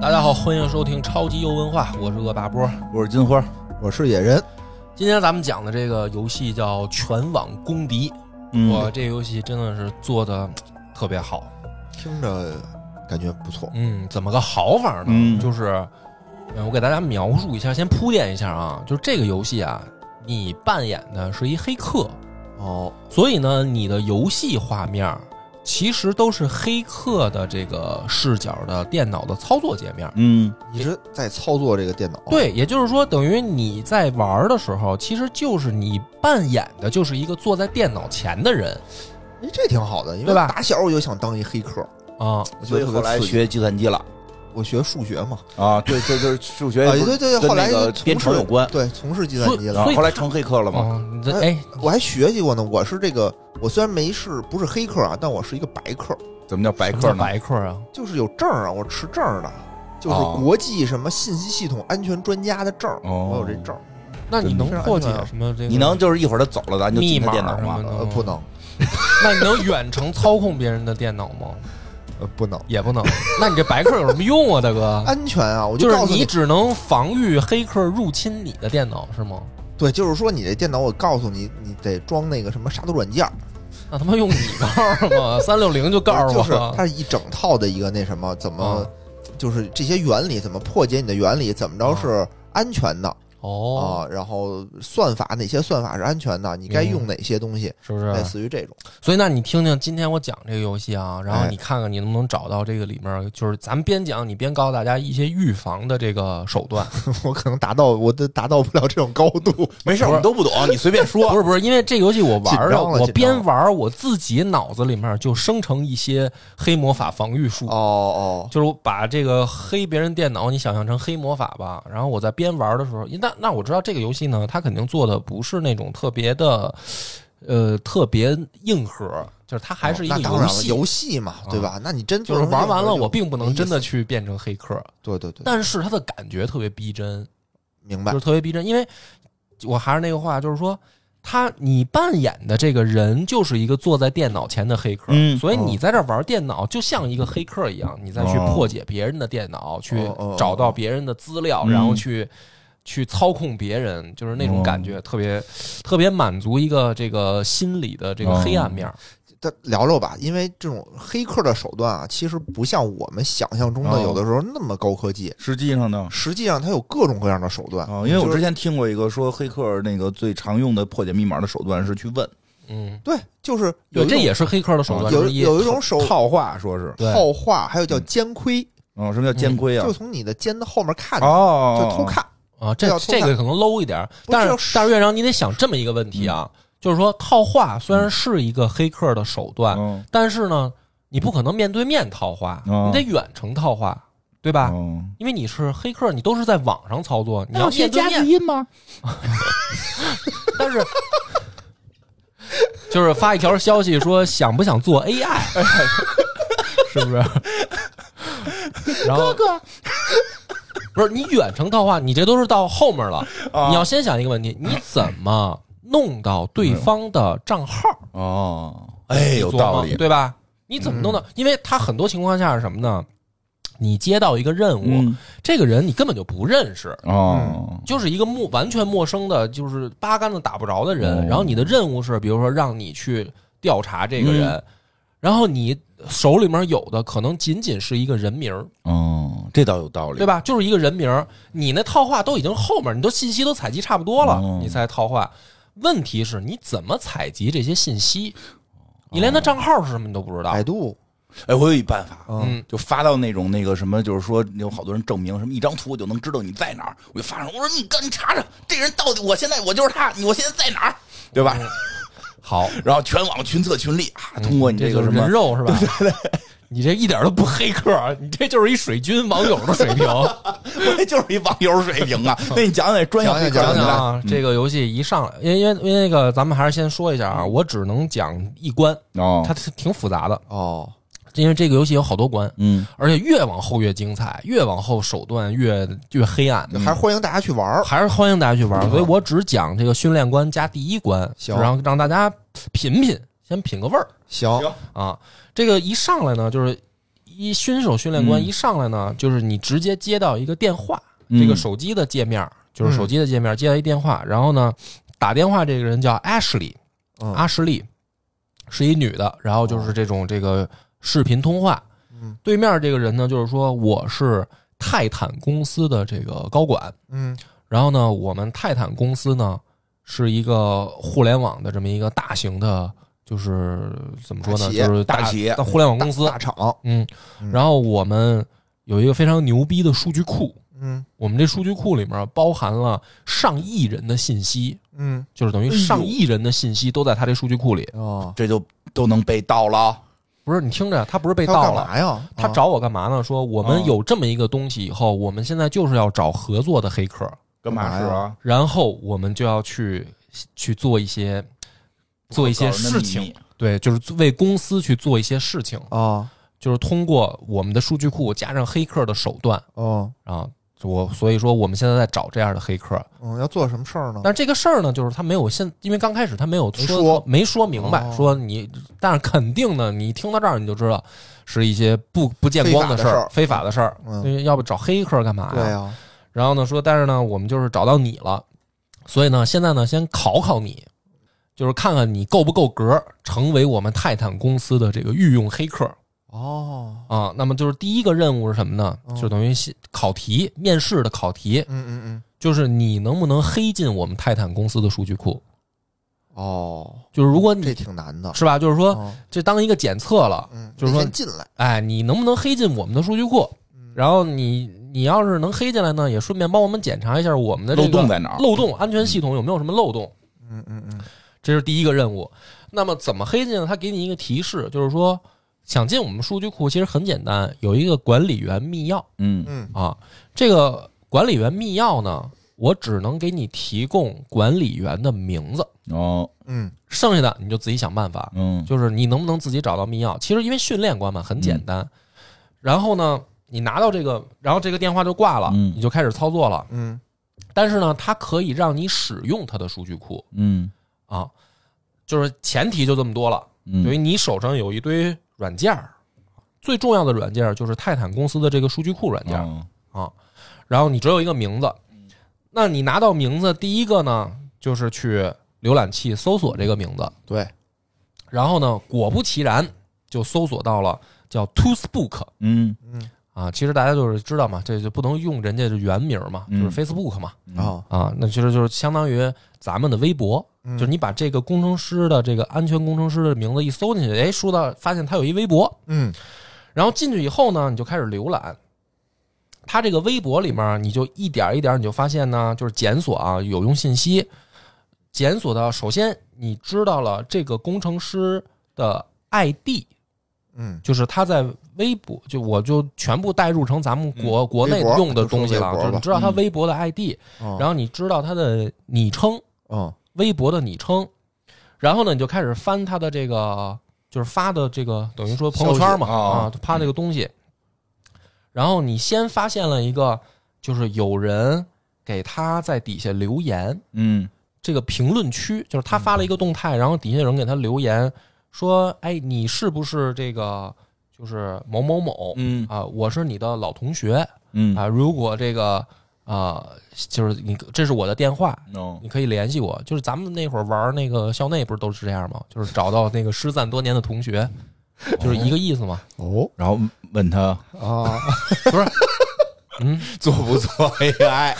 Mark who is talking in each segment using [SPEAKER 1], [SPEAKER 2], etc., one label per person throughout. [SPEAKER 1] 大家好，欢迎收听超级优文化，我是恶霸波。
[SPEAKER 2] 我是金花，我是野人。
[SPEAKER 1] 今天咱们讲的这个游戏叫《全网公敌》，
[SPEAKER 3] 嗯
[SPEAKER 1] 哇，这游戏真的是做的特别好。
[SPEAKER 2] 听着感觉不错。
[SPEAKER 1] 嗯，怎么个好法呢？
[SPEAKER 2] 嗯
[SPEAKER 1] 就是，嗯，我给大家描述一下，先铺垫一下啊，就是这个游戏啊，你扮演的是一黑客，
[SPEAKER 2] 哦，
[SPEAKER 1] 所以呢，你的游戏画面儿其实都是黑客的这个视角的电脑的操作界面儿。
[SPEAKER 3] 嗯
[SPEAKER 2] 你是在操作这个电
[SPEAKER 3] 啊
[SPEAKER 2] 脑？，
[SPEAKER 1] 对，也就是说，等于你在玩儿的时候，其实就是你扮演的就是一个坐在电脑前的人
[SPEAKER 2] 哎，这挺好的，因为
[SPEAKER 1] 对吧
[SPEAKER 2] 打小我就想当一黑客，
[SPEAKER 1] 啊、
[SPEAKER 2] 我觉
[SPEAKER 3] 所以
[SPEAKER 2] 得特
[SPEAKER 3] 后
[SPEAKER 2] 别
[SPEAKER 3] 来
[SPEAKER 2] 刺激。
[SPEAKER 3] 学计算机了
[SPEAKER 2] 我学数学嘛，
[SPEAKER 3] 啊，对，这就是数学
[SPEAKER 2] 啊，
[SPEAKER 3] 不
[SPEAKER 2] 对
[SPEAKER 3] 是
[SPEAKER 2] 对对，
[SPEAKER 3] 跟
[SPEAKER 2] 后来
[SPEAKER 3] 那个
[SPEAKER 2] 从事
[SPEAKER 3] 编程有关，
[SPEAKER 2] 对，从事计算机
[SPEAKER 3] 啊
[SPEAKER 2] 了
[SPEAKER 1] 所以。
[SPEAKER 3] 后来成黑客了嘛，
[SPEAKER 1] 哦，你这哎，
[SPEAKER 2] 我还学习过呢，我是这个，我虽然没是不是黑客啊，但我是一个白客，
[SPEAKER 3] 怎么叫白
[SPEAKER 1] 什么
[SPEAKER 3] 客
[SPEAKER 1] 叫
[SPEAKER 3] 呢？
[SPEAKER 1] 白客啊，
[SPEAKER 2] 就是有证儿啊，我持证儿的，就是
[SPEAKER 3] 哦
[SPEAKER 2] 国际什么信息系统安全专家的证儿，
[SPEAKER 3] 哦
[SPEAKER 2] 我有这证儿。
[SPEAKER 1] 那你
[SPEAKER 2] 对
[SPEAKER 1] 能
[SPEAKER 2] 非常
[SPEAKER 1] 破
[SPEAKER 2] 安
[SPEAKER 1] 解
[SPEAKER 2] 全啊
[SPEAKER 1] 什么这个？
[SPEAKER 3] 你能就是一会儿他走了，咱就
[SPEAKER 1] 密
[SPEAKER 3] 进他
[SPEAKER 1] 码
[SPEAKER 3] 电脑啊
[SPEAKER 1] 什么
[SPEAKER 3] 吗？
[SPEAKER 1] 的
[SPEAKER 2] 呃，
[SPEAKER 1] 吗
[SPEAKER 2] 不。能，
[SPEAKER 1] 那你能远程操控别人的电脑吗？
[SPEAKER 2] 呃，不能，
[SPEAKER 3] 哦
[SPEAKER 1] 也不能。那你这白客有什么用啊，大 哥？
[SPEAKER 2] 安全啊！我
[SPEAKER 1] 就
[SPEAKER 2] 告
[SPEAKER 1] 是
[SPEAKER 2] 诉
[SPEAKER 1] 你只能防御黑客入侵你的电脑是吗？
[SPEAKER 2] 对，就是说你这电脑，我告诉你，你得装那个什么杀毒软件儿，
[SPEAKER 1] 那他妈用你告诉我，三六零就告诉
[SPEAKER 2] 就
[SPEAKER 1] 我
[SPEAKER 2] 是它是一整套的一个那什么，怎
[SPEAKER 3] 哦
[SPEAKER 2] 么
[SPEAKER 1] 啊
[SPEAKER 2] 就是这些原理，怎么破解你的原理，怎么着是安全的
[SPEAKER 1] 哦，
[SPEAKER 2] 啊？然后算法哪些算法是安全的，你该
[SPEAKER 1] 明白啊
[SPEAKER 2] 用哪些东西，
[SPEAKER 1] 是不
[SPEAKER 2] 类
[SPEAKER 1] 是？
[SPEAKER 2] 似于这种。
[SPEAKER 1] 所以，那你听听今天我讲这个游戏啊，然后
[SPEAKER 2] 哎
[SPEAKER 1] 你看看你能不能找到这个里面，就是咱们边讲你边告诉大家一些预防的这个手 段。
[SPEAKER 2] 我可能达到我都达到不了这种高度，
[SPEAKER 3] 没 事，我们都不懂，你随便说
[SPEAKER 1] 不是不是，因为这游戏我玩儿啊
[SPEAKER 2] 紧张
[SPEAKER 1] 我
[SPEAKER 2] 了紧张
[SPEAKER 1] 边玩儿我自己脑子里面就生成一些黑魔法防御术，
[SPEAKER 2] 哦哦，
[SPEAKER 1] 就是我把这个黑别人电脑，你想象成黑魔法吧。然后我在边玩的时候，因那那我知道这个游戏呢，它肯定做的不是那种特别的，呃，特别硬核，就是它还是一个
[SPEAKER 2] 哦那当
[SPEAKER 1] 游
[SPEAKER 2] 然了，
[SPEAKER 1] 戏。啊
[SPEAKER 2] 游戏嘛，对吧？那你真
[SPEAKER 1] 就
[SPEAKER 2] 做
[SPEAKER 1] 是
[SPEAKER 2] 成这
[SPEAKER 1] 玩
[SPEAKER 2] 种
[SPEAKER 1] 完了，
[SPEAKER 2] 东西
[SPEAKER 1] 我
[SPEAKER 2] 就
[SPEAKER 1] 并不能
[SPEAKER 2] 没意
[SPEAKER 1] 真的
[SPEAKER 2] 思
[SPEAKER 1] 去变成黑客，
[SPEAKER 2] 对对对，
[SPEAKER 1] 但是它的感觉特别逼真，
[SPEAKER 2] 明
[SPEAKER 1] 就
[SPEAKER 2] 白
[SPEAKER 1] 是特别逼真。因为我还是那个话，就是说，他你扮演的这个人就是一个坐在电脑前的黑客，
[SPEAKER 3] 嗯
[SPEAKER 1] 所以你在这玩电脑就像一个黑客一样，你再去
[SPEAKER 3] 哦
[SPEAKER 1] 破解别人的电脑，去
[SPEAKER 2] 嗯哦哦
[SPEAKER 1] 找到别人的资料，
[SPEAKER 3] 嗯
[SPEAKER 1] 然后去。去操控别人，就是那种感
[SPEAKER 2] 哦
[SPEAKER 1] 觉，特别特别满足一个这个心理的这
[SPEAKER 2] 哦
[SPEAKER 1] 个黑暗面儿。
[SPEAKER 2] 但聊聊吧，因为这种黑客的手段啊，其实不像我们想象中的
[SPEAKER 3] 哦
[SPEAKER 2] 有的时候那么高科技，
[SPEAKER 3] 实际上呢，
[SPEAKER 2] 实际上它有各种各样的手段。
[SPEAKER 1] 哦
[SPEAKER 3] 啊，因为我
[SPEAKER 2] 嗯就是
[SPEAKER 3] 之前听过一个说黑客那个最常用的破解密码的手段是去问，
[SPEAKER 1] 嗯，
[SPEAKER 2] 对，就是有
[SPEAKER 1] 对，
[SPEAKER 2] 一
[SPEAKER 1] 这
[SPEAKER 2] 种
[SPEAKER 1] 也是黑客的手段
[SPEAKER 2] 有
[SPEAKER 1] 之一。
[SPEAKER 2] 有一种手
[SPEAKER 3] 套话说是，
[SPEAKER 1] 对
[SPEAKER 2] 套话，还有叫肩窥，
[SPEAKER 3] 嗯，什么叫监窥啊
[SPEAKER 2] 就？从你的肩的后面看，
[SPEAKER 3] 哦，
[SPEAKER 2] 就偷看。
[SPEAKER 1] 啊，这
[SPEAKER 2] 要偷
[SPEAKER 1] 这
[SPEAKER 2] 看
[SPEAKER 1] 个可能 low 一点儿，
[SPEAKER 2] 不
[SPEAKER 1] 但
[SPEAKER 2] 就是是
[SPEAKER 1] 但是院长，你得想这么一个问题啊，
[SPEAKER 2] 嗯
[SPEAKER 1] 就是说套话虽然是一个黑客的手段，
[SPEAKER 3] 嗯，
[SPEAKER 1] 但是呢，你不可能面对面套话，
[SPEAKER 3] 哦
[SPEAKER 2] 嗯
[SPEAKER 1] 你得远程套话，对吧？
[SPEAKER 3] 嗯，
[SPEAKER 1] 因为你是黑客，你都是在网上操作，你
[SPEAKER 3] 那
[SPEAKER 1] 要
[SPEAKER 3] 我
[SPEAKER 1] 面对面，
[SPEAKER 3] 音吗？
[SPEAKER 1] 但 是就是发一条消息说想不想做 AI，是不是？然后
[SPEAKER 3] 哥
[SPEAKER 1] 不是你远程套话，你这都是到后面了。
[SPEAKER 3] 啊
[SPEAKER 1] 你要先想一个问题，你怎么弄到对
[SPEAKER 2] 嗯
[SPEAKER 1] 方的账号？
[SPEAKER 3] 哦，哎，有
[SPEAKER 1] 琢磨
[SPEAKER 3] 道理，嗯
[SPEAKER 1] 对吧？你怎么弄到？因为他很多情况下是什么呢？你接到一个任务，
[SPEAKER 3] 嗯，
[SPEAKER 1] 这个人你根本就不认识，
[SPEAKER 3] 哦，
[SPEAKER 1] 就是一个陌完全陌生的，就是八竿子打不着的人。
[SPEAKER 3] 哦
[SPEAKER 1] 然后你的任务是，比如说让你去调查这个
[SPEAKER 3] 嗯
[SPEAKER 1] 人，然后你手里面有的可能仅仅是一个人名儿，
[SPEAKER 3] 哦，这倒有道理，
[SPEAKER 1] 对吧？就是一个人名儿，你那套话都已经后面，你都信息都采集差不多了，
[SPEAKER 3] 哦
[SPEAKER 1] 你才套话。问题是你怎么采集这些信息？你连他账号是什么你都不知道
[SPEAKER 2] 百。度，
[SPEAKER 3] 哎，我有一办法，啊
[SPEAKER 1] 嗯，
[SPEAKER 3] 就发到那种那个什么，就是说有好多人证明什么一张图我就能知道你在哪儿，我就发上，我说你赶紧查查这人到底，我现在我就是他，我现在在哪儿，对吧？
[SPEAKER 1] 嗯好，
[SPEAKER 3] 然后全网群策群力啊，通过
[SPEAKER 1] 嗯
[SPEAKER 3] 你
[SPEAKER 1] 这
[SPEAKER 3] 个
[SPEAKER 1] 就是
[SPEAKER 3] 什么
[SPEAKER 1] 人，肉是吧？ 你这一点都不黑客，你这就是一水军网友的水平。
[SPEAKER 3] 我 就是一网友水平啊。那你讲讲专业黑
[SPEAKER 1] 嗯
[SPEAKER 3] 客
[SPEAKER 1] 讲
[SPEAKER 3] 你
[SPEAKER 1] 讲
[SPEAKER 3] 来
[SPEAKER 1] 啊，这个游戏一上来，因为因为因为那个，咱们还是先说一下啊，我只能讲一关，
[SPEAKER 3] 哦
[SPEAKER 1] 它挺挺复杂的，
[SPEAKER 2] 哦，
[SPEAKER 1] 因为这个游戏有好多关，
[SPEAKER 3] 嗯，
[SPEAKER 1] 而且越往后越精彩，越往后手段越越黑暗。
[SPEAKER 2] 还欢迎大家去玩儿。
[SPEAKER 1] 还是欢迎大家去玩，所以我只讲这个训练关加第一关，
[SPEAKER 2] 行
[SPEAKER 1] 然后让大家品品，先品个味儿。
[SPEAKER 2] 行，
[SPEAKER 3] 行
[SPEAKER 1] 啊，这个一上来呢，就是一一新手训练官
[SPEAKER 3] 嗯
[SPEAKER 1] 一上来呢，就是你直接接到一个电话，
[SPEAKER 3] 嗯
[SPEAKER 1] 这个手机的界面就是手机的界面，接到一电话，然后呢，打电话这个人叫 Ashley，
[SPEAKER 2] 嗯
[SPEAKER 1] 阿什利是一女的，然后就是这种这个视频通话。
[SPEAKER 2] 嗯
[SPEAKER 1] 对面这个人呢，就是说我是泰坦公司的这个高管，
[SPEAKER 2] 嗯
[SPEAKER 1] 然后呢，我们泰坦公司呢是一个互联网的这么一个大型的，就是怎么说
[SPEAKER 2] 大
[SPEAKER 1] 呢，
[SPEAKER 2] 企业
[SPEAKER 1] 就是
[SPEAKER 3] 大企业
[SPEAKER 1] 大互联网公司
[SPEAKER 2] 大，厂，
[SPEAKER 1] 嗯
[SPEAKER 2] 嗯，
[SPEAKER 1] 然后我们有一个非常牛逼的数据库，
[SPEAKER 2] 嗯
[SPEAKER 1] 我们这数据库里面包含了上亿人的信息，
[SPEAKER 2] 嗯
[SPEAKER 1] 就是等于
[SPEAKER 3] 哎呦
[SPEAKER 1] 上亿人的信息都在他这数据库里。
[SPEAKER 2] 哦，
[SPEAKER 3] 这就都能被盗了。
[SPEAKER 1] 不是你听着，他不是被
[SPEAKER 2] 他
[SPEAKER 1] 盗
[SPEAKER 2] 干
[SPEAKER 1] 了，
[SPEAKER 2] 嘛呀？
[SPEAKER 1] 他
[SPEAKER 2] 啊
[SPEAKER 1] 找我干嘛呢？说我
[SPEAKER 3] 啊
[SPEAKER 1] 们有这么一个东西，以后我们现在就是要找合作的黑客，
[SPEAKER 3] 干嘛
[SPEAKER 2] 干嘛
[SPEAKER 3] 是啊？
[SPEAKER 1] 然后我们就要去去做一些做一些事情，对，就是为公司去做一些事情，
[SPEAKER 2] 哦
[SPEAKER 1] 就是通过我们的数据库加上黑客的手段
[SPEAKER 2] 哦
[SPEAKER 1] 啊。我所以说，我们现在在找这样的黑客，
[SPEAKER 2] 嗯，要做什么事儿呢？
[SPEAKER 1] 但这个事儿呢，就是他没有现，因为刚开始他没有
[SPEAKER 2] 没
[SPEAKER 1] 说
[SPEAKER 2] 说
[SPEAKER 1] 没说明白，
[SPEAKER 2] 哦
[SPEAKER 1] 说你，但是肯定呢，你听到这儿你就知道是一些不不见光事儿、非
[SPEAKER 2] 非
[SPEAKER 1] 法
[SPEAKER 2] 法
[SPEAKER 1] 的事儿，啊
[SPEAKER 2] 嗯
[SPEAKER 1] 因为要不找黑客干嘛
[SPEAKER 2] 对啊
[SPEAKER 1] 呀？
[SPEAKER 2] 呀，
[SPEAKER 1] 然后呢说，但是呢，我们就是找到你了，所以呢，现在呢，先考考你，就是看看你够不够格成为我们泰坦公司的这个御用黑客
[SPEAKER 2] 哦，
[SPEAKER 1] 啊。那么就是第一个任务是什么呢？
[SPEAKER 2] 嗯
[SPEAKER 1] 就等于先考题，面试的考题，
[SPEAKER 2] 嗯嗯嗯，
[SPEAKER 1] 就是你能不能黑进我们泰坦公司的数据库？
[SPEAKER 2] 哦，
[SPEAKER 1] 就是如果你
[SPEAKER 2] 这挺难的。
[SPEAKER 1] 是吧，就是嗯说
[SPEAKER 2] 哦
[SPEAKER 1] 这当一个检测了，
[SPEAKER 2] 嗯，
[SPEAKER 1] 就是说
[SPEAKER 2] 得先进来，
[SPEAKER 1] 哎，你能不能黑进我们的数据库？
[SPEAKER 2] 嗯
[SPEAKER 1] 然后你你要是能黑进来呢，也顺便帮我们检查一下我们的这
[SPEAKER 3] 漏
[SPEAKER 1] 个
[SPEAKER 3] 洞在哪儿？
[SPEAKER 1] 漏洞安全系统有没有什么漏洞。
[SPEAKER 2] 嗯嗯嗯，
[SPEAKER 1] 这是第一个任务。那么怎么黑进呢？他给你一个提示，就是说想进我们数据库其实很简单，有一个管理员密钥
[SPEAKER 3] 嗯
[SPEAKER 2] 嗯
[SPEAKER 1] 啊。这个管理员密钥呢，我只能给你提供管理员的名字，
[SPEAKER 3] 哦
[SPEAKER 2] 嗯
[SPEAKER 1] 剩下的你就自己想办法。
[SPEAKER 3] 嗯
[SPEAKER 1] 就是你能不能自己找到密钥？其实因为训练官嘛，很简单。然后呢，你拿到这个，然后这个电话就挂了，
[SPEAKER 3] 嗯
[SPEAKER 1] 你就开始操作了。
[SPEAKER 2] 嗯
[SPEAKER 1] 但是呢，它可以让你使用它的数据库
[SPEAKER 3] 嗯
[SPEAKER 1] 啊，就是前提就这么多了。
[SPEAKER 3] 嗯
[SPEAKER 1] 等于你手上有一堆软件儿，最重要的软件儿就是泰坦公司的这个数据库软件儿
[SPEAKER 3] 哦
[SPEAKER 1] 啊。然后你只有一个名字，
[SPEAKER 3] 嗯
[SPEAKER 1] 那你拿到名字，第一个呢就是去浏览器搜索这个名字，
[SPEAKER 2] 对，
[SPEAKER 1] 然后呢，果不其然就搜索到了叫 Toothbook
[SPEAKER 3] 嗯
[SPEAKER 2] 嗯
[SPEAKER 1] 啊。其实大家就是知道嘛，这就不能用人家的原名嘛，
[SPEAKER 3] 嗯
[SPEAKER 1] 就是 Facebook 嘛
[SPEAKER 2] 哦
[SPEAKER 1] 啊。那其实就是相当于咱们的微博，
[SPEAKER 2] 嗯
[SPEAKER 1] 就是你把这个工程师的这个安全工程师的名字一搜进去，哎，搜到发现他有一微博，
[SPEAKER 2] 嗯
[SPEAKER 1] 然后进去以后呢，你就开始浏览。他这个微博里面，你就一点一点，你就发现呢，就是检索啊有用信息，检索到首先你知道了这个工程师的 ID，
[SPEAKER 2] 嗯
[SPEAKER 1] 就是他在微博，就我就全部代入成咱们国、国内
[SPEAKER 2] 嗯微博
[SPEAKER 1] 用的东西了，
[SPEAKER 2] 就说微
[SPEAKER 1] 就是
[SPEAKER 2] 博吧
[SPEAKER 1] 你知道他
[SPEAKER 3] 嗯
[SPEAKER 1] 微博的 ID，、
[SPEAKER 2] 哦
[SPEAKER 1] 然后你知道他的昵称，
[SPEAKER 2] 哦
[SPEAKER 1] 微博的昵称，然后呢，你就开始翻他的这个，就是发的这个，等于说朋友圈嘛，
[SPEAKER 3] 消息啊
[SPEAKER 1] 啊，发这个东西。然后你先发现了一个，就是有人给他在底下留言，
[SPEAKER 3] 嗯
[SPEAKER 1] 这个评论区，就是他发了一个动态，然后底下有人给他留言说：“哎，你是不是这个就是某某某
[SPEAKER 3] 嗯
[SPEAKER 1] 啊？我是你的老同学
[SPEAKER 3] 嗯
[SPEAKER 1] 啊，如果这个啊，就是你这是我的电话，
[SPEAKER 3] 哦
[SPEAKER 1] 你可以联系我。就是咱们那会儿玩那个校内，不是都是这样吗？就是找到那个失散多年的同学，就是一个意思嘛。
[SPEAKER 2] 哦
[SPEAKER 3] 然后问他
[SPEAKER 2] 啊，
[SPEAKER 1] 嗯，
[SPEAKER 3] 做不做 AI？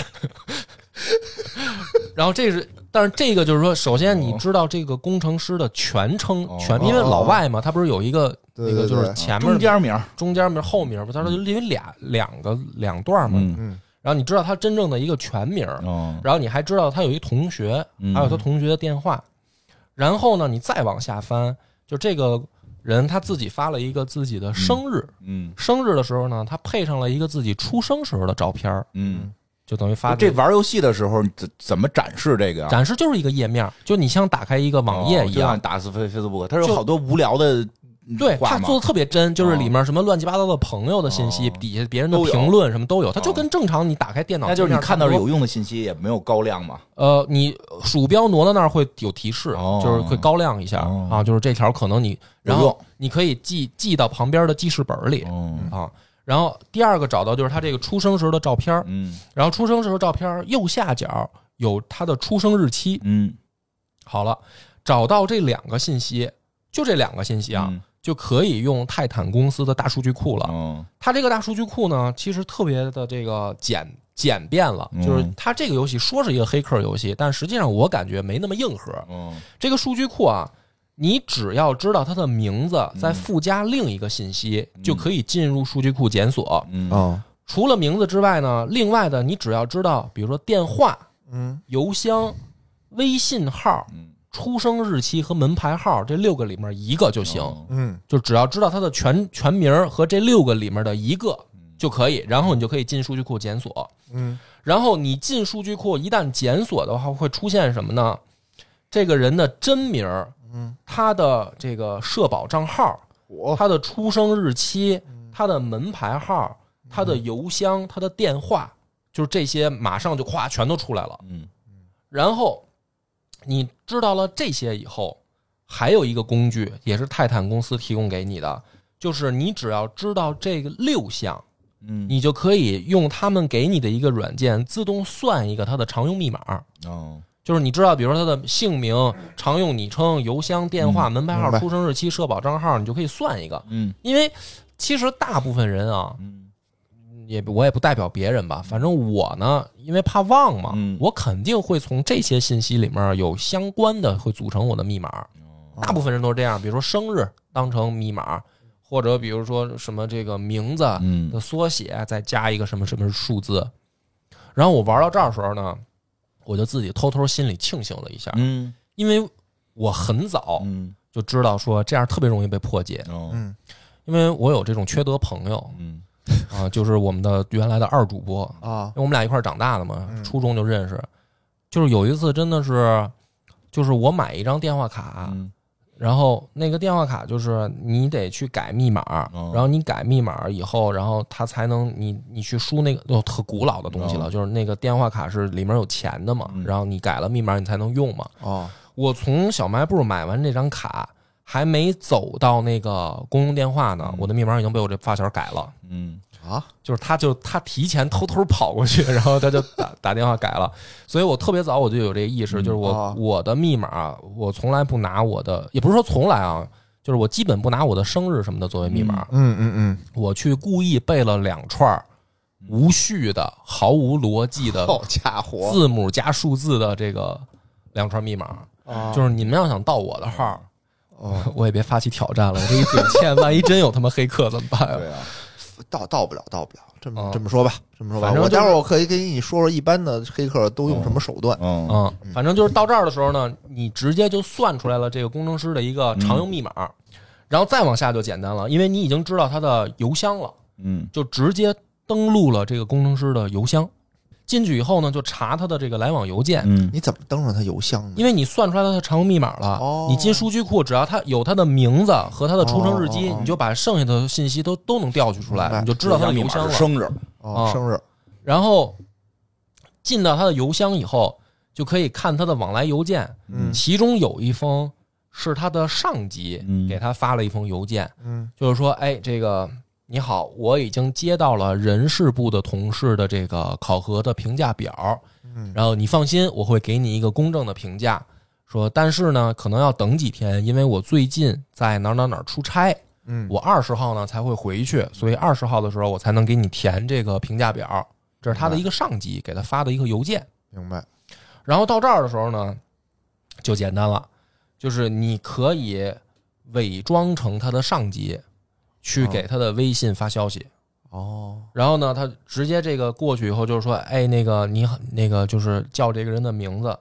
[SPEAKER 1] 然后这是，但是这个就是说，首先你
[SPEAKER 3] 哦
[SPEAKER 1] 知道这个工程师的全称
[SPEAKER 3] 哦，
[SPEAKER 1] 全因为老外嘛，他不是有一个那
[SPEAKER 2] 对
[SPEAKER 1] 个
[SPEAKER 2] 对
[SPEAKER 1] 就是
[SPEAKER 2] 对
[SPEAKER 1] 前面
[SPEAKER 3] 中间名儿
[SPEAKER 1] 中间名后名，不是他说因为俩两个两段嘛，
[SPEAKER 3] 嗯
[SPEAKER 2] 嗯
[SPEAKER 1] 然后你知道他真正的一个全名，
[SPEAKER 3] 哦
[SPEAKER 1] 然后你还知道他有一同学，
[SPEAKER 3] 嗯
[SPEAKER 1] 还有他同学的电话。然后呢，你再往下翻，就这个人他自己发了一个自己的生日，
[SPEAKER 3] 嗯
[SPEAKER 1] 生日的时候呢，他配上了一个自己出生时候的照片儿，
[SPEAKER 3] 嗯，
[SPEAKER 1] 就等于发
[SPEAKER 3] 这玩游戏的时候怎怎么展示这个呀？
[SPEAKER 1] 展示就是一个页面，就你像打开一个网页一
[SPEAKER 3] 哦就
[SPEAKER 1] 样
[SPEAKER 3] 像。打死 Face Facebook，它是有
[SPEAKER 1] 就
[SPEAKER 3] 好多无聊的
[SPEAKER 1] 对
[SPEAKER 3] 画
[SPEAKER 1] 他
[SPEAKER 3] 吗？
[SPEAKER 1] 做的特别真，就是里面什么乱七八糟的朋友的信息，
[SPEAKER 3] 哦
[SPEAKER 1] 底下别人的
[SPEAKER 3] 都有
[SPEAKER 1] 评论什么都有，它就
[SPEAKER 3] 哦
[SPEAKER 1] 跟正常你打开电脑
[SPEAKER 3] 那就是
[SPEAKER 1] 界
[SPEAKER 3] 你
[SPEAKER 1] 面
[SPEAKER 3] 看到
[SPEAKER 1] 差不多
[SPEAKER 3] 有用的信息也没有高亮嘛，
[SPEAKER 1] 呃，你鼠标挪到那儿会有提示，
[SPEAKER 3] 哦
[SPEAKER 1] 就是会高亮一下、
[SPEAKER 3] 哦
[SPEAKER 1] 啊，就是这条可能你，然
[SPEAKER 3] 有
[SPEAKER 1] 后
[SPEAKER 3] 用
[SPEAKER 1] 你可以记记到旁边的记事本里、
[SPEAKER 3] 嗯
[SPEAKER 1] 啊。然后第二个找到就是他这个出生时候的照片儿，
[SPEAKER 3] 嗯
[SPEAKER 1] 然后出生时候照片儿右下角有他的出生日期。
[SPEAKER 3] 嗯，
[SPEAKER 1] 好了，找到这两个信息，就这两个信息啊，
[SPEAKER 3] 嗯
[SPEAKER 1] 就可以用泰坦公司的大数据库了。
[SPEAKER 3] 嗯
[SPEAKER 1] 它这个大数据库呢，其实特别的这个简简便了，
[SPEAKER 3] 嗯
[SPEAKER 1] 就是它这个游戏说是一个黑客游戏，但实际上我感觉没那么硬核。
[SPEAKER 3] 嗯
[SPEAKER 1] 这个数据库啊，你只要知道它的名字，再附加另一个信息，就可以进入数据库检索。
[SPEAKER 3] 嗯
[SPEAKER 2] 啊，
[SPEAKER 1] 除了名字之外呢，另外的你只要知道，比如说电话、
[SPEAKER 2] 嗯，
[SPEAKER 1] 邮箱、微信号、
[SPEAKER 3] 嗯
[SPEAKER 1] 出生日期和门牌号这六个里面一个就行。
[SPEAKER 3] 哦
[SPEAKER 2] 嗯，
[SPEAKER 1] 就只要知道它的全全名儿和这六个里面的一个就可以，然后你就可以进数据库检索。
[SPEAKER 2] 嗯，
[SPEAKER 1] 然后你进数据库一旦检索的话，会出现什么呢？这个人的真名，嗯，他的这个社保账号，
[SPEAKER 2] 我
[SPEAKER 1] 他的出生日期，他的门牌号，他的邮箱，他的电话，就是这些，马上就咵全都出来了。
[SPEAKER 3] 嗯
[SPEAKER 1] 然后你知道了这些以后，还有一个工具也是泰坦公司提供给你的，就是你只要知道这个六项，
[SPEAKER 3] 嗯
[SPEAKER 1] 你就可以用他们给你的一个软件自动算一个它的常用密码。
[SPEAKER 3] 哦
[SPEAKER 1] 就是你知道，比如说他的姓名、常用昵称、邮箱、电话、门牌
[SPEAKER 2] 嗯明
[SPEAKER 1] 号、
[SPEAKER 2] 白
[SPEAKER 1] 出生日期、社保账号，你就可以算一个。
[SPEAKER 3] 嗯
[SPEAKER 1] 因为其实大部分人啊，
[SPEAKER 3] 嗯
[SPEAKER 1] 也我也不代表别人吧，反正我呢，因为怕忘嘛，
[SPEAKER 3] 嗯
[SPEAKER 1] 我肯定会从这些信息里面有相关的会组成我的密码。大部分人都是这样，比如说生日当成密码，或者比如说什么这个名字
[SPEAKER 3] 嗯
[SPEAKER 1] 的缩写，再加一个什么什么数字。然后我玩到这儿的时候呢，我就自己偷偷心里庆幸了一下，
[SPEAKER 3] 嗯
[SPEAKER 1] 因为我很早
[SPEAKER 3] 嗯
[SPEAKER 1] 就知道说这样特别容易被破解，
[SPEAKER 3] 哦
[SPEAKER 2] 嗯
[SPEAKER 1] 因为我有这种缺德朋友
[SPEAKER 3] 嗯
[SPEAKER 1] 啊、就是我们的原来的二主播，
[SPEAKER 2] 啊
[SPEAKER 1] 因，为我们俩一块儿长大的嘛，
[SPEAKER 2] 嗯
[SPEAKER 1] 初中就认识。就是有一次真的是，就是我买一张电话卡，
[SPEAKER 3] 嗯
[SPEAKER 1] 然后那个电话卡就是你得去改密码，
[SPEAKER 3] 哦
[SPEAKER 1] 然后你改密码以后，然后它才能你你去输那个哦特古老的东西了，
[SPEAKER 3] 哦
[SPEAKER 1] 就是那个电话卡是里面有钱的嘛，
[SPEAKER 3] 嗯
[SPEAKER 1] 然后你改了密码你才能用嘛。
[SPEAKER 2] 哦，
[SPEAKER 1] 我从小卖部买完这张卡，还没走到那个公用电话呢，
[SPEAKER 3] 嗯
[SPEAKER 1] 我的密码已经被我这发小改了。
[SPEAKER 3] 嗯
[SPEAKER 2] 啊，
[SPEAKER 1] 就是他就他提前偷偷跑过去， 然后他就打打电话改了，所以我特别早我就有这个意识，
[SPEAKER 3] 嗯
[SPEAKER 1] 就是我、
[SPEAKER 2] 哦
[SPEAKER 1] 我的密码啊我从来不拿我的，也不是说从来啊，就是我基本不拿我的生日什么的作为密码，
[SPEAKER 2] 嗯嗯
[SPEAKER 1] 我去故意背了两串儿无序的、毫无逻辑的
[SPEAKER 2] 嗯，好家伙，
[SPEAKER 1] 字母加数字的这个两串密码，
[SPEAKER 2] 啊
[SPEAKER 1] 就是你们要想盗我的号，
[SPEAKER 2] 哦，
[SPEAKER 1] 我也别发起挑战了，我这一嘴欠，万一真有他妈黑客怎么办呀？
[SPEAKER 3] 对啊
[SPEAKER 2] 到到不了，到不了。这么
[SPEAKER 1] 嗯
[SPEAKER 2] 这么说吧，这么说吧，
[SPEAKER 1] 反正
[SPEAKER 2] 我
[SPEAKER 1] 就是
[SPEAKER 2] 待会儿我可以给你说说一般的黑客都用什么手段。
[SPEAKER 3] 嗯
[SPEAKER 1] 嗯，反正就是到这儿的时候呢，你直接就算出来了这个工程师的一个常用密码，
[SPEAKER 2] 嗯
[SPEAKER 1] 然后再往下就简单了，因为你已经知道他的邮箱了，
[SPEAKER 3] 嗯
[SPEAKER 1] 就直接登录了这个工程师的邮箱。进去以后呢，就查他的这个来往邮件，
[SPEAKER 3] 嗯
[SPEAKER 2] 你怎么登上他邮箱呢？
[SPEAKER 1] 因为你算出来他的常用密码了。
[SPEAKER 2] 哦
[SPEAKER 1] 你进数据库，只要他有他的名字和他的出生日期，
[SPEAKER 2] 哦哦哦
[SPEAKER 1] 你就把剩下的信息都都能调取出
[SPEAKER 2] 明
[SPEAKER 1] 来，
[SPEAKER 2] 白
[SPEAKER 1] 你就知道他的邮箱了
[SPEAKER 3] 是。生日
[SPEAKER 2] 哦
[SPEAKER 1] 啊，
[SPEAKER 2] 生日
[SPEAKER 1] 然后进到他的邮箱以后，就可以看他的往来邮件，
[SPEAKER 2] 嗯
[SPEAKER 1] 其中有一封是他的上级
[SPEAKER 3] 嗯
[SPEAKER 1] 给他发了一封邮件，
[SPEAKER 2] 嗯
[SPEAKER 1] 就是说，哎，这个你好，我已经接到了人事部的同事的这个考核的评价表，
[SPEAKER 2] 嗯
[SPEAKER 1] 然后你放心，我会给你一个公正的评价。说，但是呢，可能要等几天，因为我最近在哪儿哪儿哪儿出差，
[SPEAKER 2] 嗯，
[SPEAKER 1] 我二十号呢才会回去，所以二十号的时候我才能给你填这个评价表。这是他的一个上级给他发的一个邮件。
[SPEAKER 2] 明白。
[SPEAKER 1] 然后到这儿的时候呢，就简单了，就是你可以伪装成他的上级，去给他的微信发消息。
[SPEAKER 2] 哦，
[SPEAKER 1] 然后呢，他直接这个过去以后，就是说，哎，那个你好，那个就是叫这个人的名字，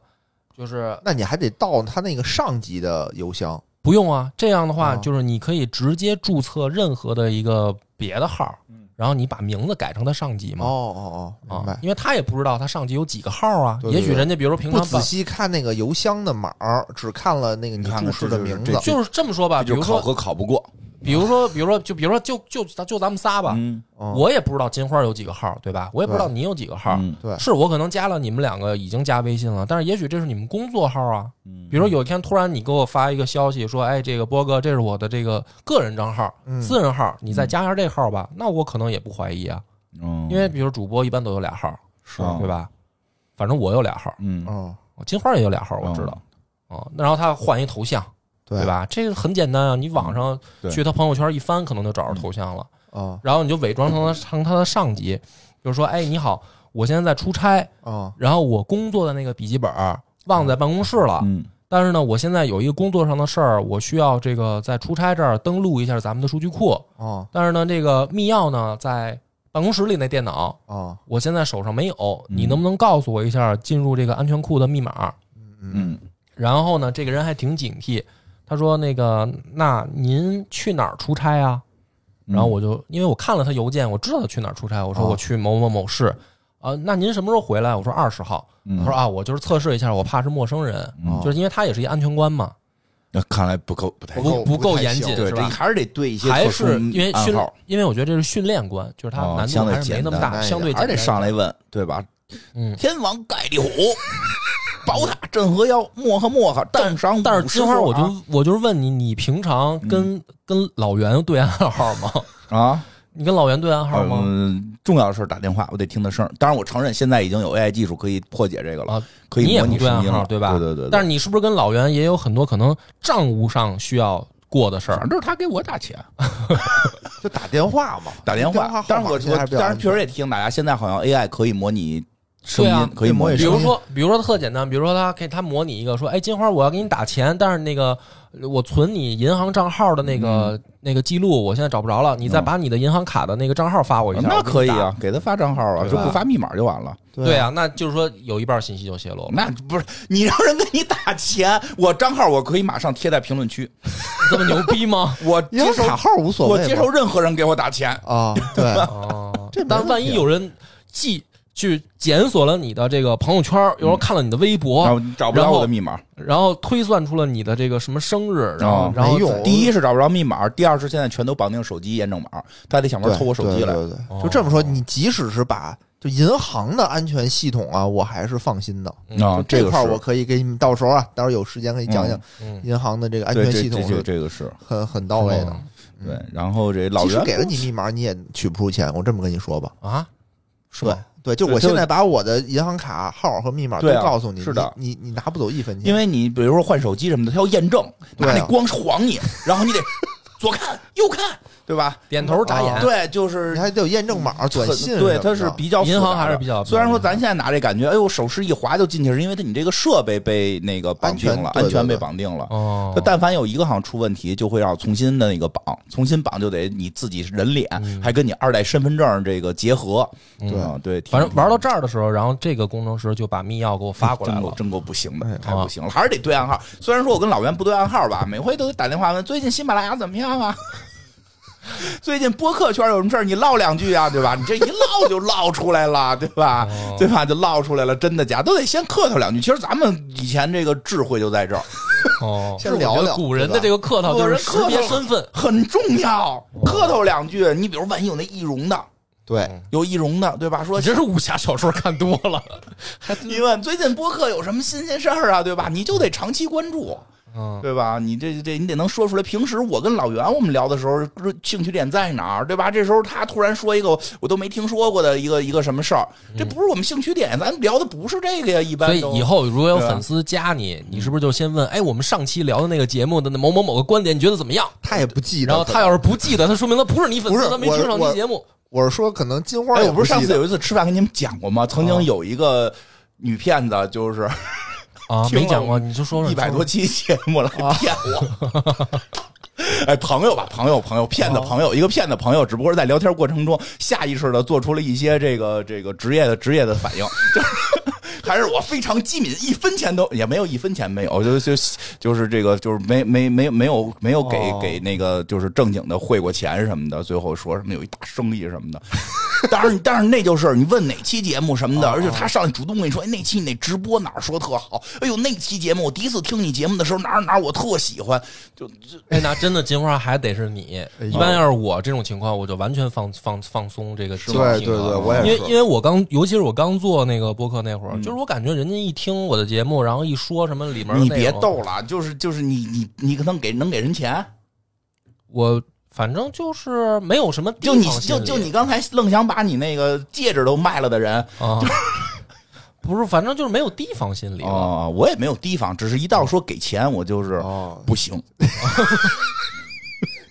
[SPEAKER 1] 就是
[SPEAKER 2] 那你还得到他那个上级的邮箱。
[SPEAKER 1] 不用啊。这样的话，
[SPEAKER 2] 哦
[SPEAKER 1] 就是你可以直接注册任何的一个别的号
[SPEAKER 3] 嗯，
[SPEAKER 1] 然后你把名字改成他上级
[SPEAKER 2] 哦
[SPEAKER 1] 嘛。
[SPEAKER 2] 哦哦，明
[SPEAKER 1] 啊
[SPEAKER 2] 白，。
[SPEAKER 1] 因为他也不知道他上级有几个号啊，
[SPEAKER 2] 对对对
[SPEAKER 1] 也许人家比如说平
[SPEAKER 2] 不
[SPEAKER 1] 常把
[SPEAKER 2] 仔细看那个邮箱的码儿，只看了那个你
[SPEAKER 3] 你看看
[SPEAKER 2] 注释的名
[SPEAKER 3] 这
[SPEAKER 2] 字
[SPEAKER 3] 就。
[SPEAKER 1] 就是这么说吧，比
[SPEAKER 3] 就
[SPEAKER 1] 如
[SPEAKER 3] 是
[SPEAKER 1] 说
[SPEAKER 3] 考核考不过，
[SPEAKER 1] 比比如说，比如说，就比如说，就就就咱们仨吧，
[SPEAKER 3] 啊嗯，
[SPEAKER 2] 嗯
[SPEAKER 1] 我也不知道金花有几个号，对吧？我也不知道
[SPEAKER 2] 对
[SPEAKER 1] 你有几个号。
[SPEAKER 3] 嗯
[SPEAKER 2] 对
[SPEAKER 1] 是我可能加了你们两个已经加微信了，但是也许这是你们工作号啊。
[SPEAKER 3] 嗯
[SPEAKER 1] 比如说有一天突然你给我发一个消息说，哎，这个波哥，这是我的这个个人账号、
[SPEAKER 2] 嗯
[SPEAKER 1] 私人号，你再加上这号吧，那我可能也不怀疑啊，
[SPEAKER 3] 嗯，
[SPEAKER 1] 因为比如主播一般都有俩号，
[SPEAKER 3] 是啊
[SPEAKER 1] 对吧？反正我有俩号，
[SPEAKER 3] 嗯，
[SPEAKER 2] 嗯，
[SPEAKER 1] 金花也有俩号，我知道。哦，那然后他换一头像，
[SPEAKER 2] 对
[SPEAKER 1] 吧？这个很简单啊，你网上
[SPEAKER 3] 嗯对
[SPEAKER 1] 去他朋友圈一翻，可能就找着头像了。
[SPEAKER 2] 啊
[SPEAKER 1] 然后你就伪装成他成他的上级，就是说，哎，你好，我现在在出差，
[SPEAKER 2] 啊
[SPEAKER 1] 然后我工作的那个笔记本儿忘在办公室了，
[SPEAKER 3] 嗯
[SPEAKER 1] 但是呢，我现在有一个工作上的事儿，我需要这个在出差这儿登录一下咱们的数据库，
[SPEAKER 2] 啊
[SPEAKER 1] 但是呢，这个密钥呢在办公室里那电脑。
[SPEAKER 2] 啊，
[SPEAKER 1] 我现在手上没有，
[SPEAKER 3] 嗯
[SPEAKER 1] 你能不能告诉我一下进入这个安全库的密码？
[SPEAKER 2] 嗯
[SPEAKER 3] 嗯
[SPEAKER 1] 然后呢，这个人还挺警惕，他说：“那个，那您去哪儿出差啊？”
[SPEAKER 3] 嗯啊
[SPEAKER 1] 然后我就因为我看了他邮件，我知道他去哪儿出差，我说
[SPEAKER 2] 哦
[SPEAKER 1] 我去某某某市。啊，那您什么时候回来？我说二十号。
[SPEAKER 3] 嗯
[SPEAKER 1] 他说啊，我就是测试一下，我怕是陌生人，
[SPEAKER 3] 嗯
[SPEAKER 1] 就是因为他也是一安全官嘛，
[SPEAKER 3] 那看来不够不太
[SPEAKER 2] 不够
[SPEAKER 1] 不够
[SPEAKER 2] 不太
[SPEAKER 1] 严
[SPEAKER 2] 行
[SPEAKER 1] 谨
[SPEAKER 3] 对，
[SPEAKER 1] 是
[SPEAKER 3] 这
[SPEAKER 1] 吧？
[SPEAKER 3] 还是得对一些
[SPEAKER 1] 还
[SPEAKER 3] 特殊
[SPEAKER 1] 是因为
[SPEAKER 3] 暗
[SPEAKER 1] 训
[SPEAKER 3] 号，，
[SPEAKER 1] 因为我觉得这是训练官，就是他
[SPEAKER 3] 哦
[SPEAKER 1] 难
[SPEAKER 3] 相
[SPEAKER 1] 度
[SPEAKER 3] 对
[SPEAKER 1] 还是没那么
[SPEAKER 3] 简
[SPEAKER 1] 大，
[SPEAKER 2] 单
[SPEAKER 1] 相对
[SPEAKER 3] 还是
[SPEAKER 1] 简
[SPEAKER 3] 得
[SPEAKER 1] 单
[SPEAKER 3] 上来问，对吧？
[SPEAKER 1] 嗯
[SPEAKER 3] 天王盖地虎，宝塔镇河妖，磨合磨合，但上
[SPEAKER 1] 但是
[SPEAKER 3] 五十
[SPEAKER 1] 金花，
[SPEAKER 3] 座
[SPEAKER 1] 我就我就是问你，你平常
[SPEAKER 3] 嗯
[SPEAKER 1] 跟跟老袁对暗号吗？
[SPEAKER 3] 啊啊，
[SPEAKER 1] 你跟老袁对暗号吗？
[SPEAKER 3] 嗯，重要的事儿打电话，我得听他声儿。当然，我承认现在已经有 AI 技术可以破解这个了
[SPEAKER 1] 啊，
[SPEAKER 3] 可以
[SPEAKER 1] 你也
[SPEAKER 3] 模
[SPEAKER 1] 不
[SPEAKER 3] 拟
[SPEAKER 1] 对
[SPEAKER 3] 声
[SPEAKER 1] 暗
[SPEAKER 3] 音
[SPEAKER 1] 号
[SPEAKER 3] 了，
[SPEAKER 1] 对吧？
[SPEAKER 3] 对对对。
[SPEAKER 1] 但是你是不是跟老袁也有很多可能账务上需要过的事儿
[SPEAKER 3] 反？正就是他给我打钱，
[SPEAKER 2] 就打电话嘛，
[SPEAKER 3] 打电话
[SPEAKER 2] 话。
[SPEAKER 3] 当然我
[SPEAKER 2] 现在还
[SPEAKER 3] 我
[SPEAKER 2] 是比较
[SPEAKER 3] 当然
[SPEAKER 2] 安
[SPEAKER 3] 确
[SPEAKER 2] 全
[SPEAKER 3] 实也提醒大家，现在好像 AI 可以模拟声
[SPEAKER 1] 对啊
[SPEAKER 3] 音，可以
[SPEAKER 2] 对
[SPEAKER 3] 模拟
[SPEAKER 2] 模拟
[SPEAKER 1] 比
[SPEAKER 3] 声音
[SPEAKER 2] 声
[SPEAKER 1] 如
[SPEAKER 2] 音
[SPEAKER 1] 说，比如说特简单，比如说他可以他模拟一个说，哎，金花，我要给你打钱，但是那个呃我存你银行账号的那个、那个记录，我现在找不着了，你再
[SPEAKER 3] 嗯
[SPEAKER 1] 把你的银行卡的那个账号发我一下，
[SPEAKER 3] 那
[SPEAKER 1] 我给你
[SPEAKER 3] 可以
[SPEAKER 1] 打。
[SPEAKER 3] 啊，给他发账号啊，
[SPEAKER 2] 对
[SPEAKER 3] 就
[SPEAKER 2] 吧
[SPEAKER 3] 不发密码就完了。
[SPEAKER 1] 对，啊，那就是说有一半信息就泄露了。
[SPEAKER 3] 那不是你让人给你打钱， 我账号我可以马上贴在评论区，
[SPEAKER 1] 这么牛逼吗？
[SPEAKER 3] 我
[SPEAKER 2] 银
[SPEAKER 3] 接
[SPEAKER 2] 行
[SPEAKER 3] 受
[SPEAKER 2] 卡号无所
[SPEAKER 3] 我
[SPEAKER 2] 谓嘛，
[SPEAKER 3] 接受任何人给我打钱。
[SPEAKER 2] 啊， 对，
[SPEAKER 1] 哦
[SPEAKER 2] 这没问题啊
[SPEAKER 1] 但万一有人记去检索了你的这个朋友圈，有人看了你的微博，
[SPEAKER 3] 然后找不
[SPEAKER 1] 然
[SPEAKER 3] 着
[SPEAKER 1] 后
[SPEAKER 3] 我的密码，
[SPEAKER 1] 然后推算出了你的这个什么生日，然后、
[SPEAKER 3] 哦
[SPEAKER 1] 然后
[SPEAKER 2] 没用
[SPEAKER 3] 第一是找不着密码，第二是现在全都绑定手机验证码，他得想办
[SPEAKER 2] 对
[SPEAKER 3] 法偷我手机来。
[SPEAKER 2] 对对对
[SPEAKER 1] 哦
[SPEAKER 2] 就这么说，你即使是把就银行的安全系统啊，我还是放心的。
[SPEAKER 1] 嗯
[SPEAKER 3] 啊，
[SPEAKER 2] 这
[SPEAKER 3] 个
[SPEAKER 2] 块儿
[SPEAKER 3] 是
[SPEAKER 2] 我可以给你们到时候啊，到时候有时间可以讲讲
[SPEAKER 1] 嗯
[SPEAKER 2] 银行的这个安
[SPEAKER 3] 对
[SPEAKER 2] 全
[SPEAKER 3] 这
[SPEAKER 2] 系统
[SPEAKER 3] 这这
[SPEAKER 2] 是
[SPEAKER 3] 这个是
[SPEAKER 2] 很很到位的。
[SPEAKER 3] 对。然后这老
[SPEAKER 2] 即使
[SPEAKER 3] 袁
[SPEAKER 2] 给了你密码，你也取不出钱。我这么跟你说吧，
[SPEAKER 1] 啊，
[SPEAKER 2] 是
[SPEAKER 1] 吧？
[SPEAKER 2] 对，就
[SPEAKER 3] 对
[SPEAKER 2] 我
[SPEAKER 3] 就
[SPEAKER 2] 现在把我的银行卡号和密码都
[SPEAKER 3] 对啊
[SPEAKER 2] 告诉你，
[SPEAKER 3] 是的
[SPEAKER 2] 你你你拿不走一分钱，
[SPEAKER 3] 因为你比如说换手机什么的，他要验证，
[SPEAKER 2] 对
[SPEAKER 3] 拿
[SPEAKER 2] 啊
[SPEAKER 3] 那光晃你，然后 你得左看右看，对吧？啊
[SPEAKER 1] 点头眨眼，
[SPEAKER 3] 对，就是
[SPEAKER 2] 你还得有验证码、短
[SPEAKER 3] 很
[SPEAKER 2] 信什么
[SPEAKER 3] 对，
[SPEAKER 2] 的，
[SPEAKER 3] 它是比较复杂的
[SPEAKER 1] 银行还是比较嗯
[SPEAKER 3] 虽然说咱现在拿这感觉，哎呦，手势一滑就进去，是因为它你这个设备被那个绑定了，
[SPEAKER 2] 安全对
[SPEAKER 3] 安全被
[SPEAKER 2] 对对嗯
[SPEAKER 3] 绑定了。
[SPEAKER 1] 哦
[SPEAKER 3] 它，但凡有一个好像出问题，就会要重新的那个绑，重新绑就得你自己人脸，
[SPEAKER 1] 嗯
[SPEAKER 3] 还跟你二代身份证这个结合。
[SPEAKER 1] 对
[SPEAKER 3] 啊对，挺
[SPEAKER 1] 嗯反正玩到这儿的时候，然后这个工程师就把密钥给我发过来
[SPEAKER 3] 真够
[SPEAKER 1] 了。啊
[SPEAKER 3] 真够不行
[SPEAKER 2] 哎
[SPEAKER 3] 的，太不行了，还是得对暗号。虽然说我跟老袁不对暗号吧，每回都得打电话问最近喜马拉雅怎么样啊。 最近播客圈有什么事儿，你唠两句啊，对吧？你这一唠就唠出来了，对吧？
[SPEAKER 1] 哦
[SPEAKER 3] 对吧？就唠出来了，真的假的都得先客套两句。其实咱们以前这个智慧就在这儿，
[SPEAKER 1] 哦，
[SPEAKER 2] 先聊聊
[SPEAKER 1] 古人的这个客套啊就是识别身份，
[SPEAKER 3] 很重要，客套两句。你比如万一有那易容的，
[SPEAKER 2] 对
[SPEAKER 3] 有易容的，对吧？说
[SPEAKER 1] 我真是武侠小说看多了。
[SPEAKER 3] 你问最近播客有什么新鲜事儿啊，对吧？你就得长期关注。
[SPEAKER 1] 嗯，
[SPEAKER 3] 对吧？你这这你得能说出来。平时我跟老袁我们聊的时候，兴趣点在哪儿，对吧？这时候他突然说一个我都没听说过的一个一个什么事儿，这不是我们兴趣点，咱聊的不是这个呀。一
[SPEAKER 1] 嗯
[SPEAKER 3] 般
[SPEAKER 1] 所以
[SPEAKER 3] 都
[SPEAKER 1] 以后如果有
[SPEAKER 3] 对吧
[SPEAKER 1] 粉丝加你，你是不是就先问，哎，我们上期聊的那个节目的某某某个观点，你觉得怎么样？
[SPEAKER 2] 他也不记得。
[SPEAKER 1] 然后他要是不记得，他说明他不是你粉
[SPEAKER 2] 不
[SPEAKER 1] 丝，
[SPEAKER 2] 是
[SPEAKER 1] 他没听上期
[SPEAKER 2] 我
[SPEAKER 1] 节目。
[SPEAKER 2] 我是说，可能金花
[SPEAKER 3] 哎，
[SPEAKER 2] 也
[SPEAKER 3] 我不是上
[SPEAKER 2] 记
[SPEAKER 3] 次
[SPEAKER 2] 得
[SPEAKER 3] 有一次吃饭跟你们讲过吗？曾
[SPEAKER 1] 哦
[SPEAKER 3] 经有一个女骗子，就是
[SPEAKER 1] 啊，
[SPEAKER 3] 听
[SPEAKER 1] 没
[SPEAKER 3] 了
[SPEAKER 1] 讲过，你就说说
[SPEAKER 3] 一百 多，期节目来骗我。 哎，朋友吧，朋友，朋友，骗子朋友，一个骗子朋友，只不过是在聊天过程中下意识的做出了一些这个这个职业的职业的反应， 就是还是我非常机敏，一分钱都也没有，一分钱没有，就就就是这个就是没没没没有没有给
[SPEAKER 2] 哦
[SPEAKER 3] 给那个就是正经的汇过钱什么的，最后说什么有一大生意什么的， 当然，当然那就是你问哪期节目什么的，而且他上来主动跟你说，哎，那期你那直播哪儿说特好？哎呦，那期节目我第一次听你节目的时候哪儿哪儿我特喜欢，就就
[SPEAKER 1] 哎，那真的金花还得是你。
[SPEAKER 2] 哎
[SPEAKER 1] 一般要是我这种情况，我就完全放放放松这个情啊绪
[SPEAKER 2] 对对对，
[SPEAKER 1] 了
[SPEAKER 2] 我
[SPEAKER 1] 因
[SPEAKER 2] 也
[SPEAKER 1] 为因
[SPEAKER 2] 哎是。
[SPEAKER 1] 为我刚，尤其是我刚做那个播客那会儿，就是我感觉人家一听我的节目，然后一说什么里面的
[SPEAKER 3] 你
[SPEAKER 1] 内
[SPEAKER 3] 别
[SPEAKER 1] 容
[SPEAKER 3] 逗了，啊就是就是你你你可能给能给人钱，
[SPEAKER 1] 我，反正就是没有什么地
[SPEAKER 3] 就
[SPEAKER 1] 方
[SPEAKER 3] 你
[SPEAKER 1] 心
[SPEAKER 3] 就
[SPEAKER 1] 理
[SPEAKER 3] 就你刚才愣想把你那个戒指都卖了的人
[SPEAKER 1] 啊， 不是，反正就是没有提防心理了。
[SPEAKER 3] 哦，我也没有提防，只是一到说给钱我就是
[SPEAKER 2] 哦，
[SPEAKER 3] 不行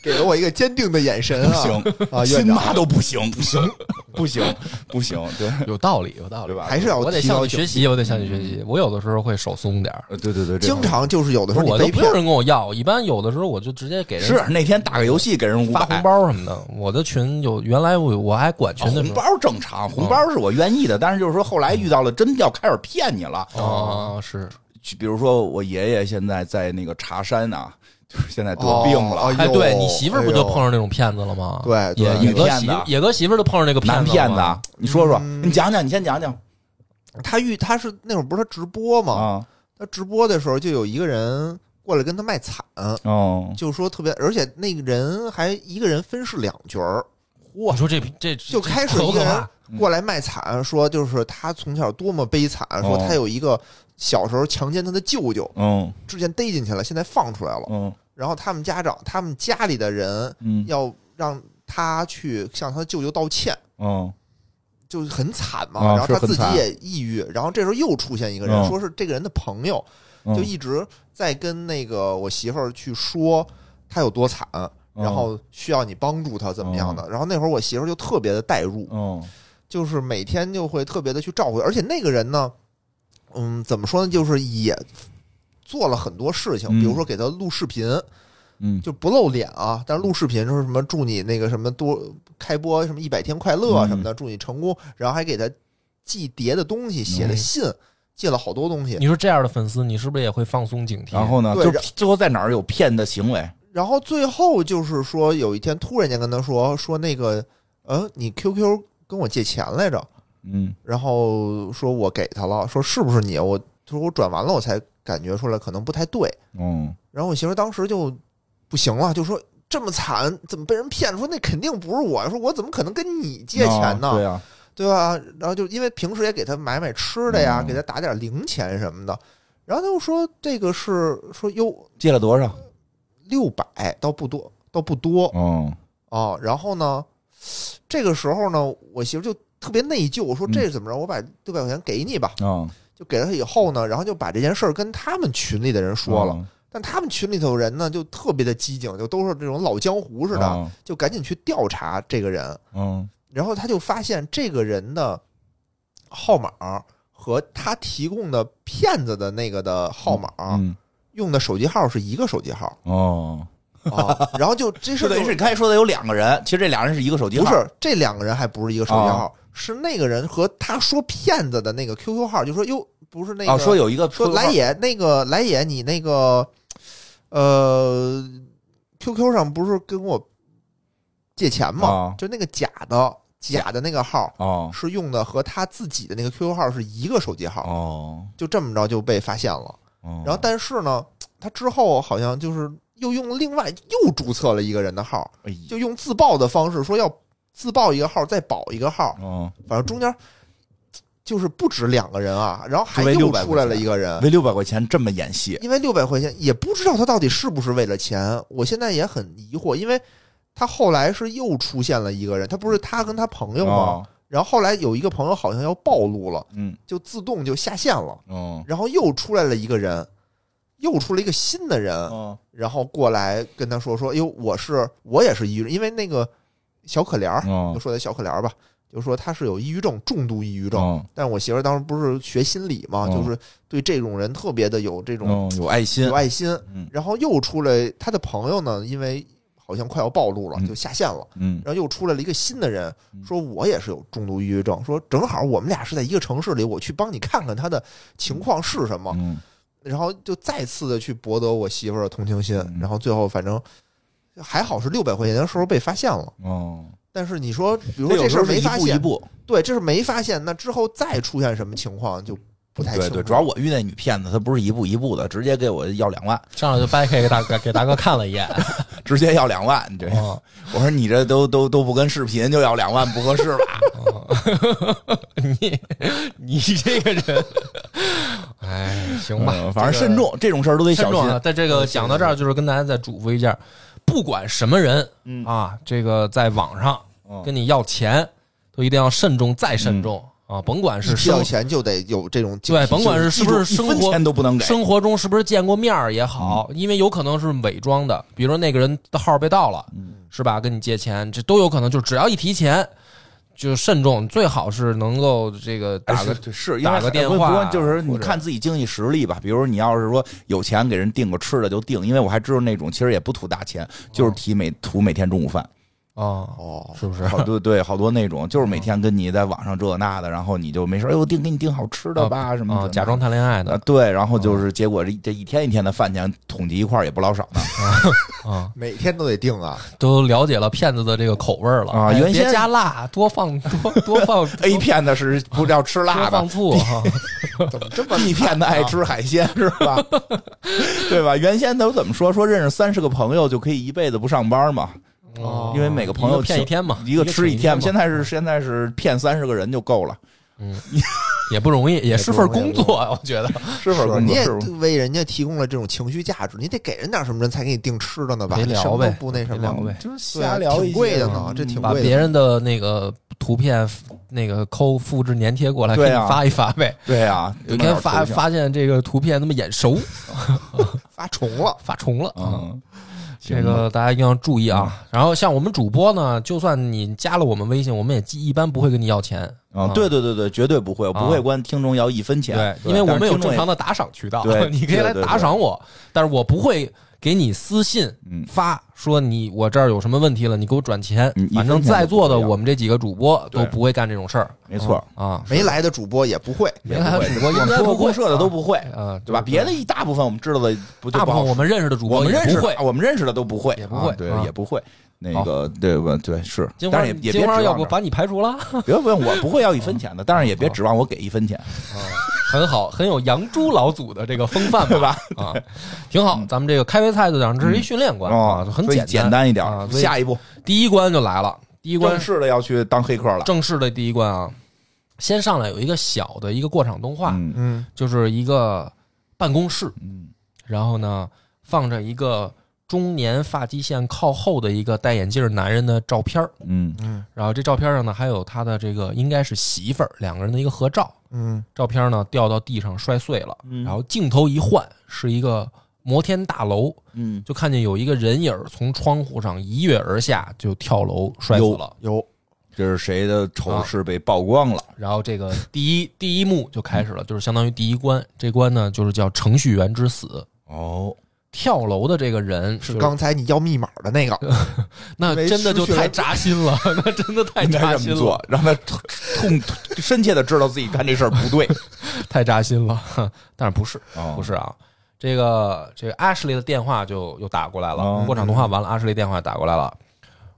[SPEAKER 2] 给了我一个坚定的眼神啊！
[SPEAKER 3] 不行
[SPEAKER 2] 啊，
[SPEAKER 3] 亲
[SPEAKER 2] 院
[SPEAKER 3] 妈
[SPEAKER 2] 长
[SPEAKER 3] 都不行不行 不行不行，对
[SPEAKER 1] 有道理，有道理
[SPEAKER 3] 对。吧？
[SPEAKER 2] 还是要
[SPEAKER 1] 我得
[SPEAKER 2] 提
[SPEAKER 1] 向
[SPEAKER 2] 高
[SPEAKER 1] 你
[SPEAKER 2] 警
[SPEAKER 1] 学习，我得向你学习。我有的时候会手松点儿，
[SPEAKER 3] 呃对对对，这
[SPEAKER 2] 经常就是有的时候
[SPEAKER 1] 我
[SPEAKER 2] 你
[SPEAKER 1] 都
[SPEAKER 2] 被
[SPEAKER 1] 不用
[SPEAKER 2] 骗，
[SPEAKER 1] 人跟我要，一般有的时候我就直接给人
[SPEAKER 3] 是那天打个游戏给人五
[SPEAKER 1] 发
[SPEAKER 3] 百
[SPEAKER 1] 红。包什么的。我的群有原来我我还管群的时
[SPEAKER 3] 啊红
[SPEAKER 1] 候
[SPEAKER 3] 包正常，红
[SPEAKER 2] 嗯
[SPEAKER 3] 包是我愿意的，但是就是说后来遇到了真要开始骗你了，
[SPEAKER 2] 嗯
[SPEAKER 1] 啊，是
[SPEAKER 3] 就比如说我爷爷现在在那个茶山啊，就是现在得病了，
[SPEAKER 2] 哦
[SPEAKER 1] 哎，
[SPEAKER 2] 呦
[SPEAKER 1] 对你媳妇儿不
[SPEAKER 2] 哎
[SPEAKER 1] 就
[SPEAKER 2] 呦
[SPEAKER 1] 碰上这种骗子了吗？
[SPEAKER 2] 对对
[SPEAKER 1] 野野哥
[SPEAKER 3] 骗
[SPEAKER 1] 媳
[SPEAKER 3] 子
[SPEAKER 1] 野哥媳妇儿就碰上这个
[SPEAKER 3] 男
[SPEAKER 1] 子了
[SPEAKER 3] 骗子
[SPEAKER 1] 吗，
[SPEAKER 3] 啊，你说说，
[SPEAKER 2] 嗯
[SPEAKER 3] 你讲讲，你先讲讲
[SPEAKER 2] 他遇他是那会儿不是他直播嘛？
[SPEAKER 3] 啊，
[SPEAKER 2] 他直播的时候就有一个人过来跟他卖惨，
[SPEAKER 3] 哦，
[SPEAKER 2] 就说特别，而且那个人还一个人分饰两角儿，
[SPEAKER 1] 我说这这
[SPEAKER 2] 就开始
[SPEAKER 1] 好
[SPEAKER 2] 一
[SPEAKER 1] 可
[SPEAKER 2] 个
[SPEAKER 1] 怕，
[SPEAKER 2] 人过来卖惨，说就是他从小多么悲惨，说
[SPEAKER 1] 哦
[SPEAKER 2] 他有一个小时候强奸他的舅舅，
[SPEAKER 3] 嗯
[SPEAKER 2] 之前逮进去了，现在放出来了。
[SPEAKER 3] 嗯
[SPEAKER 2] 然后他们家长，他们家里的人
[SPEAKER 3] 嗯
[SPEAKER 2] 要让他去向他舅舅道歉，
[SPEAKER 3] 嗯
[SPEAKER 2] 就很惨嘛。
[SPEAKER 3] 啊
[SPEAKER 2] 然后他
[SPEAKER 3] 是很
[SPEAKER 2] 自己
[SPEAKER 3] 惨
[SPEAKER 2] 也抑郁，然后这时候又出现一个人，
[SPEAKER 3] 嗯
[SPEAKER 2] 说是这个人的朋友，
[SPEAKER 3] 嗯，
[SPEAKER 2] 就一直在跟那个我媳妇儿去说他有多惨，
[SPEAKER 3] 嗯
[SPEAKER 2] 然后需要你帮助他怎么样的。然后那会儿我媳妇儿就特别的代入，
[SPEAKER 3] 嗯
[SPEAKER 2] 就是每天就会特别的去照顾，而且那个人呢，嗯，怎么说呢，就是也做了很多事情，
[SPEAKER 3] 嗯
[SPEAKER 2] 比如说给他录视频，
[SPEAKER 3] 嗯
[SPEAKER 2] 就不露脸啊，但是录视频说什么祝你那个什么多开播什么一百天快乐啊
[SPEAKER 3] 嗯
[SPEAKER 2] 什么的，祝你成功，然后还给他寄叠的东西，写
[SPEAKER 3] 哎
[SPEAKER 2] 的信，寄了好多东西。
[SPEAKER 1] 你说这样的粉丝，你是不是也会放松警惕？
[SPEAKER 3] 然后呢，
[SPEAKER 2] 对
[SPEAKER 3] 就
[SPEAKER 2] 然
[SPEAKER 3] 最后在哪儿有骗的行为？
[SPEAKER 2] 然后最后就是说，有一天突然间跟他说说那个，嗯，你 QQ 跟我借钱来着，
[SPEAKER 3] 嗯
[SPEAKER 2] 然后说我给他了，说是不是你？我说我转完了，我才感觉出来可能不太对。
[SPEAKER 3] 嗯
[SPEAKER 2] 然后我媳妇儿当时就不行了，就说这么惨，怎么被人骗？说那肯定不是我，说我怎么可能跟你借钱呢？
[SPEAKER 3] 对啊，
[SPEAKER 2] 对吧？然后就因为平时也给他买买吃的呀，
[SPEAKER 3] 嗯
[SPEAKER 2] 给他打点零钱什么的。然后他就说这个是说哟
[SPEAKER 3] 借了多少？
[SPEAKER 2] 六百倒不多，倒不多
[SPEAKER 3] 嗯
[SPEAKER 2] 啊。然后呢，这个时候呢，我媳妇就特别内疚，说
[SPEAKER 3] 嗯
[SPEAKER 2] 这怎么着？我把六百块钱给你吧。
[SPEAKER 3] 嗯，
[SPEAKER 2] 就给了他以后呢，然后就把这件事儿跟他们群里的人说
[SPEAKER 3] 嗯
[SPEAKER 2] 了。
[SPEAKER 3] 哦
[SPEAKER 2] 但他们群里头人呢，就特别的机警，就都是这种老江湖似的，
[SPEAKER 3] 嗯
[SPEAKER 2] 就赶紧去调查这个人。
[SPEAKER 3] 嗯
[SPEAKER 2] 然后他就发现这个人的号码和他提供的骗子的那个的号码、
[SPEAKER 3] 嗯
[SPEAKER 2] 用的手机号是一个手机号
[SPEAKER 3] 哦，
[SPEAKER 2] 啊。然后就这事
[SPEAKER 3] 就
[SPEAKER 2] 儿
[SPEAKER 3] 等于
[SPEAKER 2] 就是
[SPEAKER 3] 你刚才说的有两个人，其实这俩人是一个手机号，哦
[SPEAKER 2] 不是这两个人还不是一个手机号，是那个人和他说骗子的那个 QQ 号，就说哟不是那个、
[SPEAKER 3] 啊？说有一个
[SPEAKER 2] 说来也那个来也，你那个呃，QQ 上不是跟我借钱吗？
[SPEAKER 3] 啊
[SPEAKER 2] 就那个假的假的那个号
[SPEAKER 3] 哦
[SPEAKER 2] 是用的和他自己的那个 QQ 号是一个手机号，
[SPEAKER 3] 哦
[SPEAKER 2] 就这么着就被发现了。
[SPEAKER 3] 哦，
[SPEAKER 2] 然后但是呢，他之后好像就是又用另外又注册了一个人的号，
[SPEAKER 3] 哎呀
[SPEAKER 2] 就用自爆的方式说要自爆一个号再保一个号，
[SPEAKER 3] 哦，
[SPEAKER 2] 反正中间。就是不止两个人啊，然后还
[SPEAKER 3] 为
[SPEAKER 2] 又
[SPEAKER 3] 600
[SPEAKER 2] 出来了
[SPEAKER 3] 块钱
[SPEAKER 2] 一个人，
[SPEAKER 3] 为六百块钱这么演戏，
[SPEAKER 2] 因为六百块钱也不知道他到底是不是为了钱，我现在也很疑惑，因为他后来是又出现了一个人，他不是他跟他朋友吗？
[SPEAKER 3] 哦
[SPEAKER 2] 然后后来有一个朋友好像要暴露了，
[SPEAKER 3] 嗯
[SPEAKER 2] 就自动就下线了，
[SPEAKER 3] 哦
[SPEAKER 2] 然后又出来了一个人，又出了一个新的人，
[SPEAKER 3] 哦
[SPEAKER 2] 然后过来跟他说说，哎呦，我是我也是抑郁，因为那个小可怜儿，就
[SPEAKER 3] 哦
[SPEAKER 2] 说他小可怜儿吧，就说他是有抑郁症，重度抑郁症。
[SPEAKER 3] 哦
[SPEAKER 2] 但我媳妇儿当时不是学心理嘛，
[SPEAKER 3] 哦
[SPEAKER 2] 就是对这种人特别的有这种
[SPEAKER 3] 哦，有爱心
[SPEAKER 2] 有，爱心。
[SPEAKER 3] 嗯
[SPEAKER 2] 然后又出来他的朋友呢，因为好像快要暴露了，
[SPEAKER 3] 嗯
[SPEAKER 2] 就下线了。
[SPEAKER 3] 嗯
[SPEAKER 2] 然后又出来了一个新的人
[SPEAKER 3] 嗯，
[SPEAKER 2] 说我也是有重度抑郁症，说正好我们俩是在一个城市里，我去帮你看看他的情况是什么。
[SPEAKER 3] 嗯
[SPEAKER 2] 然后就再次的去博得我媳妇儿的同情心
[SPEAKER 3] 嗯。
[SPEAKER 2] 然后最后反正还好是六百块钱的时候被发现了，
[SPEAKER 3] 哦
[SPEAKER 2] 但是你说，比如
[SPEAKER 3] 那有
[SPEAKER 2] 说这
[SPEAKER 3] 时
[SPEAKER 2] 事儿
[SPEAKER 3] 候是
[SPEAKER 2] 没
[SPEAKER 3] 一
[SPEAKER 2] 发
[SPEAKER 3] 步一
[SPEAKER 2] 现，
[SPEAKER 3] 步，
[SPEAKER 2] 对，这是没发现，那之后再出现什么情况就不太清
[SPEAKER 3] 对
[SPEAKER 2] 楚。
[SPEAKER 3] 对，主要我遇那女骗子，她不是一步一步的，直接给我要两万，
[SPEAKER 1] 上来就掰开给大哥给大哥看了一眼，
[SPEAKER 3] 直接要两万，你这
[SPEAKER 1] 哦
[SPEAKER 3] 我说你这都都都不跟视频就要两万，不合适 吧？
[SPEAKER 1] 你你这个人，哎，行吧，
[SPEAKER 3] 嗯反正慎重，这种事儿都得
[SPEAKER 1] 这个
[SPEAKER 3] 小
[SPEAKER 1] 慎重
[SPEAKER 3] 心
[SPEAKER 1] 啊。。在这个讲到这儿，就是跟大家再嘱咐一下，不管什么人
[SPEAKER 3] 嗯
[SPEAKER 1] 啊，这个在网上
[SPEAKER 3] 嗯
[SPEAKER 1] 跟你要钱，都一定要慎重再慎重啊，甭管是
[SPEAKER 2] 需要
[SPEAKER 1] 生
[SPEAKER 2] 钱就得有这种警
[SPEAKER 1] 对，
[SPEAKER 2] 惕
[SPEAKER 1] 甭管
[SPEAKER 2] 性
[SPEAKER 1] 是是不是
[SPEAKER 3] 一
[SPEAKER 1] 生
[SPEAKER 3] 种一分
[SPEAKER 1] 活
[SPEAKER 3] 钱都不能给嗯
[SPEAKER 1] 生活中是不是见过面儿也好，因为有可能是伪装的，比如说那个人的号被盗了，
[SPEAKER 3] 嗯
[SPEAKER 1] 是吧？跟你借钱，这都有可能。就只要一提钱，就慎重，最好是能够这个打个
[SPEAKER 3] 哎是是
[SPEAKER 1] 打
[SPEAKER 3] 因为
[SPEAKER 1] 个电
[SPEAKER 3] 不
[SPEAKER 1] 话
[SPEAKER 3] 不过就是你
[SPEAKER 1] 或者
[SPEAKER 3] 看自己经济实力吧。比如你要是说有钱，给人订个吃的就订，因为我还知道那种其实也不图大钱，
[SPEAKER 1] 哦
[SPEAKER 3] 就是提每图每天中 午饭，
[SPEAKER 1] 啊，
[SPEAKER 2] 哦，
[SPEAKER 1] 是不是？
[SPEAKER 3] 好多对好多那种就是每天跟你在网上这那的，然后你就没事，哎呦订给你订好吃的吧什么
[SPEAKER 1] 啊
[SPEAKER 3] 的，，
[SPEAKER 1] 假装哦谈恋爱
[SPEAKER 3] 啊
[SPEAKER 1] 呢
[SPEAKER 3] 对，然后就是结果这这一天一天的饭钱统计一块儿也不老少 呢。呃
[SPEAKER 1] 啊，
[SPEAKER 2] 每天都得定啊。
[SPEAKER 1] 都了解了骗子的这个口味儿了
[SPEAKER 3] 啊
[SPEAKER 1] 哎
[SPEAKER 3] 原先
[SPEAKER 1] 别加辣，多放多多 放
[SPEAKER 3] A 片的是不要吃辣
[SPEAKER 1] 多
[SPEAKER 3] 的
[SPEAKER 1] 放醋 哈。
[SPEAKER 2] 怎么这么
[SPEAKER 3] ，B 片的爱吃
[SPEAKER 1] 啊
[SPEAKER 3] 海鲜是吧？ 对吧？原先都怎么说？说认识三十个朋友就可以一辈子不上班嘛，
[SPEAKER 1] 哦
[SPEAKER 3] 因为每个朋友
[SPEAKER 1] 一骗一天嗯嘛，
[SPEAKER 3] 一个吃
[SPEAKER 1] 一
[SPEAKER 3] 一天。
[SPEAKER 1] 嘛
[SPEAKER 3] 现在是现在是骗三十个人就够了，
[SPEAKER 1] 也不容易，也是份
[SPEAKER 2] 不容
[SPEAKER 1] 工
[SPEAKER 2] 易
[SPEAKER 1] 作啊，我觉得。
[SPEAKER 3] 是份
[SPEAKER 2] 是
[SPEAKER 3] 工
[SPEAKER 2] 你
[SPEAKER 3] 作
[SPEAKER 2] 也
[SPEAKER 3] 是吧？
[SPEAKER 2] 为人家提供了这种情绪价值，你得给人点什么人才给你定吃的呢吧？
[SPEAKER 1] 没
[SPEAKER 2] 你
[SPEAKER 1] 聊
[SPEAKER 2] 什么
[SPEAKER 1] 呗
[SPEAKER 2] 都不那什
[SPEAKER 1] 没聊
[SPEAKER 2] 么
[SPEAKER 1] 呗，
[SPEAKER 3] 就是
[SPEAKER 2] 对啊
[SPEAKER 3] 瞎聊一
[SPEAKER 2] 挺
[SPEAKER 3] 些
[SPEAKER 2] 贵的呢
[SPEAKER 3] 嗯，
[SPEAKER 2] 这挺
[SPEAKER 1] 把
[SPEAKER 2] 贵的
[SPEAKER 1] 别。人的那个图片那个抠复制粘贴过来，给
[SPEAKER 3] 对
[SPEAKER 1] 你
[SPEAKER 3] 啊
[SPEAKER 1] 发一发呗。
[SPEAKER 3] 对啊，
[SPEAKER 1] 有一天发发现这个图片他妈眼熟，
[SPEAKER 2] 发重了，
[SPEAKER 1] 发重了。啊
[SPEAKER 3] 嗯，
[SPEAKER 1] 这个大家一定要注意啊。然后像我们主播呢，就算你加了我们微信，我们也记一般不会跟你要钱
[SPEAKER 3] 啊，对对对对，绝对不会，我不会关听众要一分钱
[SPEAKER 1] 嗯啊对，，因为我们有正常
[SPEAKER 3] 的
[SPEAKER 1] 的打赏渠道
[SPEAKER 3] 对，
[SPEAKER 1] 你可以来打赏我，但是我不会给你私信
[SPEAKER 3] 嗯
[SPEAKER 1] 发说你我这儿有什么问题了，你给我转钱
[SPEAKER 3] 嗯。
[SPEAKER 1] 反
[SPEAKER 3] 一分钱
[SPEAKER 1] 正
[SPEAKER 3] 都不
[SPEAKER 1] 在座的
[SPEAKER 3] 要
[SPEAKER 1] 我们这几个主播
[SPEAKER 3] 对
[SPEAKER 1] 都不会干这种事儿，
[SPEAKER 3] 没错，
[SPEAKER 1] 啊。
[SPEAKER 2] 没来的主播也不会。
[SPEAKER 1] 原来主播应该
[SPEAKER 3] 说
[SPEAKER 1] 不会
[SPEAKER 3] 公社的都不会，
[SPEAKER 1] 啊，
[SPEAKER 3] 对吧？别的一大部分我们知道的不就
[SPEAKER 1] 大
[SPEAKER 3] 不
[SPEAKER 1] 部
[SPEAKER 3] 好
[SPEAKER 1] 分我们认识的主
[SPEAKER 3] 我
[SPEAKER 1] 播
[SPEAKER 3] 们
[SPEAKER 1] 也
[SPEAKER 3] 认识
[SPEAKER 1] 不会
[SPEAKER 3] 的。我啊们认识的都不会，
[SPEAKER 1] 也不会
[SPEAKER 3] 啊对
[SPEAKER 1] 啊，
[SPEAKER 3] 也不会。那个对吧？对是，
[SPEAKER 1] 金
[SPEAKER 3] 但
[SPEAKER 1] 花，
[SPEAKER 3] 是也也别
[SPEAKER 1] 金
[SPEAKER 3] 指
[SPEAKER 1] 花
[SPEAKER 3] 望
[SPEAKER 1] 要不
[SPEAKER 3] 着
[SPEAKER 1] 把你排除了，
[SPEAKER 3] 别不用，我不会要一分钱的，当然 也别指望我给一分钱，
[SPEAKER 1] 很好，很有杨朱老祖的这个风范
[SPEAKER 3] 对？吧？嗯
[SPEAKER 1] 啊，挺好。咱们这个开胃菜就讲，这是一训练关啊，
[SPEAKER 3] 哦，
[SPEAKER 1] 很
[SPEAKER 3] 所以
[SPEAKER 1] 简
[SPEAKER 3] 简单一点儿
[SPEAKER 1] 啊。所以
[SPEAKER 3] 下一步
[SPEAKER 1] 第一关就来了，第一关
[SPEAKER 3] 正式的要去当黑客了，
[SPEAKER 1] 正式的第一关啊，先上来有一个小的一个过场动画，
[SPEAKER 3] 嗯
[SPEAKER 2] 嗯，
[SPEAKER 1] 就是一个办公室，
[SPEAKER 3] 嗯
[SPEAKER 1] 然后呢放着一个中年发际线靠后的一个戴眼镜男人的照片儿
[SPEAKER 3] 嗯
[SPEAKER 1] 然后这照片上呢还有他的这个应该是媳妇儿两个人的一个合照，
[SPEAKER 2] 嗯，
[SPEAKER 1] 照片呢掉到地上摔碎了，
[SPEAKER 3] 嗯
[SPEAKER 1] 然后镜头一换是一个摩天大楼，
[SPEAKER 3] 嗯，
[SPEAKER 1] 就看见有一个人影儿从窗户上一跃而下就跳楼摔死了。
[SPEAKER 2] 有
[SPEAKER 3] 这是谁的丑事被曝光了？
[SPEAKER 1] 然后这个第一第一幕就开始了，就是相当于第一关。这关呢，就是叫程序员之死。
[SPEAKER 3] 哦，
[SPEAKER 1] 跳楼的这个人
[SPEAKER 2] 是
[SPEAKER 1] 就
[SPEAKER 2] 刚才你要密码的那个，
[SPEAKER 1] 那
[SPEAKER 2] 没
[SPEAKER 1] 真的就
[SPEAKER 2] 失血
[SPEAKER 1] 太扎心了， 那真的太
[SPEAKER 3] 应
[SPEAKER 1] 扎
[SPEAKER 3] 该这
[SPEAKER 1] 心了
[SPEAKER 3] 么做，，让他痛痛深切的知道自己干这事儿不 对。
[SPEAKER 1] 太扎心了。 哼但是不是
[SPEAKER 3] 哦
[SPEAKER 1] 不是啊？这个这个 Ashley 的电话就又打过来了
[SPEAKER 3] 哦，
[SPEAKER 1] 过场动画完了，Ashley 电话打过来了，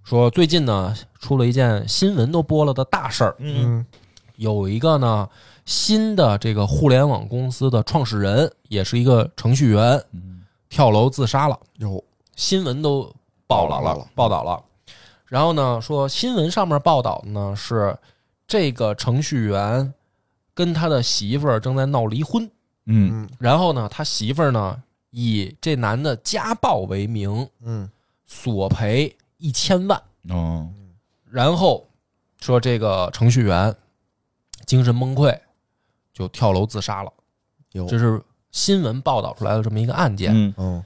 [SPEAKER 1] 说最近呢出了一件新闻都播了的大事儿，
[SPEAKER 3] 嗯
[SPEAKER 2] 嗯，
[SPEAKER 1] 有一个呢新的这个互联网公司的创始人，也是一个程序员，
[SPEAKER 3] 嗯
[SPEAKER 1] 跳楼自杀了，
[SPEAKER 2] 有
[SPEAKER 1] 新闻都报了
[SPEAKER 2] 报了
[SPEAKER 1] 报道了。然后呢，说新闻上面报道的呢是这个程序员跟他的媳妇儿正在闹离婚，
[SPEAKER 3] 嗯
[SPEAKER 2] 嗯
[SPEAKER 1] 然后呢，他媳妇儿呢以这男的家暴为名
[SPEAKER 2] 嗯，
[SPEAKER 1] 索赔一千万，
[SPEAKER 3] 哦
[SPEAKER 1] 然后说这个程序员精神崩溃，就跳楼自杀了。
[SPEAKER 2] 有
[SPEAKER 1] 这是新闻报道出来的这么一个案件。
[SPEAKER 3] 嗯
[SPEAKER 2] 哦嗯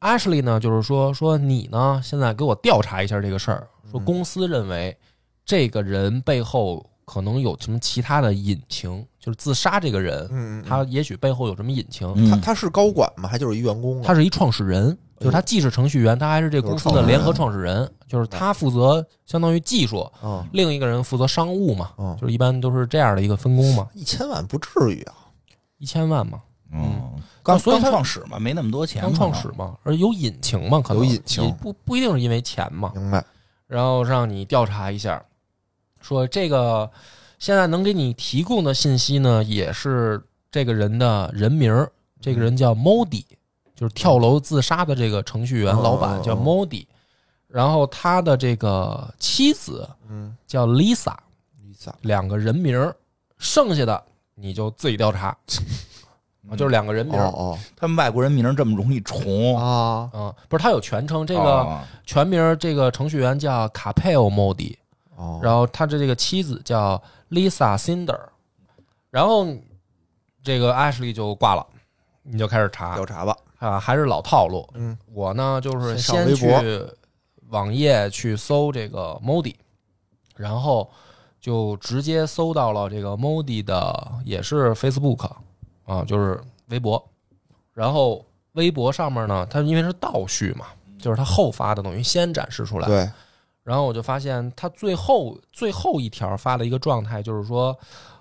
[SPEAKER 1] Ashley 呢，就是说说你呢，现在给我调查一下这个事儿，说
[SPEAKER 2] 嗯
[SPEAKER 1] 公司认为这个人背后可能有什么其他的隐情，就是自杀这个人，
[SPEAKER 2] 嗯，嗯
[SPEAKER 1] 他也许背后有什么隐情。
[SPEAKER 2] 他
[SPEAKER 3] 嗯
[SPEAKER 2] 他是高管吗？还就是一员工啊？
[SPEAKER 1] 他是一创始人，就是他既是程序员，他嗯还是这公司的联合创始人，就是他负责相当于技术，
[SPEAKER 2] 嗯，
[SPEAKER 1] 另一个人负责商务嘛，
[SPEAKER 2] 嗯
[SPEAKER 1] 就是一般都是这样的一个分工嘛，
[SPEAKER 2] 一千万不至于啊。
[SPEAKER 1] 一千万嘛，
[SPEAKER 3] 嗯，刚
[SPEAKER 1] 啊所以
[SPEAKER 3] 刚
[SPEAKER 1] 他
[SPEAKER 3] 创始嘛，没那么多钱，
[SPEAKER 1] 刚创始嘛，而有隐情嘛，可能
[SPEAKER 2] 有隐情
[SPEAKER 1] 也不不一定是因为钱嘛，
[SPEAKER 2] 明白？
[SPEAKER 1] 然后让你调查一下，说这个现在能给你提供的信息呢，也是这个人的人名儿，这个人
[SPEAKER 2] 嗯
[SPEAKER 1] 叫 Modi，就是跳楼自杀的这个程序员
[SPEAKER 2] 哦
[SPEAKER 1] 老板叫
[SPEAKER 2] 哦
[SPEAKER 1] Modi，然后他的这个妻子
[SPEAKER 2] 嗯
[SPEAKER 1] 叫 Lisa，
[SPEAKER 2] ，Lisa，
[SPEAKER 1] 两个人名儿，剩下的你就自己调查，啊就是两个人名儿。
[SPEAKER 2] 嗯哦
[SPEAKER 3] 嗯他们外国人名儿这么容易
[SPEAKER 2] 哦
[SPEAKER 3] 重，
[SPEAKER 2] 啊
[SPEAKER 1] 嗯，不是，他有全称，这
[SPEAKER 2] 哦
[SPEAKER 1] 个
[SPEAKER 3] 啊
[SPEAKER 1] 全名儿，这个程序员叫卡佩欧·莫迪，
[SPEAKER 2] 哦，
[SPEAKER 1] 然后他的这个妻子叫 Lisa Cinder，然后这个 Ashley 就挂了，你就开始查
[SPEAKER 2] 调查吧，
[SPEAKER 1] 啊，还是老套路。
[SPEAKER 2] 嗯
[SPEAKER 1] 我呢就是
[SPEAKER 2] 先上
[SPEAKER 1] 先
[SPEAKER 2] 微
[SPEAKER 1] 去
[SPEAKER 2] 博
[SPEAKER 1] 网页去搜这个 Modi，然后就直接搜到了这个 Modi 的也是 Facebook 啊，就是微博。然后微博上面呢，它因为是倒叙嘛，就是它后发的，等于先展示出来。
[SPEAKER 2] 对，
[SPEAKER 1] 然后我就发现他最后最后一条发了一个状态，就是说，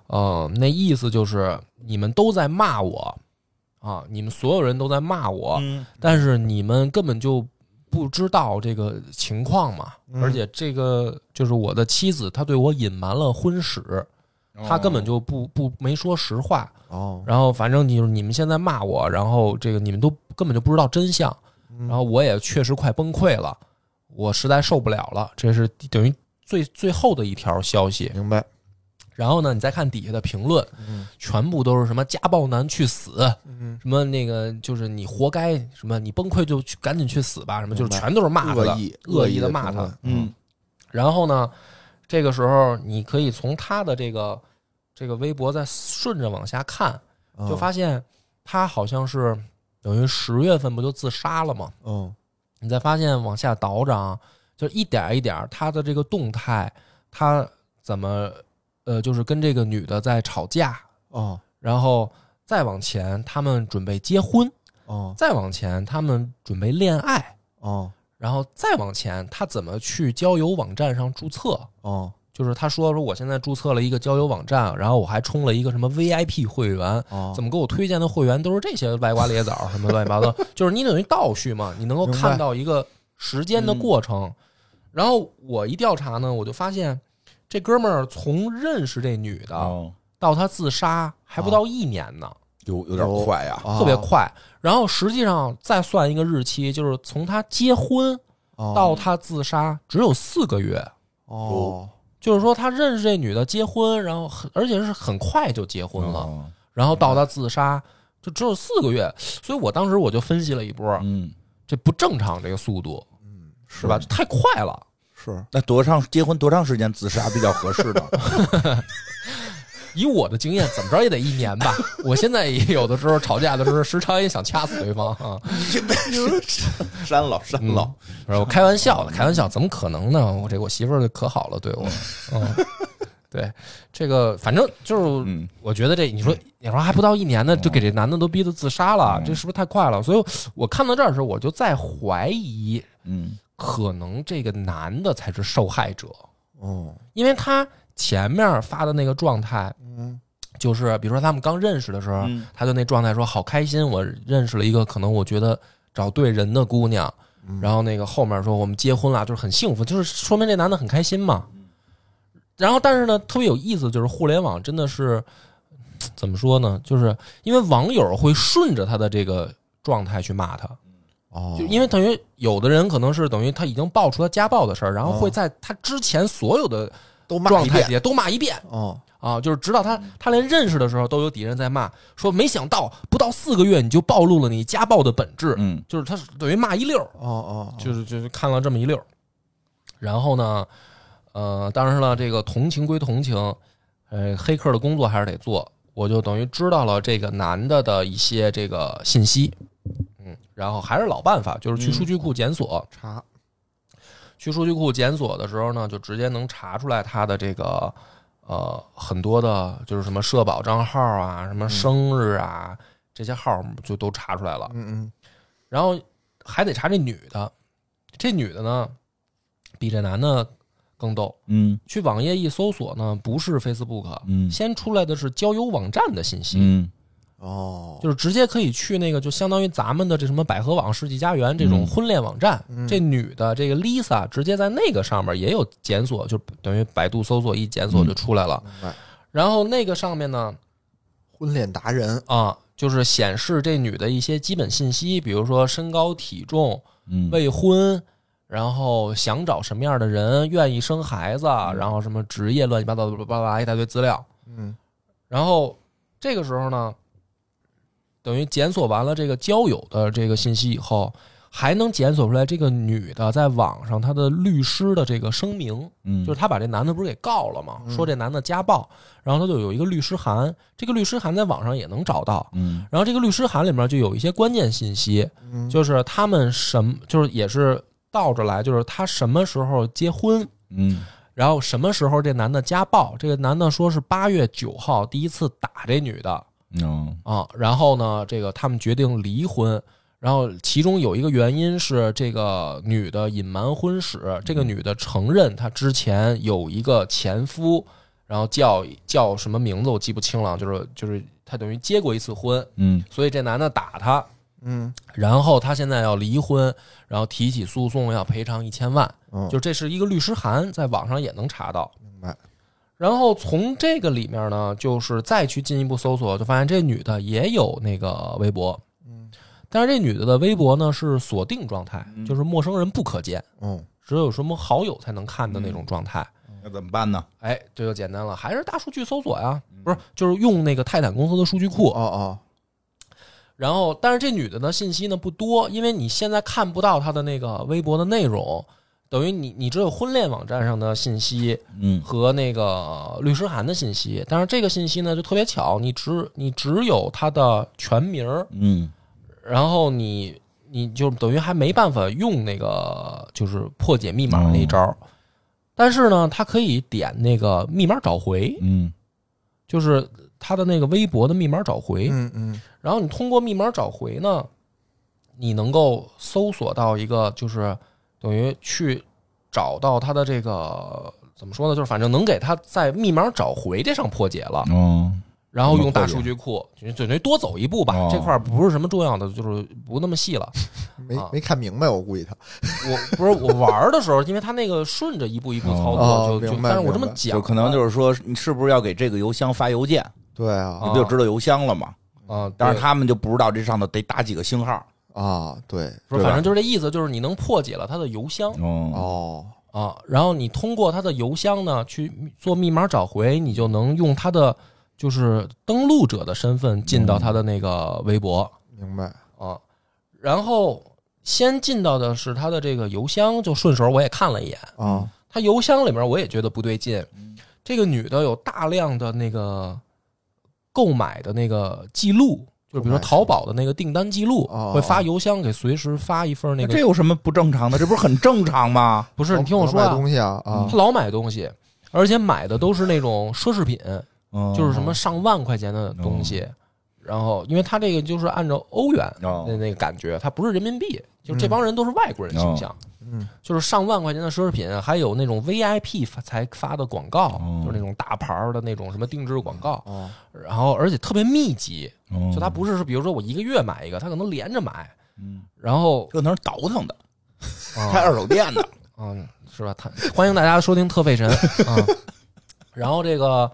[SPEAKER 1] 呃，那意思就是你们都在骂我啊，你们所有人都在骂我，
[SPEAKER 3] 嗯
[SPEAKER 1] 但是你们根本就不知道这个情况嘛，
[SPEAKER 2] 嗯
[SPEAKER 1] 而且这个就是我的妻子，她对我隐瞒了婚史，
[SPEAKER 3] 哦
[SPEAKER 1] 她根本就不不没说实话。
[SPEAKER 2] 哦，
[SPEAKER 1] 然后反正你你们现在骂我，然后这个你们都根本就不知道真相，
[SPEAKER 2] 嗯
[SPEAKER 1] 然后我也确实快崩溃了，我实在受不了了，这是等于最最后的一条消息。
[SPEAKER 2] 明白，
[SPEAKER 1] 然后呢，你再看底下的评论，
[SPEAKER 2] 嗯
[SPEAKER 1] 全部都是什么家暴男去死，
[SPEAKER 2] 嗯，
[SPEAKER 1] 什么那个就是你活该，什么你崩溃就去赶紧去死吧，什么就是
[SPEAKER 2] 明白
[SPEAKER 1] 全都是骂他的
[SPEAKER 2] 恶意
[SPEAKER 1] 恶
[SPEAKER 2] 意
[SPEAKER 1] 意
[SPEAKER 2] 的
[SPEAKER 1] 的骂他。
[SPEAKER 3] 嗯
[SPEAKER 1] 然后呢，这个时候你可以从他的这个这个微博再顺着往下看，
[SPEAKER 2] 评
[SPEAKER 1] 嗯
[SPEAKER 2] 论，
[SPEAKER 1] 就发现他好像是等于十月份不就自杀了吗？
[SPEAKER 2] 嗯
[SPEAKER 1] 你再发现往下倒涨，就是一点一点他的这个动态，他怎么呃，就是跟这个女的在吵架，
[SPEAKER 2] 哦
[SPEAKER 1] 然后再往前他们准备结婚，
[SPEAKER 2] 哦
[SPEAKER 1] 再往前他们准备恋爱，
[SPEAKER 2] 哦
[SPEAKER 1] 然后再往前他怎么去交友网站上注册。
[SPEAKER 2] 哦
[SPEAKER 1] 就是他说说我现在注册了一个交友网站，然后我还充了一个什么 VIP 会员，
[SPEAKER 2] 哦，
[SPEAKER 1] 怎么给我推荐的会员都是这些歪瓜裂枣什么乱七 八糟，就是你等于倒叙嘛，你能够
[SPEAKER 2] 明白
[SPEAKER 1] 看到一个时间的过
[SPEAKER 2] 嗯
[SPEAKER 1] 程。然后我一调查呢，我就发现这哥们儿从认识这女的
[SPEAKER 3] 哦，
[SPEAKER 1] 到他自杀还不到一年呢，
[SPEAKER 3] 有有点快啊呀，
[SPEAKER 2] 哦
[SPEAKER 1] 特别快。然后实际上再算一个日期，就是从他结婚
[SPEAKER 2] 哦
[SPEAKER 1] 到他自杀只有四个月。
[SPEAKER 2] 哦
[SPEAKER 1] 就是说他认识这女的结婚，然后很而且是很快就结婚了，
[SPEAKER 3] 哦，
[SPEAKER 1] 然后到他自杀就只有四个月，所以我当时我就分析了一波，
[SPEAKER 3] 嗯，
[SPEAKER 1] 这不正常，这个速度
[SPEAKER 2] 嗯
[SPEAKER 1] 是吧？太快了，
[SPEAKER 2] 是
[SPEAKER 3] 那多长结婚多长时间自杀比较合适 呢？
[SPEAKER 1] 以我的经验，怎么着也得一年 吧。我现在也有的时候吵架的时候，时常也想掐死对方啊。
[SPEAKER 3] 删了删
[SPEAKER 1] 嗯，不是我开玩笑的，开玩笑，怎么可能呢？我这我媳妇儿可好了，对 我，嗯，对，这个反正就是
[SPEAKER 3] 嗯，哦
[SPEAKER 1] 我觉得这你说你说还不到一年呢，就给这男的都逼得自杀了，
[SPEAKER 3] 嗯
[SPEAKER 1] 这是不是太快了？所以我看到这儿的时候，我就在怀疑，
[SPEAKER 3] 嗯
[SPEAKER 1] 可能这个男的才是受害者，
[SPEAKER 2] 哦
[SPEAKER 1] 因为他前面发的那个状态，
[SPEAKER 2] 嗯
[SPEAKER 1] 就是比如说他们刚认识的时候，
[SPEAKER 3] 嗯
[SPEAKER 1] 他就那状态说好开心，我认识了一个可能我觉得找对人的姑娘，然后那个后面说我们结婚了，就是很幸福，就是说明这男的很开心嘛。然后但是呢，特别有意思，就是互联网真的是嘖怎么说呢？就是因为网友会顺着他的这个状态去骂他，
[SPEAKER 2] 哦，
[SPEAKER 1] 就因为等于有的人可能是等于他已经爆出他家暴的事儿，然后会
[SPEAKER 2] 哦
[SPEAKER 1] 在他之前所有的
[SPEAKER 2] 都骂
[SPEAKER 1] 状
[SPEAKER 2] 一
[SPEAKER 1] 态
[SPEAKER 2] 遍
[SPEAKER 1] 底下都骂一遍。
[SPEAKER 2] 哦
[SPEAKER 1] 啊，就是直到他他连认识的时候，都有底下人在骂，说没想到不到四个月你就暴露了你家暴的本质，
[SPEAKER 3] 嗯
[SPEAKER 1] 就是他是等于骂一溜儿，
[SPEAKER 2] 哦哦，
[SPEAKER 1] 就是就是看了这么一溜儿。然后呢，呃，当然了，这个同情归同情，呃，黑客的工作还是得做。我就等于知道了这个男的的一些这个信息，嗯，然后还是老办法，就是去数据库检索，
[SPEAKER 2] 查
[SPEAKER 1] 去数据库检索的时候呢，就直接能查出来他的这个呃很多的，就是什么社保账号啊，什么生日啊、这些号就都查出来了。
[SPEAKER 2] 嗯
[SPEAKER 1] 然后还得查这女的，这女的呢比这男的更逗。
[SPEAKER 3] 嗯
[SPEAKER 1] 去网页一搜索呢，不是 Facebook，
[SPEAKER 3] 嗯
[SPEAKER 1] 先出来的是交友网站的信息。
[SPEAKER 3] 嗯
[SPEAKER 2] 哦，
[SPEAKER 1] 就是直接可以去那个，就相当于咱们的这什么百合网、世纪佳缘这种
[SPEAKER 3] 嗯
[SPEAKER 1] 婚恋网站。这女的这个 Lisa 直接在那个上面也有检索，就等于百度搜索一检
[SPEAKER 3] 嗯
[SPEAKER 1] 索就出来了。
[SPEAKER 2] 明白。
[SPEAKER 1] 然后那个上面呢，
[SPEAKER 2] 婚恋达人，
[SPEAKER 1] 啊，就是显示这女的一些基本信息，比如说身高、体重、
[SPEAKER 3] 嗯
[SPEAKER 1] 未婚，然后想找什么样的人，愿意生孩子，
[SPEAKER 3] 嗯
[SPEAKER 1] 然后什么职业，乱七八糟的巴拉巴拉一大堆资料。
[SPEAKER 2] 嗯，
[SPEAKER 1] 然后这个时候呢，等于检索完了这个交友的这个信息以后，还能检索出来这个女的在网上她的律师的这个声明，
[SPEAKER 3] 嗯
[SPEAKER 1] 就是她把这男的不是给告了吗？
[SPEAKER 2] 嗯
[SPEAKER 1] 说这男的家暴，然后她就有一个律师函，这个律师函在网上也能找到。
[SPEAKER 3] 嗯
[SPEAKER 1] 然后这个律师函里面就有一些关键信息，
[SPEAKER 2] 嗯
[SPEAKER 1] 就是他们什么，就是也是倒着来，就是他什么时候结婚，
[SPEAKER 3] 嗯
[SPEAKER 1] 然后什么时候这男的家暴，这个男的说是八月九号第一次打这女的
[SPEAKER 3] 嗯
[SPEAKER 1] 啊，然后呢，这个他们决定离婚。然后，其中有一个原因是这个女的隐瞒婚史，这个女的承认她之前有一个前夫，然后叫叫什么名字我记不清了，就是就是她等于结过一次婚，
[SPEAKER 3] 嗯
[SPEAKER 1] 所以这男的打她，
[SPEAKER 2] 嗯
[SPEAKER 1] 然后他现在要离婚，然后提起诉讼要赔偿一千万，
[SPEAKER 2] 嗯，
[SPEAKER 1] 就这是一个律师函，在网上也能查到。
[SPEAKER 2] 明白。
[SPEAKER 1] 然后从这个里面呢，就是再去进一步搜索，就发现这女的也有那个微博，
[SPEAKER 2] 嗯
[SPEAKER 1] 但是这女的的微博呢是锁定状态，
[SPEAKER 3] 嗯
[SPEAKER 1] 就是陌生人不可见，
[SPEAKER 2] 嗯，
[SPEAKER 1] 只有什么好友才能看的那种状态。
[SPEAKER 3] 那怎么办呢？
[SPEAKER 1] 哎，这就简单了，还是大数据搜索呀，不是，就是用那个泰坦公司的数据库
[SPEAKER 2] 哦，哦，
[SPEAKER 1] 然后，但是这女的呢，信息呢不多，因为你现在看不到她的那个微博的内容，等于你你只有婚恋网站上的信息
[SPEAKER 3] 嗯
[SPEAKER 1] 和那个律师函的信息。但是这个信息呢，就特别巧，你只你只有她的全名儿，
[SPEAKER 3] 嗯
[SPEAKER 1] 然后你你就等于还没办法用那个就是破解密码那一招儿。但是呢，她可以点那个密码找回，
[SPEAKER 3] 嗯
[SPEAKER 1] 就是她的那个微博的密码找回。
[SPEAKER 2] 嗯嗯
[SPEAKER 1] 然后你通过密码找回呢，你能够搜索到一个，就是等于去找到它的这个怎么说呢？就是反正能给它在密码找回这上破解了，
[SPEAKER 3] 哦
[SPEAKER 1] 然后用大数据库，就等于多走一步吧。
[SPEAKER 3] 嗯哦
[SPEAKER 1] 这块儿不是什么重要的，就是不那么细了。
[SPEAKER 2] 嗯，没
[SPEAKER 1] 啊
[SPEAKER 2] 没看明白，我估计他
[SPEAKER 1] 我不是我玩儿的时候，因为它那个顺着一步一步操
[SPEAKER 2] 哦
[SPEAKER 1] 作，就就，
[SPEAKER 2] 明白
[SPEAKER 1] 但是我这
[SPEAKER 2] 明
[SPEAKER 1] 么
[SPEAKER 2] 白
[SPEAKER 1] 讲
[SPEAKER 3] 就
[SPEAKER 1] 呢，
[SPEAKER 3] 可能就是说，你是不是要给这个邮箱发邮件？
[SPEAKER 2] 对啊
[SPEAKER 3] 你不就知道邮箱了吗？
[SPEAKER 1] 啊，
[SPEAKER 3] 但是
[SPEAKER 1] 对
[SPEAKER 3] 他们就不知道这上头得打几个星号。
[SPEAKER 2] 啊，对
[SPEAKER 1] 说
[SPEAKER 3] 对吧
[SPEAKER 1] 反正就是这意思，就是你能破解了它的邮箱。
[SPEAKER 3] 哦，
[SPEAKER 2] 哦，
[SPEAKER 1] 啊，然后你通过他的邮箱呢去做密码找回，你就能用他的就是登录者的身份进
[SPEAKER 2] 嗯
[SPEAKER 1] 到他的那个微博
[SPEAKER 2] 明白。
[SPEAKER 1] 啊，然后先进到的是他的这个邮箱，就顺手我也看了一眼，
[SPEAKER 2] 啊，
[SPEAKER 1] 他邮箱里面我也觉得不对劲，
[SPEAKER 2] 嗯
[SPEAKER 1] 这个女的有大量的那个购买的那个记录。就比如说
[SPEAKER 2] 购买
[SPEAKER 1] 淘宝的那个订单记录，
[SPEAKER 2] 哦
[SPEAKER 1] 会发邮箱给随时发一份那
[SPEAKER 3] 那
[SPEAKER 1] 个，
[SPEAKER 3] 这有什么不正常的？这不是很正常吗？
[SPEAKER 1] 不是你听我说
[SPEAKER 2] 买
[SPEAKER 1] 啊，
[SPEAKER 2] 东西啊啊
[SPEAKER 1] 他老买东西，而且买的都是那种奢侈品，
[SPEAKER 3] 嗯
[SPEAKER 1] 就是什么上万块钱的东西。然后，因为他这个就是按照欧元
[SPEAKER 3] 哦
[SPEAKER 1] 的那个感觉，他不是人民币，就这
[SPEAKER 3] 嗯
[SPEAKER 1] 帮人都是外国人
[SPEAKER 3] 哦
[SPEAKER 1] 形象，
[SPEAKER 2] 嗯
[SPEAKER 1] 就是上万块钱的奢侈品，还有那种 VIP 发才发的广告
[SPEAKER 3] 哦，
[SPEAKER 1] 就是那种大牌儿的那种什么定制广告，
[SPEAKER 2] 哦，
[SPEAKER 1] 然后而且特别密集，
[SPEAKER 3] 哦
[SPEAKER 1] 就他不是是比如说我一个月买一个，他可能连着买，
[SPEAKER 3] 嗯
[SPEAKER 1] 然后
[SPEAKER 3] 这那是倒腾的，
[SPEAKER 1] 啊
[SPEAKER 3] 开二手店的。
[SPEAKER 1] 嗯，是吧？他欢迎大家收听特费神啊、嗯然后这个，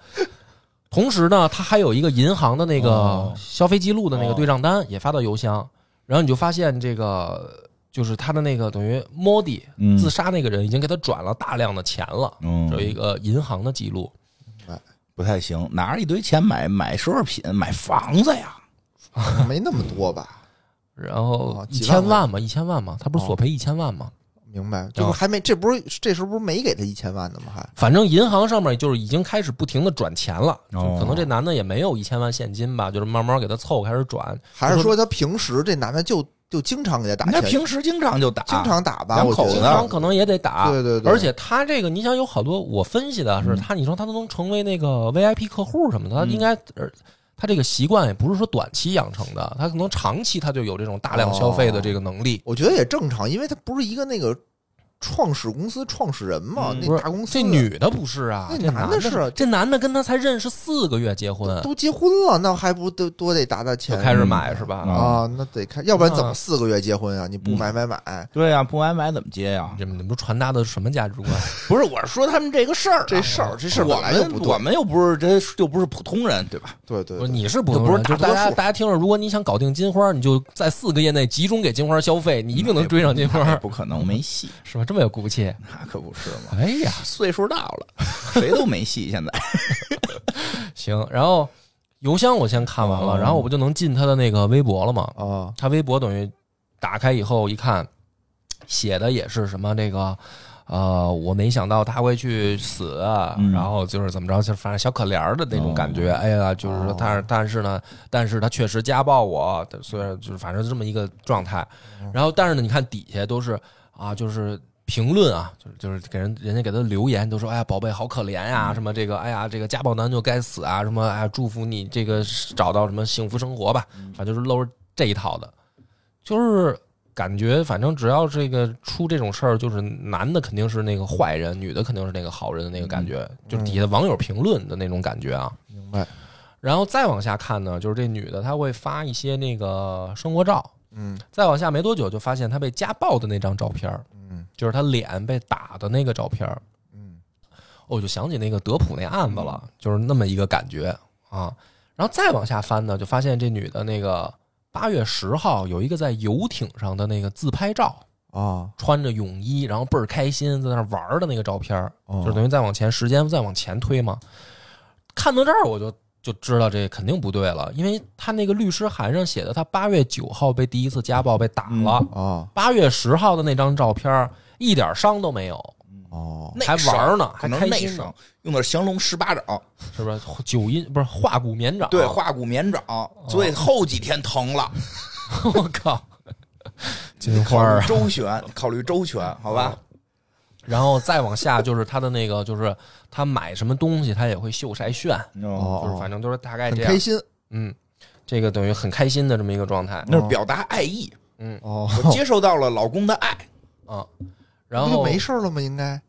[SPEAKER 1] 同时呢，他还有一个银行的那个
[SPEAKER 3] 哦
[SPEAKER 1] 消费记录的那个
[SPEAKER 3] 哦
[SPEAKER 1] 对账单也发到邮箱，然后你就发现这个就是他的那个等于 Modi
[SPEAKER 3] 嗯
[SPEAKER 1] 自杀那个人已经给他转了大量的钱了，
[SPEAKER 3] 嗯
[SPEAKER 1] 有一个银行的记录。
[SPEAKER 3] 不太行，拿着一堆钱买买奢侈品，买房子呀。
[SPEAKER 2] 没那么多吧？
[SPEAKER 1] 然后
[SPEAKER 2] 哦
[SPEAKER 1] 一
[SPEAKER 2] 几
[SPEAKER 1] 千
[SPEAKER 2] 万哦
[SPEAKER 1] 万嘛，一千万嘛，他不是索赔一千万嘛？
[SPEAKER 2] 明白，
[SPEAKER 1] 哦
[SPEAKER 2] 这不还没，这不是这时候不是没给他一千万呢吗？还
[SPEAKER 1] 反正银行上面就是已经开始不停的转钱了，就
[SPEAKER 3] 哦
[SPEAKER 1] 可能这男的也没有一千万现金吧，就是慢慢给他凑开始转，
[SPEAKER 2] 还是说他平时这男的就就经常给他打
[SPEAKER 3] 人家
[SPEAKER 2] 钱，
[SPEAKER 3] 平时经常就打，
[SPEAKER 2] 经常打吧？
[SPEAKER 3] 两
[SPEAKER 2] 我
[SPEAKER 3] 口
[SPEAKER 2] 觉
[SPEAKER 3] 子啊
[SPEAKER 1] 经
[SPEAKER 3] 呢
[SPEAKER 1] 常
[SPEAKER 2] 得
[SPEAKER 1] 可能也得打，
[SPEAKER 2] 对对对
[SPEAKER 1] 啊而且他这个，你想有好多，我分析的啊是他，你说他都能成为那个 VIP 客户什么的，他应该，呃他这个习惯也不是说短期养成的，他
[SPEAKER 2] 哦
[SPEAKER 1] 可能长期他就有这种大量消费的这个能力。
[SPEAKER 2] 我觉得也正常，因为他不是一个那个创始公司创始人嘛，
[SPEAKER 3] 嗯
[SPEAKER 1] 不
[SPEAKER 2] 那
[SPEAKER 1] 是
[SPEAKER 2] 大公司
[SPEAKER 1] 这女的不是啊，
[SPEAKER 2] 那
[SPEAKER 1] 这
[SPEAKER 2] 男
[SPEAKER 1] 的
[SPEAKER 2] 的是
[SPEAKER 1] 这男的跟她才认识四个月结婚
[SPEAKER 2] 都结婚了，那还不得多得打打
[SPEAKER 1] 就
[SPEAKER 2] 钱
[SPEAKER 1] 开始买是吧？
[SPEAKER 3] 嗯
[SPEAKER 2] 啊？那得看，要不然怎
[SPEAKER 1] 啊
[SPEAKER 2] 么四个月结婚啊？你
[SPEAKER 1] 嗯
[SPEAKER 2] 不买买买，
[SPEAKER 3] 对呀、不买买怎么接呀、
[SPEAKER 1] 你们你们传达的是什么价值观？
[SPEAKER 3] 不是，我是说他们这个事儿啊、
[SPEAKER 2] 这事儿这事儿
[SPEAKER 3] 我
[SPEAKER 2] 本来就
[SPEAKER 3] 们
[SPEAKER 2] 不对
[SPEAKER 3] 我们又不是这又不是普通人，对吧？
[SPEAKER 2] 对对
[SPEAKER 1] 不是
[SPEAKER 2] 对
[SPEAKER 1] 你是普通人，
[SPEAKER 3] 不
[SPEAKER 1] 就是
[SPEAKER 3] 大
[SPEAKER 1] 大家
[SPEAKER 3] 多数
[SPEAKER 1] 大家听着，如果你想搞定金花，你就在四个月内集中给金花消费，你一定能追上金
[SPEAKER 3] 那也
[SPEAKER 1] 花，
[SPEAKER 3] 不可能，没戏，
[SPEAKER 1] 是吧？这么有骨气，
[SPEAKER 3] 那可不是嘛。
[SPEAKER 1] 哎呀，
[SPEAKER 3] 岁数大了，谁都没戏。现在
[SPEAKER 1] 行。然后邮箱我先看完了，
[SPEAKER 3] 哦
[SPEAKER 1] 然后我不就能进他的那个微博了吗？
[SPEAKER 2] 啊，
[SPEAKER 1] 他微博等于打开以后一看，写的也是什么这个。呃，我没想到他会去死，啊
[SPEAKER 3] 嗯
[SPEAKER 1] 然后就是怎么着，就反正小可怜儿的那种感觉。哎呀，就是说，但是但是呢，但是他确实家暴我，虽然就是反正就这么一个状态。然后，但是呢，你看底下都是啊，就是评论啊，就是就是给人人家给他留言，都说哎呀，宝贝好可怜呀、什么这个哎呀，这个家暴男就该死啊，什么哎呀，祝福你这个找到什么幸福生活吧，反正就是搂着这一套的。就是感觉，反正只要这个出这种事儿，就是男的肯定是那个坏人，女的肯定是那个好人的那个感觉，就是底下网友评论的那种感觉啊。
[SPEAKER 2] 嗯明白，
[SPEAKER 1] 然后再往下看呢，就是这女的她会发一些那个生活照，
[SPEAKER 2] 嗯
[SPEAKER 1] 再往下没多久就发现她被家暴的那张照片儿，
[SPEAKER 2] 嗯
[SPEAKER 1] 就是她脸被打的那个照片儿。
[SPEAKER 2] 嗯，
[SPEAKER 1] 哦我就想起那个德普那案子了，就是那么一个感觉啊。然后再往下翻呢，就发现这女的那个八月十号有一个在游艇上的那个自拍照，
[SPEAKER 2] 啊，
[SPEAKER 1] 穿着泳衣，然后倍儿开心，在那玩儿的那个照片儿，
[SPEAKER 2] 哦
[SPEAKER 1] 就是等于再往前时间再往前推嘛。看到这儿我就就知道这肯定不对了，因为他那个律师函上写的，他八月九号被第一次家暴被打了，
[SPEAKER 2] 啊
[SPEAKER 1] 八、月十号的那张照片儿一点伤都没有，
[SPEAKER 2] 哦，
[SPEAKER 1] 还玩儿呢
[SPEAKER 3] 可能
[SPEAKER 1] 还开
[SPEAKER 3] 内
[SPEAKER 1] 心呢哦
[SPEAKER 3] 伤用的是降龙十八掌，
[SPEAKER 1] 是不是？九阴不是化骨绵掌？
[SPEAKER 3] 对，化骨绵
[SPEAKER 1] 哦
[SPEAKER 3] 掌，所以后几天疼了。
[SPEAKER 1] 我靠， 金
[SPEAKER 3] 考
[SPEAKER 1] 花
[SPEAKER 3] 虑
[SPEAKER 1] 儿啊！
[SPEAKER 3] 周全，考虑周全，好吧？
[SPEAKER 1] 然后再往下就是他的那个，就是他买什么东西他也会秀晒炫，
[SPEAKER 2] 哦
[SPEAKER 1] 就是反正都是大概
[SPEAKER 2] 很
[SPEAKER 1] 这样
[SPEAKER 2] 开。心
[SPEAKER 1] 嗯，这个等于很开心的这么一个状态
[SPEAKER 3] 那是表达爱意，
[SPEAKER 2] 哦，
[SPEAKER 3] 我接受到了老公的爱。
[SPEAKER 1] 啊。然
[SPEAKER 2] 不就
[SPEAKER 1] 后
[SPEAKER 2] 没事儿了吗？应该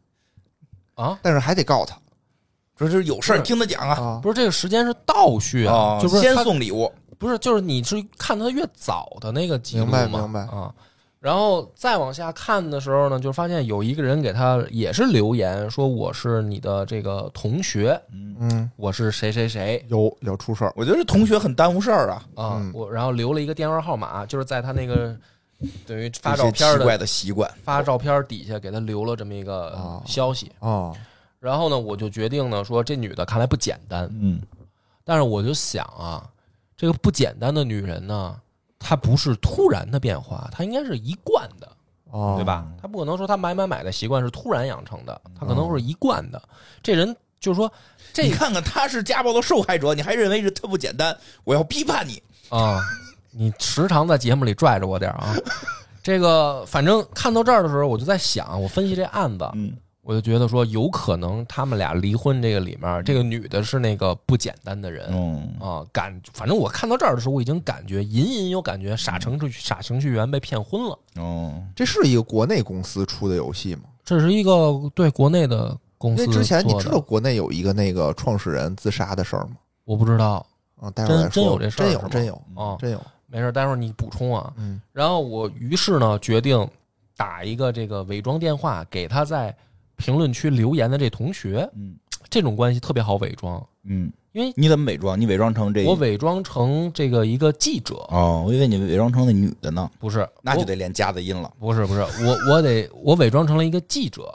[SPEAKER 1] 啊，
[SPEAKER 2] 但是还得告他
[SPEAKER 3] 这是有事儿
[SPEAKER 1] 不是
[SPEAKER 3] 听他讲啊，
[SPEAKER 2] 啊，
[SPEAKER 1] 不是这个时间是倒序啊，
[SPEAKER 3] 哦
[SPEAKER 1] 就不是
[SPEAKER 3] 先
[SPEAKER 1] 他
[SPEAKER 3] 送礼物，
[SPEAKER 1] 不是就是你是看他越早的那个记录
[SPEAKER 2] 明
[SPEAKER 1] 嘛，
[SPEAKER 2] 白明白
[SPEAKER 1] 啊。然后再往下看的时候呢，就发现有一个人给他也是留言说我是你的这个同学，
[SPEAKER 2] 嗯，
[SPEAKER 1] 我是谁谁谁
[SPEAKER 2] 有有出事儿
[SPEAKER 3] 我觉得同学很耽误事儿啊，
[SPEAKER 1] 啊，
[SPEAKER 2] 嗯
[SPEAKER 1] 我然后留了一个电话号码，就是在他那个等于发
[SPEAKER 3] 这嗯
[SPEAKER 1] 照
[SPEAKER 3] 些
[SPEAKER 1] 片
[SPEAKER 3] 奇怪
[SPEAKER 1] 的
[SPEAKER 3] 的习惯，
[SPEAKER 1] 发照片底下给他留了这么一个
[SPEAKER 2] 哦
[SPEAKER 1] 消息。
[SPEAKER 2] 啊，
[SPEAKER 1] 然后呢，我就决定呢说这女的看来不简单，
[SPEAKER 3] 嗯，
[SPEAKER 1] 但是我就想啊，这个不简单的女人呢，她不是突然的变化，她应该是一贯的，
[SPEAKER 2] 哦，
[SPEAKER 1] 对？吧？
[SPEAKER 3] 嗯
[SPEAKER 1] 她不可能说她买买买的习惯是突然养成的，她可能是一贯的。这人就是说，这
[SPEAKER 3] 你
[SPEAKER 1] 个
[SPEAKER 3] 看看他是家暴的受害者，你还认为他不简单？我要批判你，
[SPEAKER 1] 啊，你时常在节目里拽着我点儿啊。这个反正看到这儿的时候，我就在想，我分析这案子，
[SPEAKER 3] 嗯，
[SPEAKER 1] 我就觉得说，有可能他们俩离婚这个里
[SPEAKER 2] 嗯
[SPEAKER 1] 面，这个女的是那个不简单的人，
[SPEAKER 3] 嗯，
[SPEAKER 1] 啊，感反正我看到这儿的时候，我已经感觉隐隐有感觉，
[SPEAKER 2] 嗯
[SPEAKER 1] 傻程序傻程序员被骗昏了。
[SPEAKER 3] 哦，
[SPEAKER 2] 这是一个国内公司出的游戏吗？
[SPEAKER 1] 这是一个对国内的公
[SPEAKER 2] 因
[SPEAKER 1] 司
[SPEAKER 2] 为之前你
[SPEAKER 1] 做
[SPEAKER 2] 知
[SPEAKER 1] 的
[SPEAKER 2] 道国内有一个那个创始人自杀的事儿吗？
[SPEAKER 1] 我不知道
[SPEAKER 2] 啊，待会儿再说。
[SPEAKER 1] 真真有这事儿
[SPEAKER 2] 真
[SPEAKER 1] 是
[SPEAKER 2] 有
[SPEAKER 1] 吗
[SPEAKER 2] 真有
[SPEAKER 1] 啊，
[SPEAKER 2] 真有。
[SPEAKER 1] 没事，待会儿你补充啊。
[SPEAKER 2] 嗯
[SPEAKER 1] 然后我于是呢决定打一个这个伪装电话给他在评论区留言的这同学，
[SPEAKER 3] 嗯
[SPEAKER 1] 这种关系特别好伪装，
[SPEAKER 3] 嗯，
[SPEAKER 1] 因为
[SPEAKER 3] 你怎么伪装？你伪装成这
[SPEAKER 1] 我伪装成这个一个记者，
[SPEAKER 3] 哦，我以为你伪装成那女的呢，
[SPEAKER 1] 不是，
[SPEAKER 3] 那就
[SPEAKER 1] 我
[SPEAKER 3] 得练夹子音了。
[SPEAKER 1] 不是不是，我我得我伪装成了一个记者，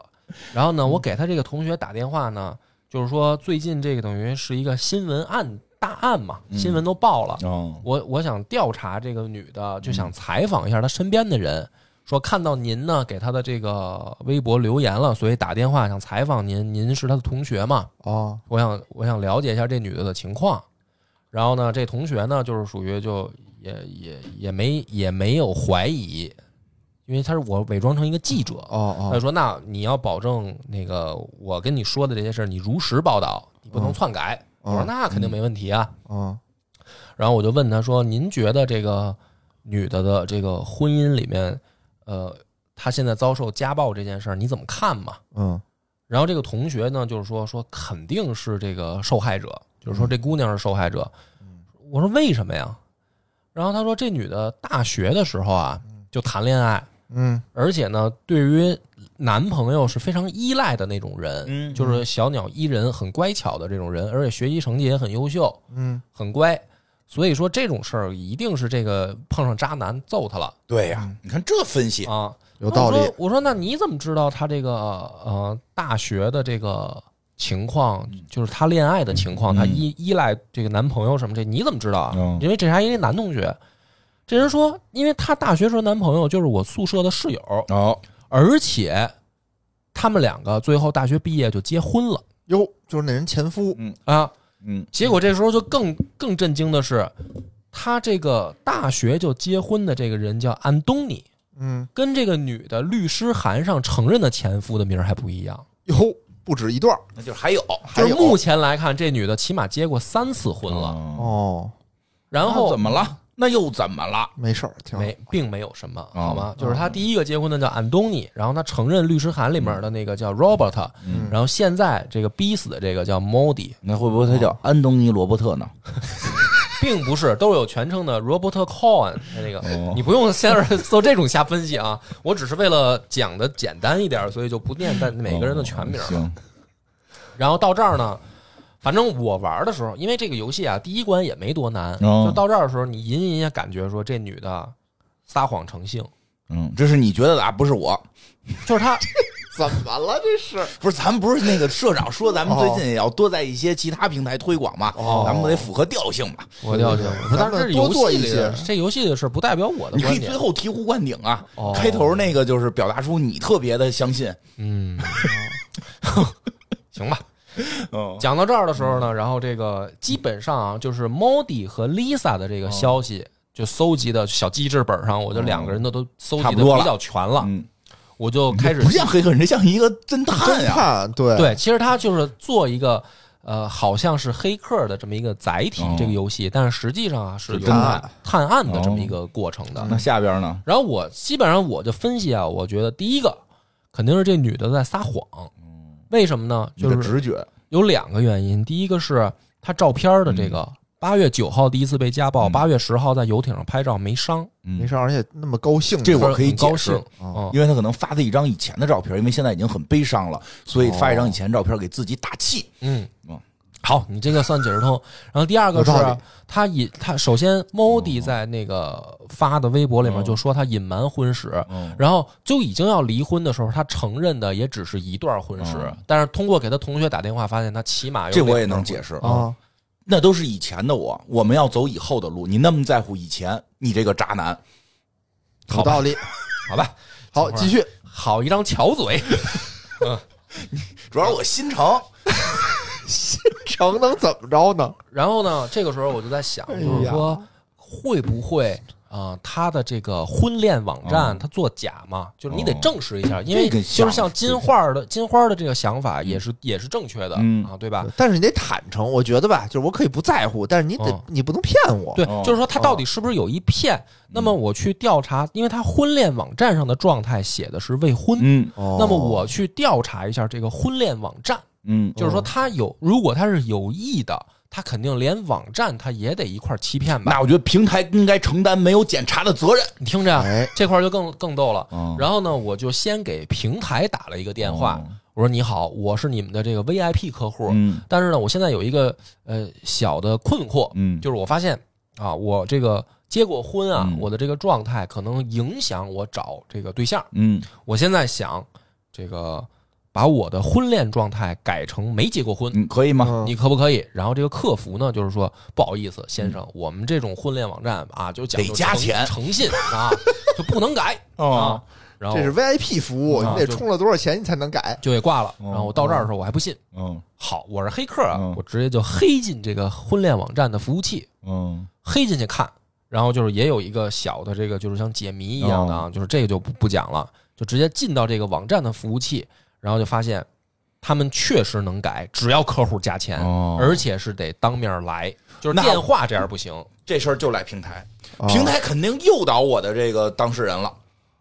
[SPEAKER 1] 然后呢，我给他这个同学打电话呢，就是说最近这个等于是一个新闻案大案嘛，
[SPEAKER 3] 嗯
[SPEAKER 1] 新闻都报了，
[SPEAKER 3] 哦，嗯
[SPEAKER 1] 我我想调查这个女的，就想采访一下她身边的人，说看到您呢给她的这个微博留言了，所以打电话想采访您，您是她的同学嘛，
[SPEAKER 2] 哦
[SPEAKER 1] 我想我想了解一下这女的的情况。然后呢，这同学呢就是属于就也也也没也没有怀疑，因为他是我伪装成一个记者，
[SPEAKER 2] 哦
[SPEAKER 1] 他
[SPEAKER 2] 哦
[SPEAKER 1] 就说那你要保证那个我跟你说的这些事儿你如实报道，你不能篡改。我说
[SPEAKER 2] 哦
[SPEAKER 1] 那肯定没问题啊。
[SPEAKER 2] 哦
[SPEAKER 1] 然后我就问他说：“您觉得这个女的的这个婚姻里面，呃，他现在遭受家暴这件事儿，你怎么看嘛？
[SPEAKER 2] 嗯
[SPEAKER 1] 然后这个同学呢，就是说说肯定是这个受害者，就是
[SPEAKER 3] 嗯
[SPEAKER 1] 说这姑娘是受害者。我说为什么呀？然后他说这女的大学的时候啊就谈恋爱，
[SPEAKER 2] 嗯
[SPEAKER 1] 而且呢对于男朋友是非常依赖的那种人，
[SPEAKER 3] 嗯
[SPEAKER 1] 就是小鸟依人、很乖巧的这种人，而且学习成绩也很优秀，
[SPEAKER 2] 嗯，
[SPEAKER 1] 很乖。所以说这种事儿一定是这个碰上渣男揍他了
[SPEAKER 3] 对呀、你看这分析，
[SPEAKER 1] 啊，
[SPEAKER 2] 有道理
[SPEAKER 1] 那我说，我说那你怎么知道他这个呃大学的这个情况，就是他恋爱的情况，
[SPEAKER 3] 嗯
[SPEAKER 1] 他依依赖这个男朋友什么这，你怎么知道啊？
[SPEAKER 3] 嗯
[SPEAKER 1] 因为这是还一个男同学，这人说，因为他大学时候男朋友就是我宿舍的室友，
[SPEAKER 3] 哦，
[SPEAKER 1] 而且他们两个最后大学毕业就结婚了
[SPEAKER 2] 哟，就是那人前夫，
[SPEAKER 1] 啊。
[SPEAKER 3] 嗯，
[SPEAKER 1] 结果这时候就更更震惊的是，他这个大学就结婚的这个人叫安东尼，
[SPEAKER 2] 嗯，
[SPEAKER 1] 跟这个女的律师函上承认的前夫的名儿还不一样。
[SPEAKER 2] 哟，不止一段儿，
[SPEAKER 3] 那就是还有
[SPEAKER 2] 还
[SPEAKER 1] 就是
[SPEAKER 2] 有
[SPEAKER 1] 目前来看，这女的起码结过三次婚了，
[SPEAKER 3] 了，
[SPEAKER 2] 哦，
[SPEAKER 1] 然
[SPEAKER 3] 那
[SPEAKER 1] 后
[SPEAKER 3] 嗯怎么了？那又怎么了？
[SPEAKER 2] 没事儿，挺好
[SPEAKER 1] 没，并没有什么，
[SPEAKER 3] 哦
[SPEAKER 1] 好吗？
[SPEAKER 2] 哦
[SPEAKER 1] 就是他第一个结婚的叫安东尼，然后他承认律师函里面的那个叫 Robert，
[SPEAKER 2] 嗯
[SPEAKER 1] 然后现在这个逼死的这个叫 Modi，
[SPEAKER 3] 那会不会他叫安东尼·罗伯特呢？
[SPEAKER 1] 并不是都是有全称的 Robert Cohen 那个
[SPEAKER 3] 哦，
[SPEAKER 1] 你不用先是做这种瞎分析啊，我只是为了讲的简单一点，所以就不念但每个人的全名
[SPEAKER 3] 哦。行，
[SPEAKER 1] 然后到这儿呢，反正我玩的时候，因为这个游戏啊，第一关也没多难，
[SPEAKER 3] 哦
[SPEAKER 1] 就到这儿的时候，你隐隐也感觉说这女的撒谎成性，
[SPEAKER 3] 嗯，这是你觉得的啊，不是我，
[SPEAKER 1] 就是她
[SPEAKER 2] 怎么了这 是？
[SPEAKER 3] 不是咱们不是那个社长说咱们
[SPEAKER 2] 哦
[SPEAKER 3] 最近也要多在一些其他平台推广嘛，
[SPEAKER 2] 哦
[SPEAKER 3] 咱们得符合调性嘛。
[SPEAKER 1] 我掉进去了
[SPEAKER 2] 对对。
[SPEAKER 1] 但是这是游
[SPEAKER 2] 咱们多做
[SPEAKER 1] 戏
[SPEAKER 2] 一
[SPEAKER 1] 里的，
[SPEAKER 2] 些
[SPEAKER 1] 这游戏的事不代表我的
[SPEAKER 3] 你可
[SPEAKER 1] 观
[SPEAKER 3] 以最
[SPEAKER 1] 点。
[SPEAKER 3] 后醍醐灌顶啊！
[SPEAKER 1] 哦
[SPEAKER 3] 开头那个就是表达出你特别的相信，
[SPEAKER 1] 嗯， 行吧。
[SPEAKER 3] 嗯，
[SPEAKER 1] 讲到这儿的时候呢，然后这个基本上啊，就是 Modi 和 Lisa 的这个消息。就搜集的小记事本上，我就两个人的都搜集
[SPEAKER 3] 差
[SPEAKER 1] 的
[SPEAKER 3] 不多
[SPEAKER 1] 比
[SPEAKER 3] 了
[SPEAKER 1] 较全了，
[SPEAKER 3] 嗯
[SPEAKER 1] 我就开始
[SPEAKER 3] 不像黑客，人这像一个侦探
[SPEAKER 2] 侦
[SPEAKER 3] 呀。
[SPEAKER 2] 探，对
[SPEAKER 1] 对，其实它就是做一个呃，好像是黑客的这么一个载体，
[SPEAKER 3] 哦
[SPEAKER 1] 这个游戏，但是实际上啊是有
[SPEAKER 3] 是侦哦嗯
[SPEAKER 2] 探
[SPEAKER 1] 探探案的这么一个过程的。
[SPEAKER 3] 那下边呢？
[SPEAKER 1] 然后我基本上我就分析啊，我觉得第一个肯定是这女的在撒谎，
[SPEAKER 3] 嗯
[SPEAKER 1] 为什么呢？
[SPEAKER 3] 你的
[SPEAKER 1] 就是
[SPEAKER 3] 直觉，
[SPEAKER 1] 有两个原因，第一个是她照片的这个。八月九号第一次被家暴，
[SPEAKER 3] 嗯
[SPEAKER 1] 八月十号在游艇上拍照没伤，
[SPEAKER 2] 没
[SPEAKER 3] 没
[SPEAKER 2] 事儿，而且那么高兴呢，
[SPEAKER 3] 这我
[SPEAKER 1] 很
[SPEAKER 3] 可以
[SPEAKER 1] 高
[SPEAKER 3] 解释
[SPEAKER 1] 兴，
[SPEAKER 2] 哦
[SPEAKER 1] 嗯，
[SPEAKER 3] 因为他可能发的一张以前的照片，因为现在已经很悲伤了，所以发一张以前照片给自己打气。
[SPEAKER 1] 嗯
[SPEAKER 3] 嗯，
[SPEAKER 1] 好，你这个算解释通。然后第二个是
[SPEAKER 2] 有道理
[SPEAKER 1] 他隐他首先 Modi 在那个发的微博里面
[SPEAKER 3] 嗯
[SPEAKER 1] 就说他隐瞒婚史，
[SPEAKER 3] 嗯
[SPEAKER 1] 然后就已经要离婚的时候，他承认的也只是一段婚史
[SPEAKER 3] 嗯，
[SPEAKER 1] 但是通过给他同学打电话发现他起码有
[SPEAKER 3] 这我
[SPEAKER 1] 两
[SPEAKER 3] 也
[SPEAKER 1] 段
[SPEAKER 3] 能
[SPEAKER 1] 婚
[SPEAKER 3] 解释，
[SPEAKER 2] 啊，
[SPEAKER 3] 那都是以前的我，我们要走以后的路。你那么在乎以前，你这个渣男。
[SPEAKER 2] 有道理。
[SPEAKER 1] 好吧？
[SPEAKER 2] 好，继续，
[SPEAKER 1] 好一张巧嘴，
[SPEAKER 3] 主要是我心疼，
[SPEAKER 2] 成能怎么着呢？
[SPEAKER 1] 然后呢，这个时候我就在想，
[SPEAKER 2] 哎呀
[SPEAKER 1] 就是说会不会啊、呃他的这个婚恋网站
[SPEAKER 3] 嗯
[SPEAKER 1] 他作假嘛？就是你
[SPEAKER 3] 哦
[SPEAKER 1] 得证实一下，因为
[SPEAKER 3] 这个想
[SPEAKER 1] 就是像金花的金花的这个想法也是也是正确的
[SPEAKER 3] 嗯
[SPEAKER 1] 啊，对吧？
[SPEAKER 2] 但是你得坦诚，我觉得吧，就是我可以不在乎，但是你得
[SPEAKER 1] 哦
[SPEAKER 2] 你不能骗我。
[SPEAKER 1] 对
[SPEAKER 3] 哦，
[SPEAKER 1] 就是说他到底是不是有一骗？那么我去调查，因为他婚恋网站上的状态写的是未婚，
[SPEAKER 3] 嗯
[SPEAKER 2] 哦，
[SPEAKER 1] 那么我去调查一下这个婚恋网站，
[SPEAKER 3] 嗯
[SPEAKER 1] 就是说他有，如果他是有意的，他肯定连网站他也得一块儿欺骗吧？
[SPEAKER 3] 那我觉得平台应该承担没有检查的责任。
[SPEAKER 1] 你听着啊
[SPEAKER 2] 哎，
[SPEAKER 1] 这块儿就更更逗了。
[SPEAKER 3] 嗯
[SPEAKER 1] 然后呢，我就先给平台打了一个电话
[SPEAKER 3] 哦，
[SPEAKER 1] 我说你好，我是你们的这个 VIP 客户，
[SPEAKER 3] 嗯
[SPEAKER 1] 但是呢，我现在有一个呃小的困惑，
[SPEAKER 3] 嗯
[SPEAKER 1] 就是我发现啊，我这个结过婚啊，
[SPEAKER 3] 嗯
[SPEAKER 1] 我的这个状态可能影响我找这个对象。
[SPEAKER 3] 嗯
[SPEAKER 1] 我现在想，这个把我的婚恋状态改成没结过婚，
[SPEAKER 3] 嗯，可以吗？
[SPEAKER 2] 嗯
[SPEAKER 1] 你可不可以？然后这个客服呢，就是说不好意思，先生，我们这种婚恋网站啊，就讲究
[SPEAKER 3] 嗯得加
[SPEAKER 1] 诚
[SPEAKER 3] 钱
[SPEAKER 1] 诚信啊， 就不能改啊
[SPEAKER 3] 哦。
[SPEAKER 1] 然后
[SPEAKER 2] 这是 VIP 服务，
[SPEAKER 1] 啊
[SPEAKER 2] 你得
[SPEAKER 1] 就
[SPEAKER 2] 充了多少钱你才能改？
[SPEAKER 1] 就给挂了。
[SPEAKER 3] 哦
[SPEAKER 1] 然后我到这儿的时候，我还不信。
[SPEAKER 3] 嗯
[SPEAKER 1] 好，我是黑客啊
[SPEAKER 3] 嗯，
[SPEAKER 1] 我直接就黑进这个婚恋网站的服务器，
[SPEAKER 3] 嗯
[SPEAKER 1] 黑进去看，然后就是也有一个小的这个就是像解谜一样的啊，
[SPEAKER 3] 哦
[SPEAKER 1] 就是这个就不不讲了，就直接进到这个网站的服务器，然后就发现他们确实能改，只要客户加钱，
[SPEAKER 3] 哦
[SPEAKER 1] 而且是得当面来，就是
[SPEAKER 3] 那
[SPEAKER 1] 电话这样不行。
[SPEAKER 3] 这事儿就赖平台，
[SPEAKER 2] 哦
[SPEAKER 3] 平台肯定诱导我的这个当事人了。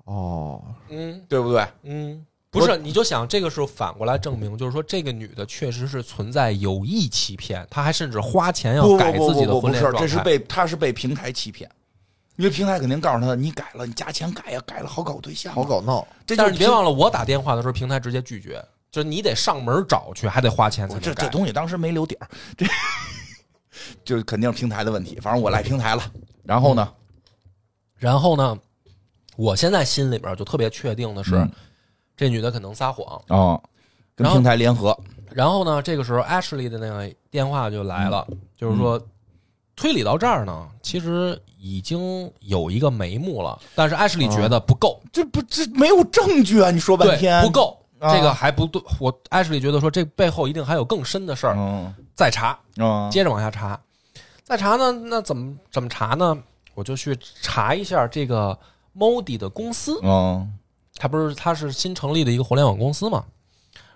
[SPEAKER 2] 哦，
[SPEAKER 1] 嗯
[SPEAKER 3] 对不对？
[SPEAKER 1] 嗯，不是，你就想这个时候反过来证明，就是说这个女的确实是存在有意欺骗，她还甚至花钱要
[SPEAKER 3] 不
[SPEAKER 1] 改
[SPEAKER 3] 不
[SPEAKER 1] 自己
[SPEAKER 3] 不
[SPEAKER 1] 的婚
[SPEAKER 3] 不不不
[SPEAKER 1] 恋
[SPEAKER 3] 是
[SPEAKER 1] 状，态。
[SPEAKER 3] 这是被他是被平台欺骗，因为平台肯定告诉他你改了，你加钱改呀，改了好搞对象，啊
[SPEAKER 2] 好，搞闹，
[SPEAKER 3] 这就
[SPEAKER 1] 但是你别
[SPEAKER 3] 平
[SPEAKER 1] 忘了，我打电话的时候，平台直接拒绝，就是你得上门找去，还得花钱才
[SPEAKER 3] 我
[SPEAKER 1] 能
[SPEAKER 3] 这
[SPEAKER 1] 改
[SPEAKER 3] 这东西当时没留底儿，这 就是肯定是平台的问题。反正我赖平台了。然后呢，
[SPEAKER 1] 然后呢，我现在心里边就特别确定的是，
[SPEAKER 3] 嗯
[SPEAKER 1] 这女的可能撒谎。
[SPEAKER 3] 哦，跟
[SPEAKER 1] 然后
[SPEAKER 3] 平台联合，
[SPEAKER 1] 然后呢，这个时候 Ashley 的那个电话就来
[SPEAKER 3] 嗯
[SPEAKER 1] 了，就是说，推理到这儿呢，其实已经有一个眉目了，但是 Ashley 觉得不够，
[SPEAKER 3] 这不这没有证据啊！你说啊半天
[SPEAKER 1] 对，不，够。
[SPEAKER 3] 啊
[SPEAKER 1] 这个还不对，我 Ashley 觉得说这背后一定还有更深的事儿，
[SPEAKER 3] 嗯
[SPEAKER 1] 再查，
[SPEAKER 3] 嗯，
[SPEAKER 1] 接着往下查，再查呢，那怎么怎么查呢？我就去查一下这个 Modi 的公司，
[SPEAKER 3] 嗯
[SPEAKER 1] 它不是它是新成立的一个互联网公司嘛？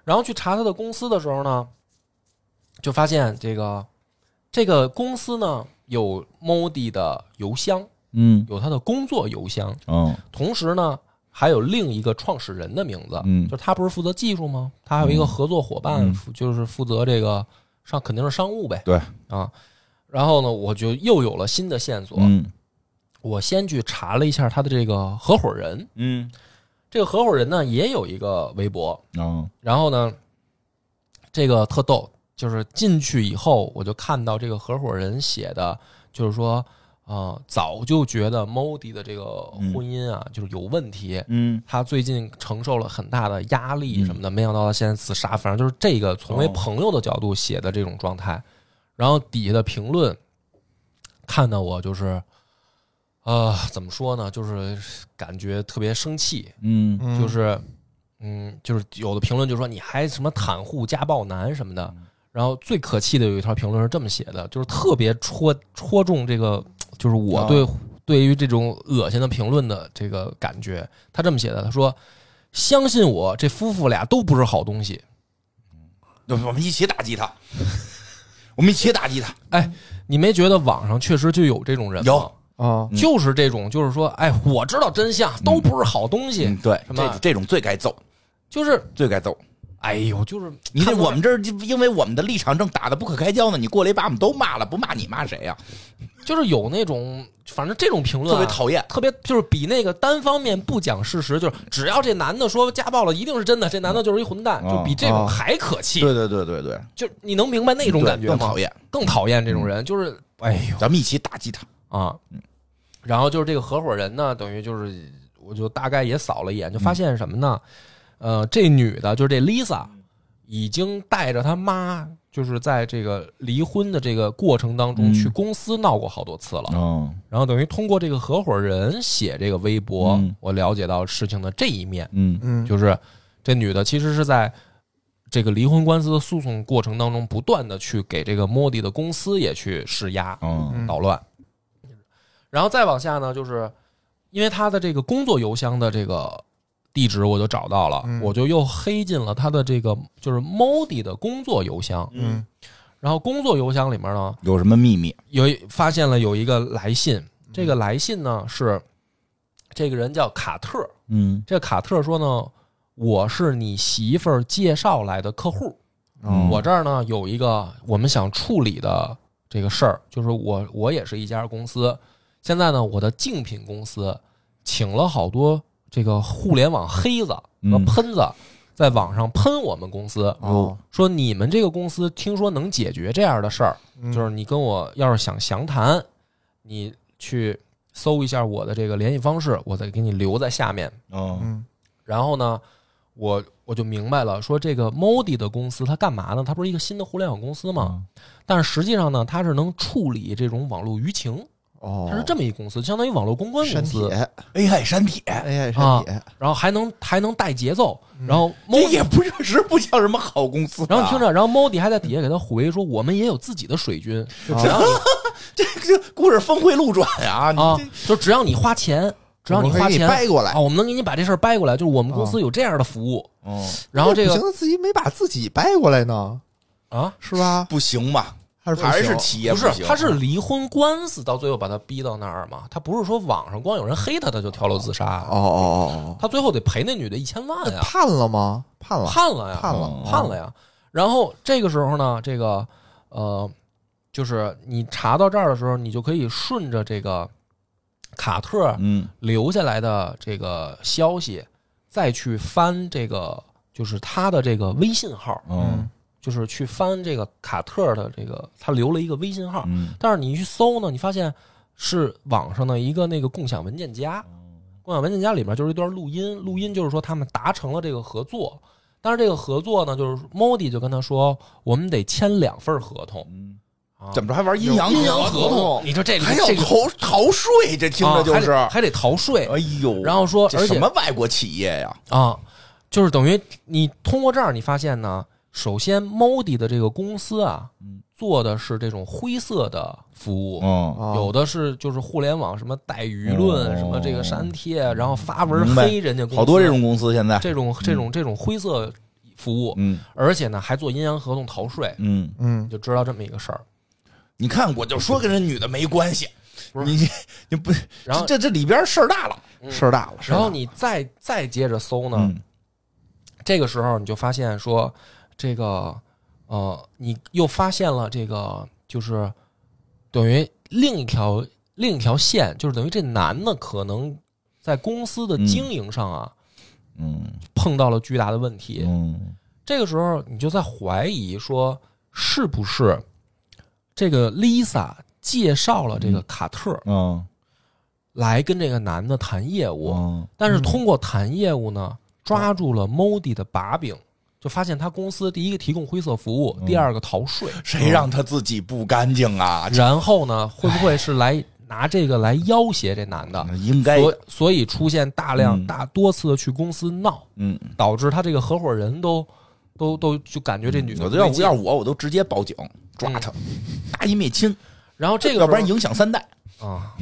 [SPEAKER 1] 然后去查它的公司的时候呢，就发现这个这个公司呢有 Modi 的邮箱，
[SPEAKER 3] 嗯
[SPEAKER 1] 有他的工作邮箱，
[SPEAKER 3] 嗯
[SPEAKER 1] 同时呢还有另一个创始人的名字，
[SPEAKER 3] 嗯
[SPEAKER 1] 就是他不是负责技术吗？他还有一个合作伙伴，
[SPEAKER 3] 嗯
[SPEAKER 1] 负就是负责这个商，肯定是商务呗。
[SPEAKER 3] 对
[SPEAKER 1] 啊，然后呢，我就又有了新的线索。
[SPEAKER 3] 嗯
[SPEAKER 1] 我先去查了一下他的这个合伙人，
[SPEAKER 3] 嗯
[SPEAKER 1] 这个合伙人呢也有一个微博，
[SPEAKER 3] 嗯
[SPEAKER 1] 然后呢，这个特逗，就是进去以后我就看到这个合伙人写的，就是说。呃，早就觉得 Modi 的这个婚姻啊，就是有问题，
[SPEAKER 3] 嗯
[SPEAKER 1] 他最近承受了很大的压力什么的，没想到他现在自杀。反正就是这个从为朋友的角度写的这种状态，然后底下的评论看到我就是，呃，怎么说呢？就是感觉特别生气，
[SPEAKER 3] 嗯
[SPEAKER 2] 嗯
[SPEAKER 1] 就是嗯，就是有的评论就说你还什么袒护家暴男什么的。
[SPEAKER 3] 嗯
[SPEAKER 1] 然后最可气的有一条评论是这么写的，就是特别戳戳中这个，就是我
[SPEAKER 3] 啊
[SPEAKER 1] 对、对于这种恶心的评论的这个感觉。他这么写的，他说：“相信我，这夫妇俩都不是好东西。
[SPEAKER 3] 我们一起打击他， 我们一起打击他。”
[SPEAKER 1] 哎你没觉得网上确实就有这种人吗？
[SPEAKER 3] 嗯有
[SPEAKER 2] 啊，
[SPEAKER 3] 嗯
[SPEAKER 1] 就是这种，就是说，哎，我知道真相，都不是好东西，
[SPEAKER 3] 嗯，对，
[SPEAKER 1] 什么
[SPEAKER 3] 这这种最该揍，
[SPEAKER 1] 就是，
[SPEAKER 3] 最该揍。
[SPEAKER 1] 哎呦，就是
[SPEAKER 3] 你这
[SPEAKER 1] 看不
[SPEAKER 3] 我们这儿因为我们的立场正打得不可开交呢，你过来把我们都骂了，不骂你骂谁呀、啊
[SPEAKER 1] 就是有那种，反正这种评论
[SPEAKER 3] 特
[SPEAKER 1] 啊、
[SPEAKER 3] 别讨厌。
[SPEAKER 1] 特别就是比那个单方面不讲事实，就是只要这男的说家暴了，一定是真的，这男的就是一混蛋，
[SPEAKER 3] 嗯
[SPEAKER 1] 就比这种
[SPEAKER 2] 哦
[SPEAKER 1] 还可气。
[SPEAKER 3] 对对对对对，
[SPEAKER 1] 就你能明白那种感觉吗？
[SPEAKER 3] 更讨，厌。
[SPEAKER 1] 更讨厌这种
[SPEAKER 3] 嗯
[SPEAKER 1] 人，就是哎呦
[SPEAKER 3] 咱们一起打击他。
[SPEAKER 1] 啊。
[SPEAKER 3] 嗯
[SPEAKER 1] 然后就是这个合伙人呢，等于就是我就大概也扫了一眼，就
[SPEAKER 3] 嗯
[SPEAKER 1] 发现什么呢？呃，这女的就是这 Lisa，已经带着她妈，就是在这个离婚的这个过程当中
[SPEAKER 3] 嗯
[SPEAKER 1] 去公司闹过好多次了。
[SPEAKER 3] 嗯
[SPEAKER 1] 然后等于通过这个合伙人写这个微博，
[SPEAKER 3] 嗯
[SPEAKER 1] 我了解到事情的这一面，
[SPEAKER 3] 嗯
[SPEAKER 2] 嗯，
[SPEAKER 1] 就是这女的其实是在这个离婚官司的诉讼过程当中，不断的去给这个莫迪的公司也去施压、
[SPEAKER 3] 嗯
[SPEAKER 2] 嗯
[SPEAKER 1] 捣乱。然后再往下呢，就是因为他的这个工作邮箱的这个地址我就找到了，
[SPEAKER 2] 嗯
[SPEAKER 1] 我就又黑进了他的这个就是莫迪的工作邮箱。
[SPEAKER 2] 嗯，
[SPEAKER 1] 然后工作邮箱里面呢，
[SPEAKER 3] 有什么秘密？
[SPEAKER 1] 有一发现了有一个来信，
[SPEAKER 3] 嗯
[SPEAKER 1] 这个来信呢是这个人叫卡特，
[SPEAKER 3] 嗯
[SPEAKER 1] 这个卡特说呢，我是你媳妇儿介绍来的客户，
[SPEAKER 3] 嗯
[SPEAKER 2] 哦
[SPEAKER 1] 我这儿呢有一个我们想处理的这个事儿，就是我我也是一家公司，现在呢我的竞品公司请了好多这个互联网黑子和
[SPEAKER 3] 嗯
[SPEAKER 1] 喷子。在网上喷我们公司，
[SPEAKER 2] 哦，
[SPEAKER 1] 说你们这个公司听说能解决这样的事儿，
[SPEAKER 2] 嗯
[SPEAKER 1] 就是你跟我要是想详谈，你去搜一下我的这个联系方式，我再给你留在下面。
[SPEAKER 3] 嗯
[SPEAKER 2] 嗯
[SPEAKER 1] 然后呢，我我就明白了，说这个 Modi 的公司它干嘛呢？它不是一个新的互联网公司吗？
[SPEAKER 2] 嗯
[SPEAKER 1] 但是实际上呢，它是能处理这种网络舆情，
[SPEAKER 2] 哦，
[SPEAKER 1] 它是这么一公司，相当于网络公关
[SPEAKER 2] 删
[SPEAKER 1] 公司，
[SPEAKER 2] 帖
[SPEAKER 3] ，AI 删帖，
[SPEAKER 2] ，AI
[SPEAKER 1] 啊
[SPEAKER 2] 删帖，
[SPEAKER 1] 然后还能还能带节奏，
[SPEAKER 2] 嗯
[SPEAKER 1] 然后
[SPEAKER 3] 这
[SPEAKER 1] Modi。
[SPEAKER 3] 也不确实不像什么好公司啊。
[SPEAKER 1] 然后你听着，然后 Modi 还在底下给他回说：“我们也有自己的水军，就只要你
[SPEAKER 3] 这这故事峰回路转呀！你
[SPEAKER 1] 啊
[SPEAKER 3] 这，
[SPEAKER 1] 就只要你花钱，只要
[SPEAKER 2] 嗯我
[SPEAKER 1] 你
[SPEAKER 2] 可以
[SPEAKER 1] 花
[SPEAKER 2] 给你
[SPEAKER 1] 钱
[SPEAKER 2] 掰过来啊
[SPEAKER 1] 啊，我们能给你把这事儿掰过来，就是我们公司有这样的服务。
[SPEAKER 3] 哦
[SPEAKER 1] 然后这
[SPEAKER 2] 不行
[SPEAKER 1] 个
[SPEAKER 2] 他自己没把自己掰过来呢，
[SPEAKER 1] 啊，
[SPEAKER 2] 是吧？
[SPEAKER 3] 不行吧？
[SPEAKER 2] 还是
[SPEAKER 3] 还是
[SPEAKER 2] 不行
[SPEAKER 3] 企业
[SPEAKER 1] 不是，
[SPEAKER 3] 行啊
[SPEAKER 1] 他是离婚官司到最后把他逼到那儿嘛，他不是说网上光有人黑他，他就跳楼自杀啊
[SPEAKER 2] 哦，哦哦
[SPEAKER 1] 他最后得赔那女的一千万
[SPEAKER 2] 哦，
[SPEAKER 1] 呀，
[SPEAKER 2] 判了吗？判了，
[SPEAKER 1] 判了呀，哦
[SPEAKER 2] 判了，
[SPEAKER 3] 嗯
[SPEAKER 1] 判了呀。然后这个时候呢，这个呃，就是你查到这儿的时候，你就可以顺着这个卡特
[SPEAKER 3] 嗯
[SPEAKER 1] 留下来的这个消息，再去翻这个就是他的这个微信号，
[SPEAKER 3] 嗯
[SPEAKER 1] 就是去翻这个卡特的这个他留了一个微信号，
[SPEAKER 3] 嗯
[SPEAKER 1] 但是你一去搜呢，你发现是网上的一个那个共享文件夹，
[SPEAKER 3] 哦
[SPEAKER 1] 共享文件夹里面就是一段录音，录音就是说他们达成了这个合作，但是这个合作呢，就是 Modi 就跟他说，我们得签两份合同，
[SPEAKER 3] 嗯，
[SPEAKER 1] 啊、
[SPEAKER 3] 怎么着还玩阴阳
[SPEAKER 2] 阴阳
[SPEAKER 3] 合
[SPEAKER 2] 合同
[SPEAKER 1] 你说这个
[SPEAKER 3] 还要
[SPEAKER 1] 这个
[SPEAKER 3] 逃逃税，这听着就
[SPEAKER 1] 啊
[SPEAKER 3] 是，
[SPEAKER 1] 还得还得逃税，
[SPEAKER 3] 哎呦，
[SPEAKER 1] 然后说，
[SPEAKER 3] 这
[SPEAKER 1] 而
[SPEAKER 3] 什
[SPEAKER 1] 且
[SPEAKER 3] 么外国企业呀？
[SPEAKER 1] 啊，就是等于你通过这儿，你发现呢，首先 Modi 的这个公司啊
[SPEAKER 3] 嗯，
[SPEAKER 1] 做的是这种灰色的服务，
[SPEAKER 3] 嗯
[SPEAKER 2] 哦
[SPEAKER 1] 有的是就是互联网什么带舆论，
[SPEAKER 3] 哦
[SPEAKER 1] 什么这个删帖，然后发文
[SPEAKER 3] 明白
[SPEAKER 1] 黑人家公司，
[SPEAKER 3] 好多这种公司现在，
[SPEAKER 1] 这种这种这种灰色服务，
[SPEAKER 3] 嗯
[SPEAKER 1] 而且呢还做阴阳合同逃税，
[SPEAKER 3] 嗯，
[SPEAKER 2] 嗯
[SPEAKER 1] 你，就知道这么一个事儿。
[SPEAKER 3] 你看我就说跟这女的没关系，
[SPEAKER 1] 不是
[SPEAKER 3] 你 你不，
[SPEAKER 1] 然后
[SPEAKER 3] 这这这里边事儿大了，
[SPEAKER 1] 嗯
[SPEAKER 2] 事儿大了。事儿
[SPEAKER 1] 然
[SPEAKER 2] 大
[SPEAKER 1] 后
[SPEAKER 2] 了
[SPEAKER 1] 你再再接着搜呢，
[SPEAKER 3] 啊嗯
[SPEAKER 1] 这个时候你就发现说，这个呃，你又发现了这个就是等于另一条另一条线，就是等于这男的可能在公司的经营上啊、
[SPEAKER 3] 嗯
[SPEAKER 1] 碰到了巨大的问题。
[SPEAKER 3] 嗯
[SPEAKER 1] 这个时候你就在怀疑说，是不是这个 Lisa 介绍了这个卡特
[SPEAKER 3] 嗯
[SPEAKER 1] 来跟这个男的谈业务？
[SPEAKER 3] 嗯
[SPEAKER 1] 但是通过谈业务呢，抓住了 Modi 的把柄，就发现他公司第一个提供灰色服
[SPEAKER 3] 嗯
[SPEAKER 1] 务，第二个逃税，
[SPEAKER 3] 谁让他自己不干净啊？
[SPEAKER 1] 然后呢，会不会是来拿这个来要挟这男的？
[SPEAKER 3] 应该，
[SPEAKER 1] 所所以出现大量
[SPEAKER 3] 嗯
[SPEAKER 1] 大多次的去公司闹，
[SPEAKER 3] 嗯，
[SPEAKER 1] 导致他这个合伙人都都都就感觉这女的
[SPEAKER 3] 嗯我
[SPEAKER 1] 不
[SPEAKER 3] 都要
[SPEAKER 1] 对
[SPEAKER 3] 不
[SPEAKER 1] 劲
[SPEAKER 3] 要我，我都直接报警抓他，大义灭亲，
[SPEAKER 1] 然后这个
[SPEAKER 3] 要不然
[SPEAKER 1] 时
[SPEAKER 3] 影响三代
[SPEAKER 1] 候啊，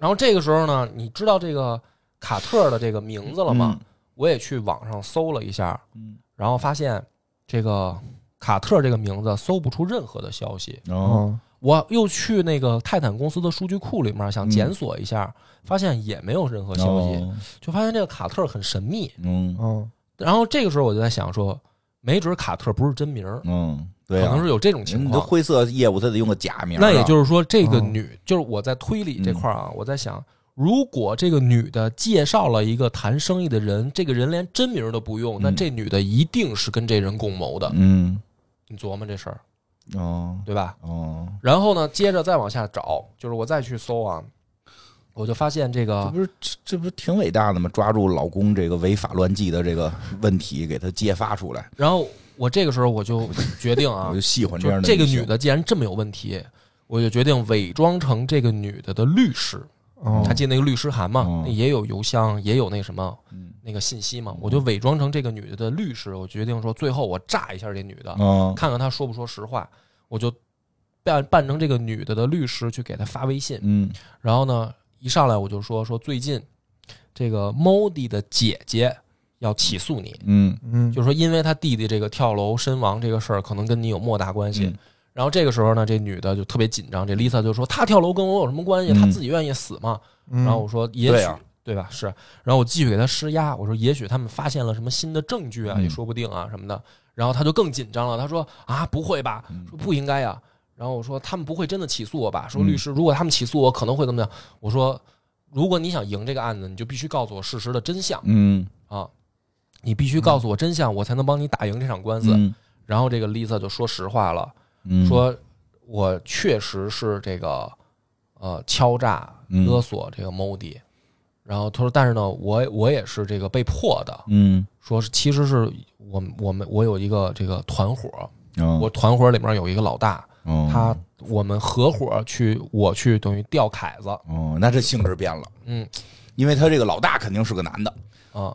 [SPEAKER 1] 然后这个时候呢，你知道这个卡特的这个名字了吗？？我也去网上搜了一下，
[SPEAKER 3] 嗯，
[SPEAKER 1] 然后发现这个卡特这个名字搜不出任何的消息。
[SPEAKER 3] 然
[SPEAKER 2] 嗯
[SPEAKER 1] 我又去那个泰坦公司的数据库里面想检索一下，
[SPEAKER 3] 嗯
[SPEAKER 1] 发现也没有任何消息，，
[SPEAKER 3] 哦
[SPEAKER 1] 就发现这个卡特很神秘。
[SPEAKER 3] 嗯
[SPEAKER 2] 嗯
[SPEAKER 1] 然后这个时候我就在想说，没准卡特不是真名儿，
[SPEAKER 3] 嗯，对
[SPEAKER 1] 可
[SPEAKER 3] 呀
[SPEAKER 1] 能，是有这种情
[SPEAKER 3] 你的
[SPEAKER 1] 况。
[SPEAKER 3] 灰色业务他得用个假名啊，嗯
[SPEAKER 1] 那也就是说，这个
[SPEAKER 2] 哦
[SPEAKER 1] 女就是我在推理这块儿啊，我在想，如果这个女的介绍了一个谈生意的人，这个人连真名儿都不用，那
[SPEAKER 3] 嗯
[SPEAKER 1] 这女的一定是跟这人共谋的。
[SPEAKER 3] 嗯
[SPEAKER 1] 你琢磨这事儿，
[SPEAKER 3] 哦
[SPEAKER 1] 对吧？
[SPEAKER 3] 哦，
[SPEAKER 1] 然后呢，接着再往下找，就是我再去搜啊，我就发现这
[SPEAKER 3] 这
[SPEAKER 1] 个
[SPEAKER 3] 不是这这不是挺伟大的吗？抓住老公这个违法乱纪的这个问题，给他揭发出来，
[SPEAKER 1] 然后我这个时候我就决定啊
[SPEAKER 3] 我就，喜欢这
[SPEAKER 1] 就
[SPEAKER 3] 样
[SPEAKER 1] 是
[SPEAKER 3] 的
[SPEAKER 1] 这个女
[SPEAKER 3] 性
[SPEAKER 1] 的既然这么有问题，我就决定伪装成这个女的的律师。
[SPEAKER 3] 哦
[SPEAKER 2] 嗯
[SPEAKER 1] 她进那个律师函嘛
[SPEAKER 3] 嗯，
[SPEAKER 1] 那也有邮箱，也有那什么
[SPEAKER 3] 嗯
[SPEAKER 1] 那个信息嘛，我就伪装成这个女的的律师。我决定说，最后我炸一下这女的，
[SPEAKER 3] 嗯
[SPEAKER 1] 看看她说不说实话。我就扮扮成这个女的的律师去给她发微信，
[SPEAKER 3] 嗯
[SPEAKER 1] 然后呢，一上来我就说说最近这个 Modi 的姐姐要起诉你，
[SPEAKER 3] 嗯
[SPEAKER 2] 嗯，
[SPEAKER 1] 就是说因为他弟弟这个跳楼身亡这个事儿，可能跟你有莫大关
[SPEAKER 3] 嗯
[SPEAKER 1] 系。然后这个时候呢，这女的就特别紧张，这 Lisa 就说她跳楼跟我有什么关系？
[SPEAKER 3] 嗯
[SPEAKER 1] 她自己愿意死嘛。
[SPEAKER 2] 嗯
[SPEAKER 1] 然后我说也许
[SPEAKER 3] 对啊
[SPEAKER 1] 对吧？是。然后我继续给她施压，我说也许他们发现了什么新的证据啊，
[SPEAKER 3] 嗯
[SPEAKER 1] 也说不定啊什么的。然后她就更紧张了，她说啊不会吧，说不应该呀、然后我说他们不会真的起诉我吧？说
[SPEAKER 3] 嗯
[SPEAKER 1] 律师，如果他们起诉我，可能会怎么样？我说，如果你想赢这个案子，你就必须告诉我事实的真相
[SPEAKER 3] 嗯
[SPEAKER 1] 啊！你必须告诉我真相，我才能帮你打赢这场官司。
[SPEAKER 3] 嗯
[SPEAKER 1] 然后这个 Lisa 就说实话了，
[SPEAKER 3] 嗯
[SPEAKER 1] 说我确实是这个呃敲诈
[SPEAKER 3] 嗯
[SPEAKER 1] 勒索这个 Modi，、然后他说，但是呢，我我也是这个被迫的，
[SPEAKER 3] 嗯
[SPEAKER 1] 说是其实是我们我们我有一个这个团伙，
[SPEAKER 3] 哦
[SPEAKER 1] 我团伙里面有一个老大，
[SPEAKER 3] 哦
[SPEAKER 1] 他我们合伙去，我去等于钓凯子，
[SPEAKER 3] 哦，那这性质变了，
[SPEAKER 1] 嗯
[SPEAKER 3] 因为他这个老大肯定是个男的，
[SPEAKER 1] 啊，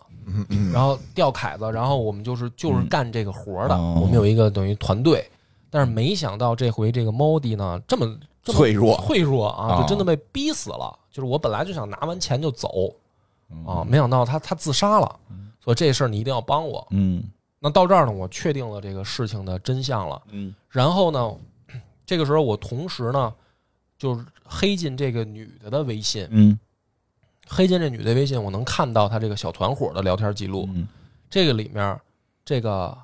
[SPEAKER 3] 嗯
[SPEAKER 1] 然后钓凯子，然后我们就是就是干这个活的，
[SPEAKER 3] 哦
[SPEAKER 1] 我们有一个等于团队，但是没想到这回这个 Modi 呢这么这么
[SPEAKER 3] 脆弱，
[SPEAKER 1] 脆弱啊，
[SPEAKER 3] 啊
[SPEAKER 1] 就真的被逼死了。就是我本来就想拿完钱就走
[SPEAKER 3] 哦
[SPEAKER 1] 啊，没想到他他自杀了，所以这事儿你一定要帮我。
[SPEAKER 3] 嗯
[SPEAKER 1] 那到这儿呢，我确定了这个事情的真相了，
[SPEAKER 3] 嗯
[SPEAKER 1] 然后呢，这个时候我同时呢，就是黑进这个女的的微信，
[SPEAKER 3] 嗯，
[SPEAKER 1] 黑进这女的微信，我能看到她这个小团伙的聊天记录。
[SPEAKER 3] 嗯
[SPEAKER 1] 这个里面，这个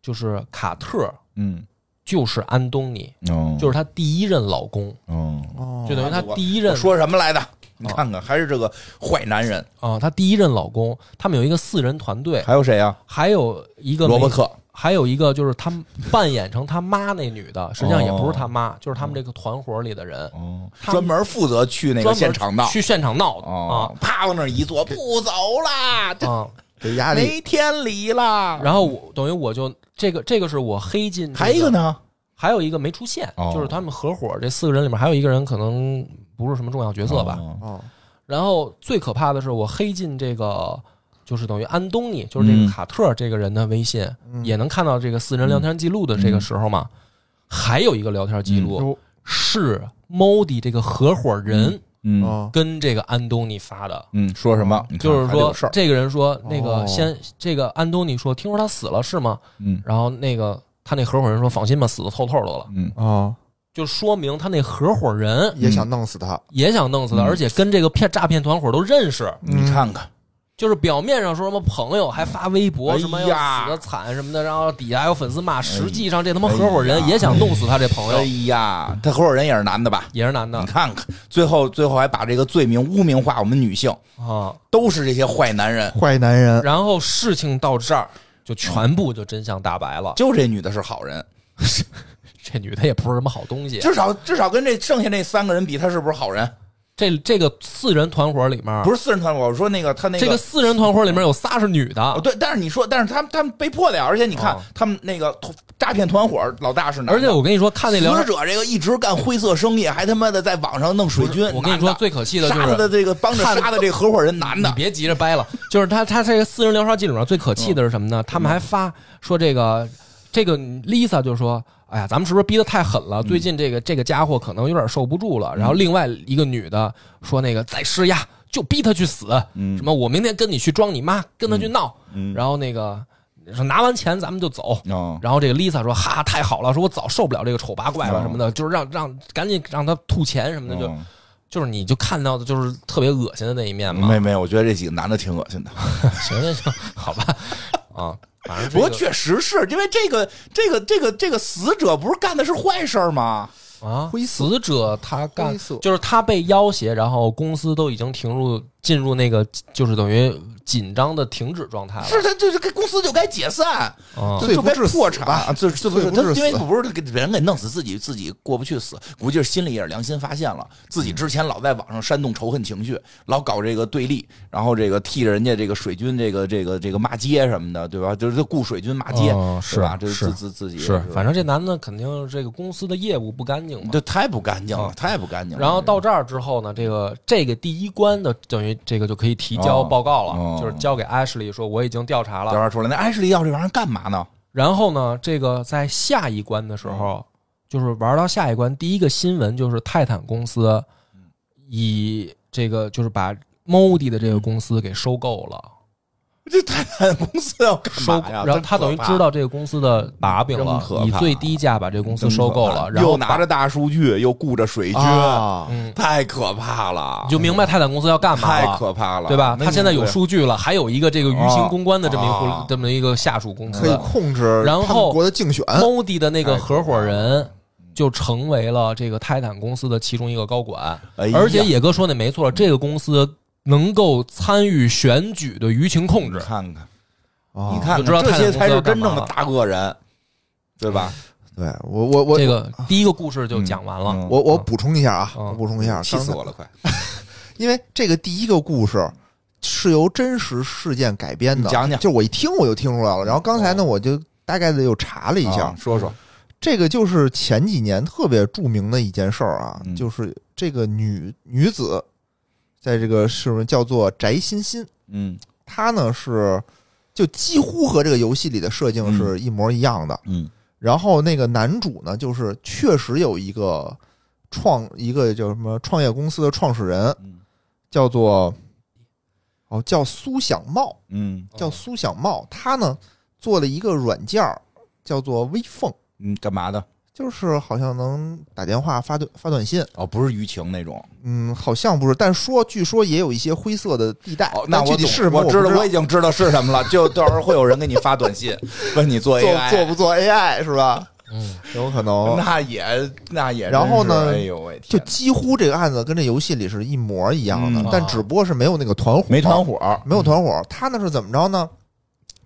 [SPEAKER 1] 就是卡特，
[SPEAKER 3] 嗯，
[SPEAKER 1] 就是安东尼，
[SPEAKER 3] 哦，
[SPEAKER 1] 就是
[SPEAKER 3] 是
[SPEAKER 1] 她第一任老公，
[SPEAKER 3] 哦，
[SPEAKER 2] 哦
[SPEAKER 1] 就等于她第一任
[SPEAKER 3] 我说什么来的？你
[SPEAKER 1] 哦
[SPEAKER 3] 看看，还是这个坏男人，
[SPEAKER 1] 啊，她第一任老公，他们有一个四人团队，
[SPEAKER 3] 还有谁呀？
[SPEAKER 1] 还有一个
[SPEAKER 3] 罗伯
[SPEAKER 1] 哎美
[SPEAKER 3] 特，
[SPEAKER 1] 还有一个就是他们扮演成他妈那女的，实际上也不
[SPEAKER 3] 哦
[SPEAKER 1] 是他妈，就是他们这个团伙里的人，
[SPEAKER 3] 哦，
[SPEAKER 1] 他
[SPEAKER 3] 专
[SPEAKER 1] 们
[SPEAKER 3] 门负责去那个
[SPEAKER 1] 专门
[SPEAKER 3] 现场闹，
[SPEAKER 1] 去现场闹的
[SPEAKER 3] 哦
[SPEAKER 1] 啊，
[SPEAKER 3] 啪往那儿一坐，不走啦，这
[SPEAKER 1] 啊！
[SPEAKER 2] 这压力
[SPEAKER 3] 没天理啦。
[SPEAKER 1] 然后我等于我就这个这个是我黑进这，
[SPEAKER 3] 还有一个呢，
[SPEAKER 1] 还有一个没出现
[SPEAKER 3] 哦，
[SPEAKER 1] 就是他们合伙这四个人里面还有一个人可能不是什么重要角色吧。
[SPEAKER 3] 哦
[SPEAKER 2] 哦，
[SPEAKER 1] 然后最可怕的是我黑进这个。就是等于安东尼，就是这
[SPEAKER 3] 嗯
[SPEAKER 1] 个卡特这个人的微信，
[SPEAKER 2] 嗯
[SPEAKER 1] 也能看到这个四人聊天记录的这个
[SPEAKER 3] 嗯
[SPEAKER 1] 时候嘛，还有一个聊天记录、
[SPEAKER 2] 哟
[SPEAKER 1] 是 Modi 这个合伙人
[SPEAKER 3] 嗯
[SPEAKER 2] 哦
[SPEAKER 1] 跟这个安东尼发的，
[SPEAKER 3] 嗯，说什么？你看
[SPEAKER 1] 就是
[SPEAKER 3] 还得
[SPEAKER 1] 说
[SPEAKER 3] 有事儿，
[SPEAKER 1] 这个人说那
[SPEAKER 2] 哦
[SPEAKER 1] 个先这个安东尼说，听说他死了是吗？
[SPEAKER 3] 嗯
[SPEAKER 1] 然后那个他那合伙人说，放心吧，死的透透的了，
[SPEAKER 3] 嗯
[SPEAKER 2] 哦，
[SPEAKER 1] 就说明他那合伙人
[SPEAKER 2] 也想弄死他，
[SPEAKER 1] 也想弄死他，
[SPEAKER 3] 嗯
[SPEAKER 1] 而且跟这个骗诈骗团伙都认识，
[SPEAKER 3] 你看看，
[SPEAKER 1] 就是表面上说什么朋友，还发微
[SPEAKER 3] 哎
[SPEAKER 1] 博
[SPEAKER 3] 呀
[SPEAKER 1] 什么要死的惨什么的，然后底下还有粉丝骂，实际上这他妈
[SPEAKER 3] 哎呀
[SPEAKER 1] 合伙人也想弄死他这朋
[SPEAKER 3] 哎
[SPEAKER 1] 友，
[SPEAKER 3] 呀，他合伙人也是男的吧？
[SPEAKER 1] 也是男的
[SPEAKER 3] 你看看，最后最后还把这个罪名污名化我们女性，
[SPEAKER 1] 啊。
[SPEAKER 3] 都是这些坏男人。
[SPEAKER 2] 坏男人，
[SPEAKER 1] 然后事情到这儿就全部就真相大白了，
[SPEAKER 3] 就这女的是好人，
[SPEAKER 1] 这女的也不是什么好东西，
[SPEAKER 3] 至少至少跟这剩下那三个人比，她是不是好人？
[SPEAKER 1] 这这个四人团伙里面，
[SPEAKER 3] 不
[SPEAKER 1] 是
[SPEAKER 3] 是私人团伙，我说那个他那
[SPEAKER 1] 这个四人团伙里面有仨是女
[SPEAKER 3] 哦，
[SPEAKER 1] 的，
[SPEAKER 3] 对，但是你说，但是他们他们被迫的呀，而且你看、
[SPEAKER 1] 啊哦
[SPEAKER 3] 他们那个诈骗团伙老大是男的，
[SPEAKER 1] 而且我跟你说，看那聊
[SPEAKER 3] 死
[SPEAKER 1] 天，
[SPEAKER 3] 者这个一直干灰色生意，还他妈的在网上弄水军。
[SPEAKER 1] 我跟你
[SPEAKER 3] 男
[SPEAKER 1] 说
[SPEAKER 3] 的
[SPEAKER 1] 最可气的就
[SPEAKER 3] 杀了的
[SPEAKER 1] 是。
[SPEAKER 3] 这个帮着
[SPEAKER 1] 看
[SPEAKER 3] 杀的这个合伙人男
[SPEAKER 1] 你
[SPEAKER 3] 的，
[SPEAKER 1] 别急着掰了，就是他，他这个四人聊天记里面最可气的是什么
[SPEAKER 3] 嗯
[SPEAKER 1] 呢？他们还发说这个，这个 Lisa 就说：“哎呀，咱们是不是逼得太狠
[SPEAKER 3] 嗯
[SPEAKER 1] 了？最近这个这个家伙可能有点受不住了。”然后另外一个女的说：“那个再施压，就逼他去死。
[SPEAKER 3] 嗯
[SPEAKER 1] 什么我明天跟你去装你妈，跟他去闹。
[SPEAKER 3] 嗯
[SPEAKER 1] 然后那个说拿完钱咱们就走。
[SPEAKER 3] 哦，
[SPEAKER 1] 然后这个 Lisa 说：“哈，太好了，说我早受不了这个丑八怪了
[SPEAKER 3] 哦
[SPEAKER 1] 什么的，就是让让赶紧让他吐钱什么的，
[SPEAKER 3] 嗯
[SPEAKER 1] 就就是你就看到的就是特别恶心的那一面嘛。
[SPEAKER 3] 没没，我觉得这几个男的挺恶心的。
[SPEAKER 1] 行行行，好吧，啊，反正
[SPEAKER 3] 不
[SPEAKER 1] 这
[SPEAKER 3] 过
[SPEAKER 1] 个
[SPEAKER 3] 确实是因为这个这个这个这个死者不是干的是坏事儿吗？
[SPEAKER 1] 啊，
[SPEAKER 2] 灰色
[SPEAKER 1] 死者他干
[SPEAKER 2] 灰色
[SPEAKER 1] 就是他被要挟，然后公司都已经停入进入那个就是等于紧张的停止状态了
[SPEAKER 3] 是他就是该公司就该解散，
[SPEAKER 1] 啊。
[SPEAKER 3] 就
[SPEAKER 2] 罪
[SPEAKER 3] 就
[SPEAKER 2] 不
[SPEAKER 3] 该
[SPEAKER 2] 至死
[SPEAKER 3] 破产
[SPEAKER 2] 吧，
[SPEAKER 3] 这这不
[SPEAKER 2] 罪
[SPEAKER 3] 是
[SPEAKER 2] 不
[SPEAKER 3] 他
[SPEAKER 2] 至，死
[SPEAKER 3] 因为不是给人给弄死，自己自己过不去死，估计是心里也是良心发现了，自己之前老在网上煽动仇恨情绪，老搞这个对立，然后这个替着人家这个水军这个这个这个骂街什么的，对吧？就是雇水军骂街，
[SPEAKER 1] 哦
[SPEAKER 3] 对吧？
[SPEAKER 1] 是
[SPEAKER 3] 这
[SPEAKER 1] 是
[SPEAKER 3] 自自自己
[SPEAKER 1] 是，反
[SPEAKER 3] 正
[SPEAKER 1] 正这男的肯定这个公司的业务不干净嘛。
[SPEAKER 3] 这太不干净了
[SPEAKER 1] 啊，
[SPEAKER 3] 太不干净了。
[SPEAKER 1] 然后到这儿之后呢，这个这个第一关的等于这个就可以提交
[SPEAKER 3] 哦
[SPEAKER 1] 报告了，
[SPEAKER 3] 哦
[SPEAKER 1] 就是交给 Ashley 说我已经调查了。
[SPEAKER 3] 聊天出来，那艾什利要这玩意儿干嘛呢？
[SPEAKER 1] 然后呢，这个在下一关的时
[SPEAKER 3] 嗯
[SPEAKER 1] 候，就是玩到下一关，第一个新闻就是泰坦公司
[SPEAKER 3] 嗯
[SPEAKER 1] 以这个就是把 Modi 的这个公司给收购了，
[SPEAKER 3] 这泰坦公司要干
[SPEAKER 1] 收
[SPEAKER 3] 嘛
[SPEAKER 1] 购，
[SPEAKER 3] 呀？
[SPEAKER 1] 然后他
[SPEAKER 3] 真可
[SPEAKER 1] 等于
[SPEAKER 3] 怕
[SPEAKER 1] 知道这个公司的把柄
[SPEAKER 3] 真
[SPEAKER 1] 了
[SPEAKER 3] 可，怕
[SPEAKER 1] 以最低价把这个公司收购了，然后
[SPEAKER 3] 又拿着大数据，又雇着水军，
[SPEAKER 2] 啊，
[SPEAKER 1] 嗯，
[SPEAKER 3] 太可怕了
[SPEAKER 1] 你，就明白泰坦公司要干嘛了，
[SPEAKER 3] 太可怕了，
[SPEAKER 1] 对吧？
[SPEAKER 3] 那
[SPEAKER 1] 他现在有
[SPEAKER 3] 你
[SPEAKER 1] 数据了，还有一个这个舆情公关的这么一户、
[SPEAKER 3] 啊
[SPEAKER 1] 这么一个下属公
[SPEAKER 2] 可以
[SPEAKER 1] 司
[SPEAKER 2] 控制
[SPEAKER 1] 然后
[SPEAKER 2] 他们国的竞选，
[SPEAKER 1] ，Modi 的那个合伙人
[SPEAKER 3] 嗯
[SPEAKER 1] 就成为了这个泰坦公司的其中一个高管，
[SPEAKER 3] 哎呀
[SPEAKER 1] 而且野哥说那没错，这个公司能够参与选举的舆情控
[SPEAKER 3] 你
[SPEAKER 1] 制。
[SPEAKER 3] 看看，
[SPEAKER 2] 啊
[SPEAKER 3] 你看
[SPEAKER 1] 就知道
[SPEAKER 3] 看，这
[SPEAKER 1] 泰坦公
[SPEAKER 3] 些
[SPEAKER 1] 司
[SPEAKER 3] 才是
[SPEAKER 1] 要
[SPEAKER 3] 真
[SPEAKER 1] 干嘛
[SPEAKER 3] 正的大恶人，对吧？
[SPEAKER 2] 对我我我
[SPEAKER 1] 这个
[SPEAKER 3] 啊
[SPEAKER 1] 第一个故事就 讲完了，
[SPEAKER 3] 嗯
[SPEAKER 2] 我我补充一下啊，
[SPEAKER 1] 嗯
[SPEAKER 2] 我补充一下，
[SPEAKER 3] 气
[SPEAKER 2] 刚
[SPEAKER 3] 死
[SPEAKER 2] 才
[SPEAKER 3] 我了，快！
[SPEAKER 2] 因为这个第一个故事是由真实事件改编的，
[SPEAKER 3] 你讲讲
[SPEAKER 2] 就是我一听我就听出来了。然后刚才呢，我就大概的又查了一下，
[SPEAKER 3] 啊说说，
[SPEAKER 2] 这个就是前几年特别著名的一件事儿啊，
[SPEAKER 3] 嗯
[SPEAKER 2] 就是这个女女子，在这个是不是叫做翟欣欣？
[SPEAKER 3] 嗯
[SPEAKER 2] 她呢是就几乎和这个游戏里的设定是一模一样的。
[SPEAKER 3] 嗯
[SPEAKER 2] 然后那个男主呢，就是确实有一个创一个叫什么创业公司的创始人，
[SPEAKER 3] 嗯
[SPEAKER 2] 叫做哦叫苏享茂，
[SPEAKER 3] 嗯
[SPEAKER 2] 叫苏享茂，他呢做了一个软件儿叫做微凤，
[SPEAKER 3] 嗯，干嘛的？
[SPEAKER 2] 就是好像能打电话发短发短信，
[SPEAKER 3] 哦，不是舆情那种。
[SPEAKER 2] 嗯，好像不是，但说据说也有一些灰色的地带。
[SPEAKER 3] 哦，那
[SPEAKER 2] 但具
[SPEAKER 3] 我
[SPEAKER 2] 体
[SPEAKER 3] 懂
[SPEAKER 2] 是什么
[SPEAKER 3] 我
[SPEAKER 2] 我不
[SPEAKER 3] 知
[SPEAKER 2] 道，
[SPEAKER 3] 我已经知道是什么了。就到时候会有人给你发短信，问你做
[SPEAKER 2] 做
[SPEAKER 3] AI，
[SPEAKER 2] 做不做 AI 是吧？
[SPEAKER 1] 嗯，
[SPEAKER 2] 有可能。
[SPEAKER 3] 那也那也真是。
[SPEAKER 2] 然后呢
[SPEAKER 3] 哎呦喂，
[SPEAKER 2] 就
[SPEAKER 3] 天哪
[SPEAKER 2] 几乎这个案子跟这游戏里是一模一样的，
[SPEAKER 3] 嗯
[SPEAKER 2] 但只不过是没有那个团伙，
[SPEAKER 3] 没团，伙，嗯
[SPEAKER 2] 没有团伙。他那是怎么着呢？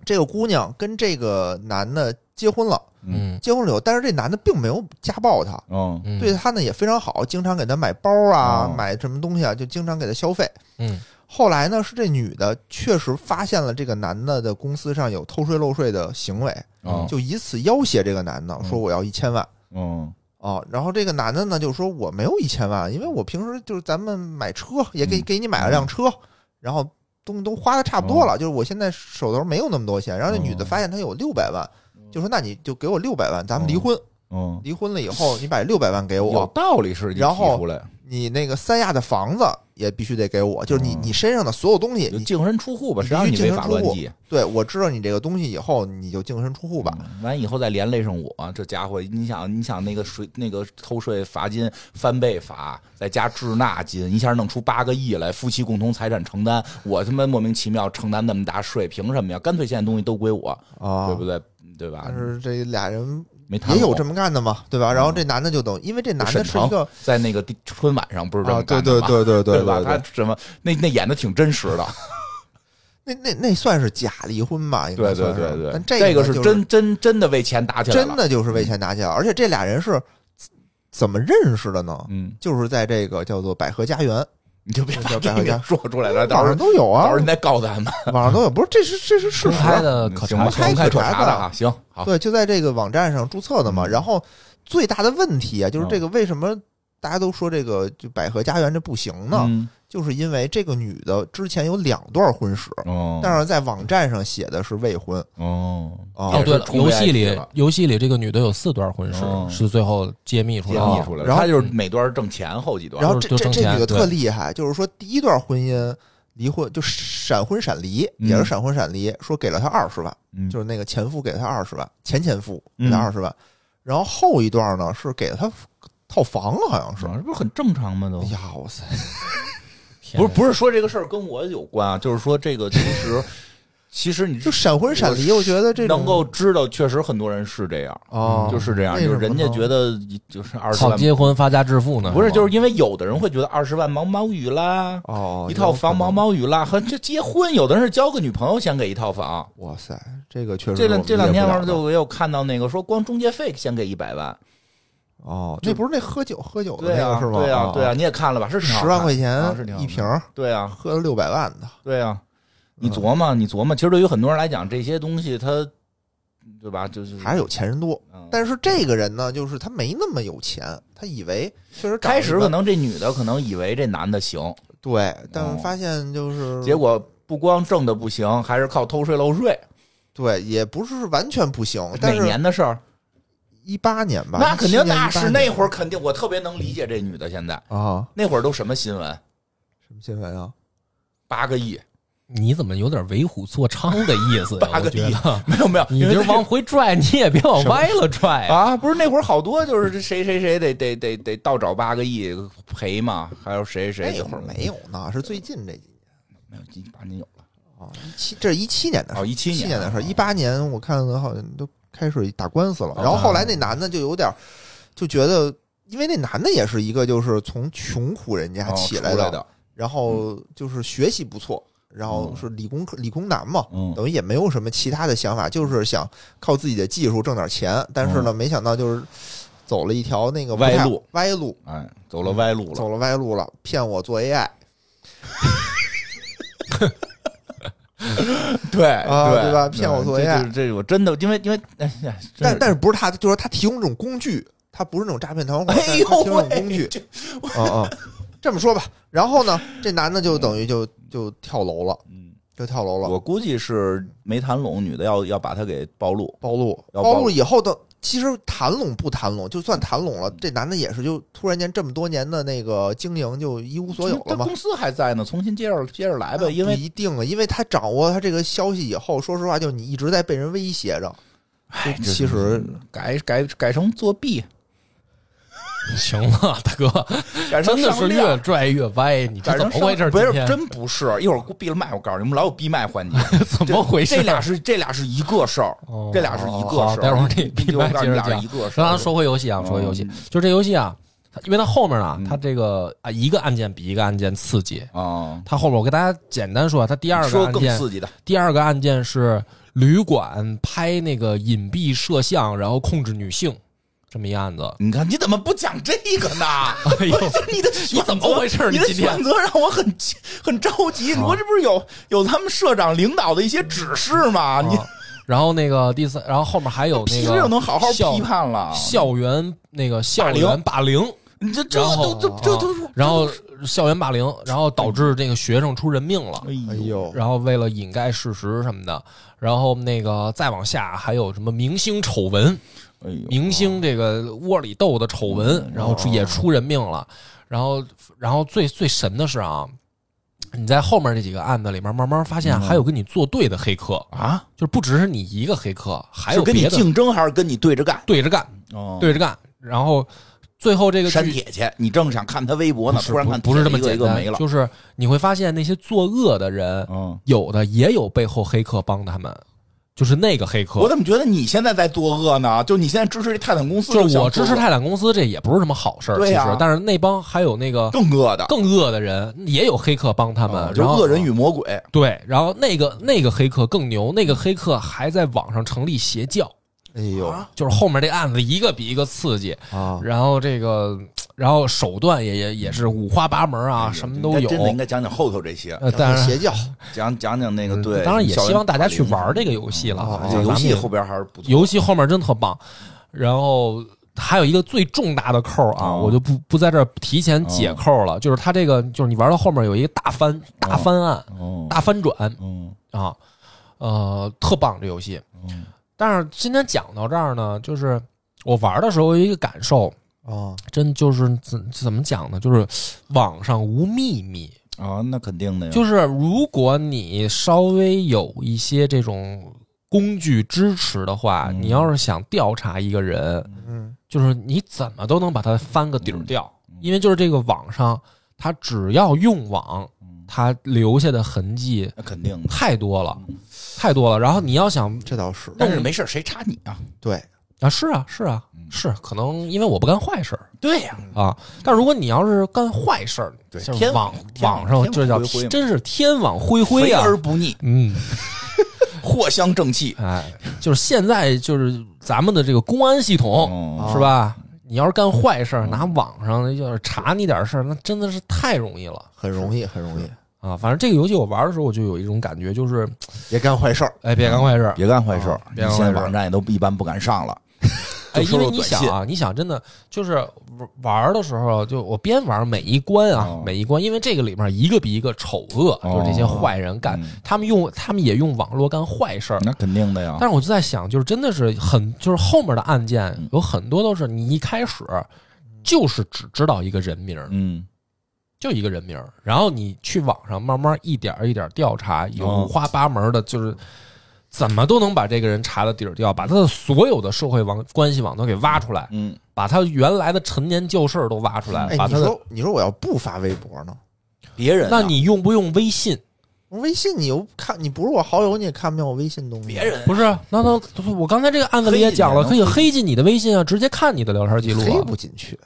[SPEAKER 2] 这个姑娘跟这个男的结婚了，
[SPEAKER 1] 嗯
[SPEAKER 2] 结婚了以后，但是这男的并没有家暴她，
[SPEAKER 3] 嗯
[SPEAKER 1] 嗯，
[SPEAKER 2] 对，她呢也非常好，经常给她买包啊，
[SPEAKER 3] 哦
[SPEAKER 2] 买什么东西啊，就经常给她消费。
[SPEAKER 1] 嗯
[SPEAKER 2] 后来呢，是这女的确实发现了这个男的的公司上有偷税漏税的行为，
[SPEAKER 3] 嗯
[SPEAKER 2] 就以此要挟这个男的
[SPEAKER 3] 嗯
[SPEAKER 2] 说我要一千万。
[SPEAKER 3] 嗯
[SPEAKER 2] 啊，然后这个男的呢就说我没有一千万，因为我平时就是咱们买车也给
[SPEAKER 3] 嗯
[SPEAKER 2] 给你买了辆车，然后东西都花的差不多了，就是我现在手头没有那么多钱。然后这女的
[SPEAKER 3] 哦
[SPEAKER 2] 发现她有六百万，就说那你就给我六百万，咱们离
[SPEAKER 3] 哦
[SPEAKER 2] 婚。
[SPEAKER 3] 嗯，
[SPEAKER 2] 离婚了以后，你把六百万给
[SPEAKER 3] 有
[SPEAKER 2] 我，
[SPEAKER 3] 道理是你
[SPEAKER 2] 然后
[SPEAKER 3] 提出来，
[SPEAKER 2] 你那个三亚的房子也必须得给我，就是你
[SPEAKER 3] 哦
[SPEAKER 2] 你身上的所有东西，
[SPEAKER 3] 就
[SPEAKER 2] 你
[SPEAKER 3] 净身出户吧，
[SPEAKER 2] 你
[SPEAKER 3] 谁让你
[SPEAKER 2] 净身
[SPEAKER 3] 违法
[SPEAKER 2] 出户
[SPEAKER 3] 乱纪？
[SPEAKER 2] 对我知道你这个东西以后，你就净身出户吧。
[SPEAKER 3] 嗯完以后再连累上我，这家伙，你想，你想那个税，那个偷税罚金翻倍罚，再加滞纳金，一下弄出八个亿来，夫妻共同财产承担，我他妈莫名其妙承担那么大税，凭什么呀？干脆现在东西都归我，嗯
[SPEAKER 2] 啊，
[SPEAKER 3] 对不对？对吧
[SPEAKER 2] 但？是这俩人
[SPEAKER 3] 没谈
[SPEAKER 2] 也有
[SPEAKER 3] 拢
[SPEAKER 2] 这么干的嘛，对吧？然后这男的就等，因为这男的
[SPEAKER 3] 沈
[SPEAKER 2] 是一
[SPEAKER 3] 腾
[SPEAKER 2] 个
[SPEAKER 3] 在那个地春晚上不是这么
[SPEAKER 2] 啊，对
[SPEAKER 3] 干的吗？
[SPEAKER 2] 对对对
[SPEAKER 3] 吧？他
[SPEAKER 2] 对
[SPEAKER 3] 什么那那演的挺真实 的，
[SPEAKER 2] 那那那算是假离婚吧？应
[SPEAKER 3] 对对
[SPEAKER 2] 该算是
[SPEAKER 3] 对对，
[SPEAKER 2] 但
[SPEAKER 3] 这
[SPEAKER 2] 个
[SPEAKER 3] 个
[SPEAKER 2] 呢
[SPEAKER 3] 是
[SPEAKER 2] 就是
[SPEAKER 3] 真真真的为钱打起来了嗯
[SPEAKER 2] 真，的就是为钱打起来，而且这俩人是怎么认识的呢？
[SPEAKER 3] 嗯，
[SPEAKER 2] 就是在这个叫做百合家园，
[SPEAKER 3] 你就别
[SPEAKER 2] 这
[SPEAKER 3] 把
[SPEAKER 2] 叫
[SPEAKER 3] 这
[SPEAKER 2] 百合
[SPEAKER 3] 名
[SPEAKER 2] 家
[SPEAKER 3] 说出来了，到
[SPEAKER 2] 网
[SPEAKER 3] 时
[SPEAKER 2] 上
[SPEAKER 3] 候
[SPEAKER 2] 都有
[SPEAKER 3] 到时
[SPEAKER 2] 啊
[SPEAKER 3] 候，你再告咱们。
[SPEAKER 2] 网上都有，不是这是这是事
[SPEAKER 1] 公
[SPEAKER 2] 实
[SPEAKER 1] 开
[SPEAKER 2] 啊，
[SPEAKER 1] 的呃可
[SPEAKER 3] 行吧
[SPEAKER 1] 查
[SPEAKER 2] 查
[SPEAKER 3] 公开
[SPEAKER 2] 可
[SPEAKER 3] 可
[SPEAKER 2] 查
[SPEAKER 3] 查的
[SPEAKER 2] 的
[SPEAKER 3] 啊，行好，
[SPEAKER 2] 对，就在这个网站上注册的嘛。
[SPEAKER 3] 嗯
[SPEAKER 2] 然后最大的问题啊，就是
[SPEAKER 3] 嗯
[SPEAKER 2] 这个为什么大家都说这个就百合家园这不行呢？
[SPEAKER 3] 嗯，
[SPEAKER 2] 就是因为这个女的之前有两段婚史，
[SPEAKER 3] 哦
[SPEAKER 2] 嗯但是在网站上写的是未婚
[SPEAKER 3] 哦，
[SPEAKER 2] 啊
[SPEAKER 1] 哦，，对
[SPEAKER 3] 也
[SPEAKER 1] 了
[SPEAKER 3] 是，冲
[SPEAKER 1] 游
[SPEAKER 3] 这 IP
[SPEAKER 1] 戏里
[SPEAKER 3] 了
[SPEAKER 1] 游戏里这个女的有四段婚事
[SPEAKER 3] 哦，
[SPEAKER 1] 是最后揭秘出
[SPEAKER 3] 揭
[SPEAKER 1] 来
[SPEAKER 3] 秘
[SPEAKER 1] 的。
[SPEAKER 3] 出来了，
[SPEAKER 2] 然后
[SPEAKER 3] 哦他就是每段挣钱后几段，
[SPEAKER 2] 嗯然后
[SPEAKER 1] 就是
[SPEAKER 2] 这这
[SPEAKER 1] 挣
[SPEAKER 2] 这
[SPEAKER 1] 钱
[SPEAKER 2] 女的
[SPEAKER 1] 对
[SPEAKER 2] 特厉害，就是说第一段婚姻离婚就闪婚闪离，
[SPEAKER 3] 嗯
[SPEAKER 2] 也是闪婚闪离，说给了她二十万，
[SPEAKER 3] 嗯
[SPEAKER 2] 就是那个前夫给了她二十万，前前夫
[SPEAKER 3] 嗯
[SPEAKER 2] 给她二十万，然后后一段呢是给了她套房，好像是。
[SPEAKER 3] 嗯这不是很正常吗？都
[SPEAKER 2] 哎呀，哇塞！
[SPEAKER 1] 天
[SPEAKER 3] 不
[SPEAKER 1] 哪
[SPEAKER 3] 是不是说这个事儿跟我有关啊，就是说这个其 实其实你
[SPEAKER 2] 就闪婚闪离，我觉得这种
[SPEAKER 3] 能够知道，确实很多人是这样，
[SPEAKER 2] 哦，
[SPEAKER 3] 嗯就是这样，
[SPEAKER 2] 为什
[SPEAKER 3] 就
[SPEAKER 2] 么
[SPEAKER 3] 是人家
[SPEAKER 2] 呢
[SPEAKER 3] 觉得就是二十
[SPEAKER 1] 靠
[SPEAKER 3] 万
[SPEAKER 1] 结婚发家致富呢？
[SPEAKER 3] 不是，
[SPEAKER 1] 吗
[SPEAKER 3] 就是因为有的人会觉得二十万毛毛雨啦，
[SPEAKER 2] 哦，
[SPEAKER 3] 一套房
[SPEAKER 2] 有可
[SPEAKER 3] 毛
[SPEAKER 2] 能。
[SPEAKER 3] 毛雨啦，和这结婚，有的人是交个女朋友先给一套房。
[SPEAKER 2] 哇塞，这个确实
[SPEAKER 3] 这两
[SPEAKER 2] 我们
[SPEAKER 3] 这两
[SPEAKER 2] 理解
[SPEAKER 3] 天
[SPEAKER 2] 不了
[SPEAKER 3] 完了
[SPEAKER 2] 的
[SPEAKER 3] 就我有看到那个说光中介费先给一百万，
[SPEAKER 2] 哦，那不是那喝酒喝酒的
[SPEAKER 3] 对
[SPEAKER 2] 那
[SPEAKER 3] 啊
[SPEAKER 2] 个是吗？哦
[SPEAKER 3] 对啊对啊，，你也看了吧？是挺好
[SPEAKER 2] 十
[SPEAKER 3] 看
[SPEAKER 2] 万块
[SPEAKER 3] 啊
[SPEAKER 2] 钱
[SPEAKER 3] 是挺好
[SPEAKER 2] 一
[SPEAKER 3] 看
[SPEAKER 2] 瓶儿，
[SPEAKER 3] 对啊
[SPEAKER 2] 喝了六百万的，
[SPEAKER 3] 对啊，你
[SPEAKER 2] 嗯
[SPEAKER 3] 琢磨你琢磨，其实对于很多人来讲，这些东西它对吧？就是
[SPEAKER 2] 还是有钱人多。
[SPEAKER 3] 嗯
[SPEAKER 2] 但是这个人呢，就是他没那么有钱，他以为确实长
[SPEAKER 3] 开始可
[SPEAKER 2] 得
[SPEAKER 3] 能这女的可能以为这男的行，
[SPEAKER 2] 对，但
[SPEAKER 3] 哦
[SPEAKER 2] 是发现就是、
[SPEAKER 3] 结果不光挣的不行，还是靠偷税漏税，
[SPEAKER 2] 对，也不是完全不行，
[SPEAKER 3] 哪
[SPEAKER 2] 但是
[SPEAKER 3] 年的事儿？
[SPEAKER 2] 一八年吧，
[SPEAKER 3] 那肯定那
[SPEAKER 2] 那
[SPEAKER 3] 是那会儿肯定，我特别能理解这女的现在。
[SPEAKER 2] 啊，
[SPEAKER 3] 那会儿都什么新闻？
[SPEAKER 2] 什么新闻啊？
[SPEAKER 3] 八个亿，
[SPEAKER 1] 你怎么有点为虎作伥的意思呀？
[SPEAKER 3] 八
[SPEAKER 1] 我
[SPEAKER 3] 个亿
[SPEAKER 1] 觉得，
[SPEAKER 3] 没有没有，
[SPEAKER 1] 你
[SPEAKER 3] 因为
[SPEAKER 1] 就
[SPEAKER 3] 那
[SPEAKER 1] 往回拽，你也别往歪了拽 啊。
[SPEAKER 3] 啊，不是那会儿好多就是这谁谁谁得得得得倒找八个亿赔嘛，还有谁谁
[SPEAKER 2] 那会儿没有呢，是最近这几年
[SPEAKER 3] 没有一八年有了
[SPEAKER 2] 啊，一七这是一七年的事
[SPEAKER 3] 哦，哦
[SPEAKER 2] 儿，
[SPEAKER 3] 一七
[SPEAKER 2] 呃七年的事儿，
[SPEAKER 3] 啊
[SPEAKER 2] 一八年我看好像都开始打官司了，然后后来那男的就有点儿就觉得。因为那男的也是一个，就是从穷苦人家
[SPEAKER 3] 哦
[SPEAKER 2] 起
[SPEAKER 3] 出
[SPEAKER 2] 来
[SPEAKER 3] 来
[SPEAKER 2] 的，
[SPEAKER 3] 的，
[SPEAKER 2] 然后就是学习不错，然后是理工科理工男嘛，
[SPEAKER 3] 嗯
[SPEAKER 2] 等于也没有什么其他的想法，就是想靠自己的技术挣点钱。但是呢，没想到就是走了一条那个不太
[SPEAKER 3] 嗯歪路，
[SPEAKER 2] 歪路
[SPEAKER 3] 哎，走了歪路了，
[SPEAKER 2] 走了歪路了，骗我做 AI
[SPEAKER 3] 对
[SPEAKER 2] 啊对吧骗我作业啊
[SPEAKER 3] 这这这我真的，因为因为哎呀，真
[SPEAKER 2] 但
[SPEAKER 3] 是
[SPEAKER 2] 但是不是他，就是他提供这种工具，他不是那种诈骗团伙，但
[SPEAKER 3] 哎
[SPEAKER 2] 是
[SPEAKER 3] 呦
[SPEAKER 2] 他提供这
[SPEAKER 3] 喂，
[SPEAKER 2] 种工具，
[SPEAKER 3] 这
[SPEAKER 2] 啊
[SPEAKER 3] 哦
[SPEAKER 2] 啊，这么说吧。然后呢，这男的就等于就就跳楼了，
[SPEAKER 3] 嗯，
[SPEAKER 2] 就跳楼了，
[SPEAKER 3] 我估计是没谈拢，女的要要把他给暴露，
[SPEAKER 2] 暴露，
[SPEAKER 3] 要暴露
[SPEAKER 2] 暴露以后的，其实谈拢不谈拢，就算谈拢了，这男的也是就突然间这么多年的那个经营就一无所有
[SPEAKER 3] 这
[SPEAKER 2] 了嘛。
[SPEAKER 3] 公司还在呢，重新接着接着来
[SPEAKER 2] 那
[SPEAKER 3] 呗，因为
[SPEAKER 2] 不一定啊，因为他掌握他这个消息以后，说实话，就你一直在被人威胁着。
[SPEAKER 3] 哎，
[SPEAKER 2] 其实
[SPEAKER 3] 改改改成作弊，
[SPEAKER 1] 行了，大哥，
[SPEAKER 3] 赶上
[SPEAKER 1] 真的是
[SPEAKER 3] 上量
[SPEAKER 1] 越拽越歪，你这
[SPEAKER 3] 赶
[SPEAKER 1] 怎
[SPEAKER 3] 上
[SPEAKER 1] 么回
[SPEAKER 3] 上
[SPEAKER 1] 事？
[SPEAKER 3] 不
[SPEAKER 1] 今
[SPEAKER 3] 是，
[SPEAKER 1] 天
[SPEAKER 3] 真不是。一会儿闭了麦，我告诉你，我们老有闭麦环节。
[SPEAKER 1] 怎么回事
[SPEAKER 3] 这？俩是这俩是一个事儿
[SPEAKER 1] 哦，
[SPEAKER 3] 这俩是一个
[SPEAKER 1] 好，
[SPEAKER 3] 事儿。
[SPEAKER 1] 待会儿你
[SPEAKER 3] 你
[SPEAKER 1] 闭
[SPEAKER 3] 我
[SPEAKER 1] 麦
[SPEAKER 3] 告诉
[SPEAKER 1] 接
[SPEAKER 3] 你，
[SPEAKER 1] 着
[SPEAKER 3] 俩是
[SPEAKER 1] 讲
[SPEAKER 3] 一。 个事
[SPEAKER 1] 刚
[SPEAKER 3] 儿
[SPEAKER 1] 刚。说回游戏啊，说回游
[SPEAKER 3] 嗯
[SPEAKER 1] 戏，就是这游戏啊，它因为它后面啊，它这个啊一个按键比一个按键刺激。
[SPEAKER 3] 啊，
[SPEAKER 1] 它后面我给大家简单说啊，它第二个
[SPEAKER 3] 说
[SPEAKER 1] 按
[SPEAKER 3] 更
[SPEAKER 1] 键，
[SPEAKER 3] 刺激的，
[SPEAKER 1] 第二个按键是旅馆拍那个隐蔽摄像，然后控制女性这么一案子。
[SPEAKER 3] 你看你怎么不讲这个 呢？
[SPEAKER 1] 哎呦
[SPEAKER 3] 不是你的选
[SPEAKER 1] 你
[SPEAKER 3] 择
[SPEAKER 1] 怎么回事儿
[SPEAKER 3] 你
[SPEAKER 1] 你
[SPEAKER 3] 的
[SPEAKER 1] 今天
[SPEAKER 3] 选择让我很很着急。你说这不是有有他们社长领导的一些指示吗？你
[SPEAKER 1] 啊然后那个第三，然后后面还有那
[SPEAKER 3] 批
[SPEAKER 1] 个
[SPEAKER 3] 就能好好
[SPEAKER 1] 校
[SPEAKER 3] 批判了。
[SPEAKER 1] 校园那个校园霸凌，
[SPEAKER 3] 你这这
[SPEAKER 1] 然
[SPEAKER 3] 都
[SPEAKER 1] 后
[SPEAKER 3] 这这都
[SPEAKER 1] 啊然后校园霸凌，然后导致这个学生出人命了。
[SPEAKER 3] 哎
[SPEAKER 2] 哎
[SPEAKER 3] 呦，
[SPEAKER 2] 呦，
[SPEAKER 1] 然后为了掩盖事实什么的，然后那个再往下还有什么明星丑闻，
[SPEAKER 3] 哎呦，
[SPEAKER 1] 明星这个窝里斗的丑闻，然后
[SPEAKER 3] 哦
[SPEAKER 1] 出也出人命了。然后，然后最最神的是啊，你在后面这几个案子里面慢慢发
[SPEAKER 3] 嗯
[SPEAKER 1] 现还有跟你作对的黑客，
[SPEAKER 3] 啊，
[SPEAKER 1] 就是不只是你一个黑客，还
[SPEAKER 3] 是
[SPEAKER 1] 有
[SPEAKER 3] 跟你
[SPEAKER 1] 别的
[SPEAKER 3] 竞争还是跟你对着干？
[SPEAKER 1] 对着干，
[SPEAKER 3] 哦，
[SPEAKER 1] 对着干。然后最后这个
[SPEAKER 3] 删
[SPEAKER 1] 剧
[SPEAKER 3] 帖去，你正想看他微博呢，
[SPEAKER 1] 不是
[SPEAKER 3] 突然
[SPEAKER 1] 不
[SPEAKER 3] 看
[SPEAKER 1] 不是这么
[SPEAKER 3] 一个
[SPEAKER 1] 简
[SPEAKER 3] 一个
[SPEAKER 1] 单
[SPEAKER 3] 没，了。
[SPEAKER 1] 就是你会发现那些作恶的人，
[SPEAKER 3] 嗯，
[SPEAKER 1] 有的也有背后黑客帮他们，就是那个黑
[SPEAKER 3] 我
[SPEAKER 1] 客。
[SPEAKER 3] 怎么觉得你现在在作恶呢？就你现在支持这泰坦公司，
[SPEAKER 1] 就是
[SPEAKER 3] 想
[SPEAKER 1] 我支持
[SPEAKER 3] 作恶
[SPEAKER 1] 泰坦公司，这也不是什么好事儿，
[SPEAKER 3] 对
[SPEAKER 1] 其
[SPEAKER 3] 呀
[SPEAKER 1] 实。但是那帮还有那个
[SPEAKER 3] 更恶的，
[SPEAKER 1] 更恶的人，也有黑客帮他们
[SPEAKER 3] 哦，就
[SPEAKER 1] 然后
[SPEAKER 3] 恶人与魔鬼。
[SPEAKER 1] 对，然后那个那个黑客更牛，那个黑客还在网上成立邪教，
[SPEAKER 2] 哎呦
[SPEAKER 3] 啊
[SPEAKER 1] 就是后面这案子一个比一个刺激，
[SPEAKER 3] 哦
[SPEAKER 2] 啊！
[SPEAKER 1] 然后这个然后手段也也也是五花八门啊，什么都
[SPEAKER 3] 应
[SPEAKER 1] 有
[SPEAKER 3] 该。真的应该讲讲后头这些，
[SPEAKER 1] 呃，当然
[SPEAKER 2] 邪教
[SPEAKER 3] 讲讲讲那个
[SPEAKER 1] 嗯
[SPEAKER 3] 对。
[SPEAKER 1] 当然也
[SPEAKER 3] 校园
[SPEAKER 1] 希望大家去
[SPEAKER 3] 霸凌
[SPEAKER 1] 玩这个游戏了。
[SPEAKER 2] 哦
[SPEAKER 1] 啊
[SPEAKER 3] 这游
[SPEAKER 1] 咱们
[SPEAKER 3] 戏
[SPEAKER 1] 也
[SPEAKER 3] 后边还是不错。
[SPEAKER 1] 游戏后面真特棒。然后还有一个最重大的扣啊，
[SPEAKER 3] 哦
[SPEAKER 1] 我就不不在这儿提前解扣了，就是它这个就是你玩到后面有一个大翻大翻案、
[SPEAKER 3] 哦，
[SPEAKER 1] 大翻转
[SPEAKER 3] 嗯
[SPEAKER 1] 啊，呃，特棒这游戏。
[SPEAKER 3] 嗯
[SPEAKER 1] 但是今天讲到这儿呢，就是我玩的时候有一个感受，
[SPEAKER 2] 啊，
[SPEAKER 1] 真就是怎怎么讲呢？就是网上无秘密，
[SPEAKER 3] 啊，那肯定的呀。
[SPEAKER 1] 就是如果你稍微有一些这种工具支持的话，
[SPEAKER 3] 嗯
[SPEAKER 1] 你要是想调查一个人，
[SPEAKER 2] 嗯
[SPEAKER 1] 就是你怎么都能把它翻个底儿掉，
[SPEAKER 3] 嗯
[SPEAKER 1] 因为就是这个网上，它只要用网，
[SPEAKER 3] 嗯
[SPEAKER 1] 它留下的痕迹
[SPEAKER 3] 那肯定的，
[SPEAKER 1] 太多了
[SPEAKER 3] 嗯，
[SPEAKER 1] 太多了。然后你要想
[SPEAKER 2] 这倒是
[SPEAKER 3] 但是没事儿，谁插你 啊？
[SPEAKER 2] 对，
[SPEAKER 1] 啊，是啊，是啊
[SPEAKER 3] 嗯，
[SPEAKER 1] 是可能因为我不干坏事儿
[SPEAKER 3] 对呀，
[SPEAKER 1] 啊，但如果你要是干坏事儿，
[SPEAKER 3] 对
[SPEAKER 1] 就是
[SPEAKER 3] 天
[SPEAKER 1] 网
[SPEAKER 3] 天
[SPEAKER 1] 网上
[SPEAKER 3] 天
[SPEAKER 1] 这叫
[SPEAKER 3] 灰灰嘛
[SPEAKER 1] 真是天网恢恢
[SPEAKER 3] 肥
[SPEAKER 1] 啊，
[SPEAKER 3] 而不腻，
[SPEAKER 1] 嗯。
[SPEAKER 3] 藿香正气。
[SPEAKER 1] 哎，就是现在就是咱们的这个公安系统、
[SPEAKER 3] 哦嗯
[SPEAKER 2] 啊
[SPEAKER 1] 是吧？你要是干坏事儿，拿网上就是查你点事儿，那真的是太容易了
[SPEAKER 2] 很容易，很容易，
[SPEAKER 1] 啊！反正这个游戏我玩的时候，我就有一种感觉，就是
[SPEAKER 2] 别干坏事儿。
[SPEAKER 1] 哎，别干坏事儿，
[SPEAKER 3] 嗯别干坏事儿
[SPEAKER 1] 啊，
[SPEAKER 3] 你
[SPEAKER 1] 别干
[SPEAKER 3] 现
[SPEAKER 1] 坏事儿
[SPEAKER 3] 在网站也都一般不敢上了。
[SPEAKER 1] 哎，
[SPEAKER 3] 就
[SPEAKER 1] 因
[SPEAKER 3] 收收
[SPEAKER 1] 为你
[SPEAKER 3] 短
[SPEAKER 1] 想
[SPEAKER 3] 信
[SPEAKER 1] 啊，你想真的就是玩玩的时候，就我边玩每一关啊，
[SPEAKER 3] 哦
[SPEAKER 1] 每一关，因为这个里面一个比一个丑恶，就是这些
[SPEAKER 3] 哦
[SPEAKER 1] 坏人干，
[SPEAKER 3] 嗯
[SPEAKER 1] 他们用他们也用网络干坏事儿，
[SPEAKER 3] 那肯定的呀。
[SPEAKER 1] 但是我就在想，就是真的是很，就是后面的案件
[SPEAKER 3] 嗯
[SPEAKER 1] 有很多都是你一开始就是只知道一个人名儿，
[SPEAKER 3] 嗯，
[SPEAKER 1] 就一个人名儿，然后你去网上慢慢一点儿一点儿调查，有
[SPEAKER 3] 哦
[SPEAKER 1] 五花八门的，就是怎么都能把这个人查的底儿掉，把他的所有的社会网关系网都给挖出来，
[SPEAKER 3] 嗯，
[SPEAKER 1] 把他原来的陈年旧事儿都挖出来，
[SPEAKER 2] 哎，
[SPEAKER 1] 把
[SPEAKER 2] 你
[SPEAKER 1] 啊他的。
[SPEAKER 2] 说你说我要不发微博呢？
[SPEAKER 3] 别人啊，
[SPEAKER 1] 那你用不用微信？
[SPEAKER 2] 微信你又看，你不是我好友，你也看不见我微信东西。啊
[SPEAKER 3] 别人
[SPEAKER 1] 不是，那那我刚才这个案子里也讲了，
[SPEAKER 3] 黑
[SPEAKER 1] 可
[SPEAKER 3] 你
[SPEAKER 1] 以
[SPEAKER 3] 啊
[SPEAKER 1] 黑进你的微信啊，直接看你的聊天记录
[SPEAKER 2] 黑
[SPEAKER 1] 啊。
[SPEAKER 2] 不进去，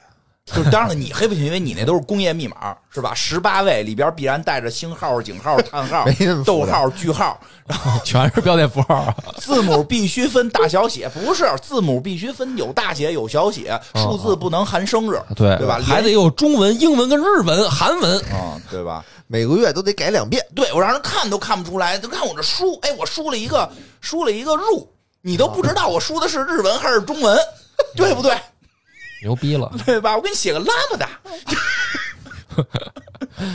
[SPEAKER 3] 就是当然了，你黑不进，因为你那都是工业密码，是吧？十八位里边必然带着星号、井号、 叹号
[SPEAKER 2] 没那么、复
[SPEAKER 3] 逗
[SPEAKER 2] 杂
[SPEAKER 3] 号、句号，
[SPEAKER 1] 全是标点符号啊。
[SPEAKER 3] 字母必须分大小写，不是字母必须分有大写有小写，数字不能含生日，
[SPEAKER 1] 对
[SPEAKER 3] 哦对吧？
[SPEAKER 1] 还得有中文、英文跟日文、韩文。
[SPEAKER 3] 连啊，对吧？
[SPEAKER 2] 每个月都得改两遍。
[SPEAKER 3] 对我让人看都看不出来，就看我这输，哎，我输了一个，输了一个入，你都不知道我输的是日文还是中文， 对不对？
[SPEAKER 1] 牛逼了，
[SPEAKER 3] 对吧？我给你写个拉姆达，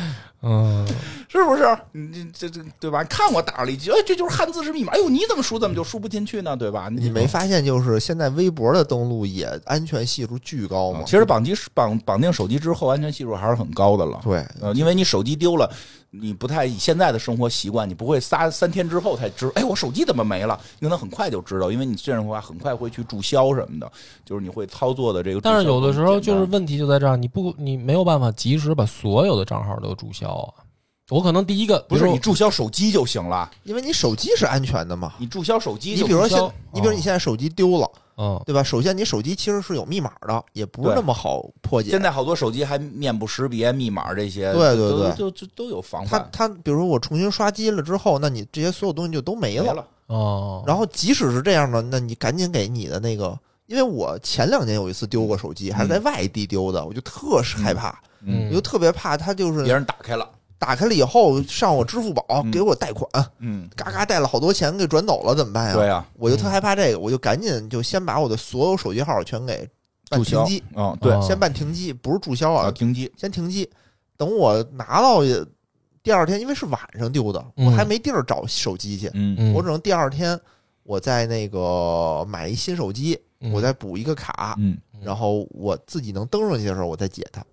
[SPEAKER 1] 嗯，
[SPEAKER 3] 是不是？你这这对吧？看我打了一句，哎，这就是汉字是密码。哎呦，你怎么输怎么就输不进去呢？对吧？
[SPEAKER 2] 你没发现就是现在微博的登录也安全系数巨高吗？
[SPEAKER 3] 啊其实绑机绑绑定手机之后，安全系数还是很高的了。
[SPEAKER 2] 对，
[SPEAKER 3] 呃，因为你手机丢了，你不太以现在的生活习惯，你不会仨三天之后才知，哎，我手机怎么没了？你可能很快就知道，因为你这样的话很快会去注销什么的，就是你会操作的这个注销
[SPEAKER 1] 但
[SPEAKER 3] 啊很简单。
[SPEAKER 1] 是有的时候就是问题就在这儿，你不你没有办法及时把所有的账号都注销啊。我可能第一个
[SPEAKER 3] 不是
[SPEAKER 1] 比如
[SPEAKER 3] 你注销手机就行了，
[SPEAKER 2] 因为你手机是安全的嘛。
[SPEAKER 3] 你注销手机
[SPEAKER 2] 你
[SPEAKER 3] 就
[SPEAKER 2] 比如说
[SPEAKER 3] 注销
[SPEAKER 2] 现，你比如你现在手机丢了，
[SPEAKER 1] 嗯，
[SPEAKER 2] 对吧？首先你手机其实是有密码的，也不是那么好破解
[SPEAKER 3] 现。在好多手机还面部识别、密码这些，
[SPEAKER 2] 对对
[SPEAKER 3] 都
[SPEAKER 2] 对
[SPEAKER 3] 就就都有防
[SPEAKER 2] 它
[SPEAKER 3] 范。
[SPEAKER 2] 它，比如说我重新刷机了之后，那你这些所有东西就都没
[SPEAKER 3] 没
[SPEAKER 2] 了。
[SPEAKER 3] 了，
[SPEAKER 1] 哦，
[SPEAKER 2] 然后即使是这样的，那你赶紧给你的那个，因为我前两年有一次丢过手机，还是在外地丢的，我就特是害怕，
[SPEAKER 1] 嗯
[SPEAKER 2] 我就特别怕它就
[SPEAKER 3] 嗯别
[SPEAKER 2] 是
[SPEAKER 3] 人打开了，
[SPEAKER 2] 打开了以后上我支付宝
[SPEAKER 3] 嗯
[SPEAKER 2] 给我贷款，
[SPEAKER 3] 嗯，
[SPEAKER 2] 嘎嘎贷了好多钱给转走了，怎么哎办呀？
[SPEAKER 3] 对啊，
[SPEAKER 2] 我就特害怕这个，我就赶紧就先把我的所有手机号全给办
[SPEAKER 3] 注
[SPEAKER 2] 停
[SPEAKER 3] 销
[SPEAKER 2] 机，
[SPEAKER 3] 啊，对
[SPEAKER 1] 哦
[SPEAKER 2] 先办停机，不是注销
[SPEAKER 3] 啊，
[SPEAKER 2] 啊，
[SPEAKER 3] 停机，
[SPEAKER 2] 先停机。等我拿到第二天，因为是晚上丢的，
[SPEAKER 1] 嗯
[SPEAKER 2] 我还没地儿找手机去，
[SPEAKER 3] 嗯
[SPEAKER 1] 嗯
[SPEAKER 2] 我只能第二天我再那个买一新手机，
[SPEAKER 1] 嗯
[SPEAKER 2] 我再补一个卡，
[SPEAKER 3] 嗯
[SPEAKER 2] 然后我自己能登上去的时候我再解它。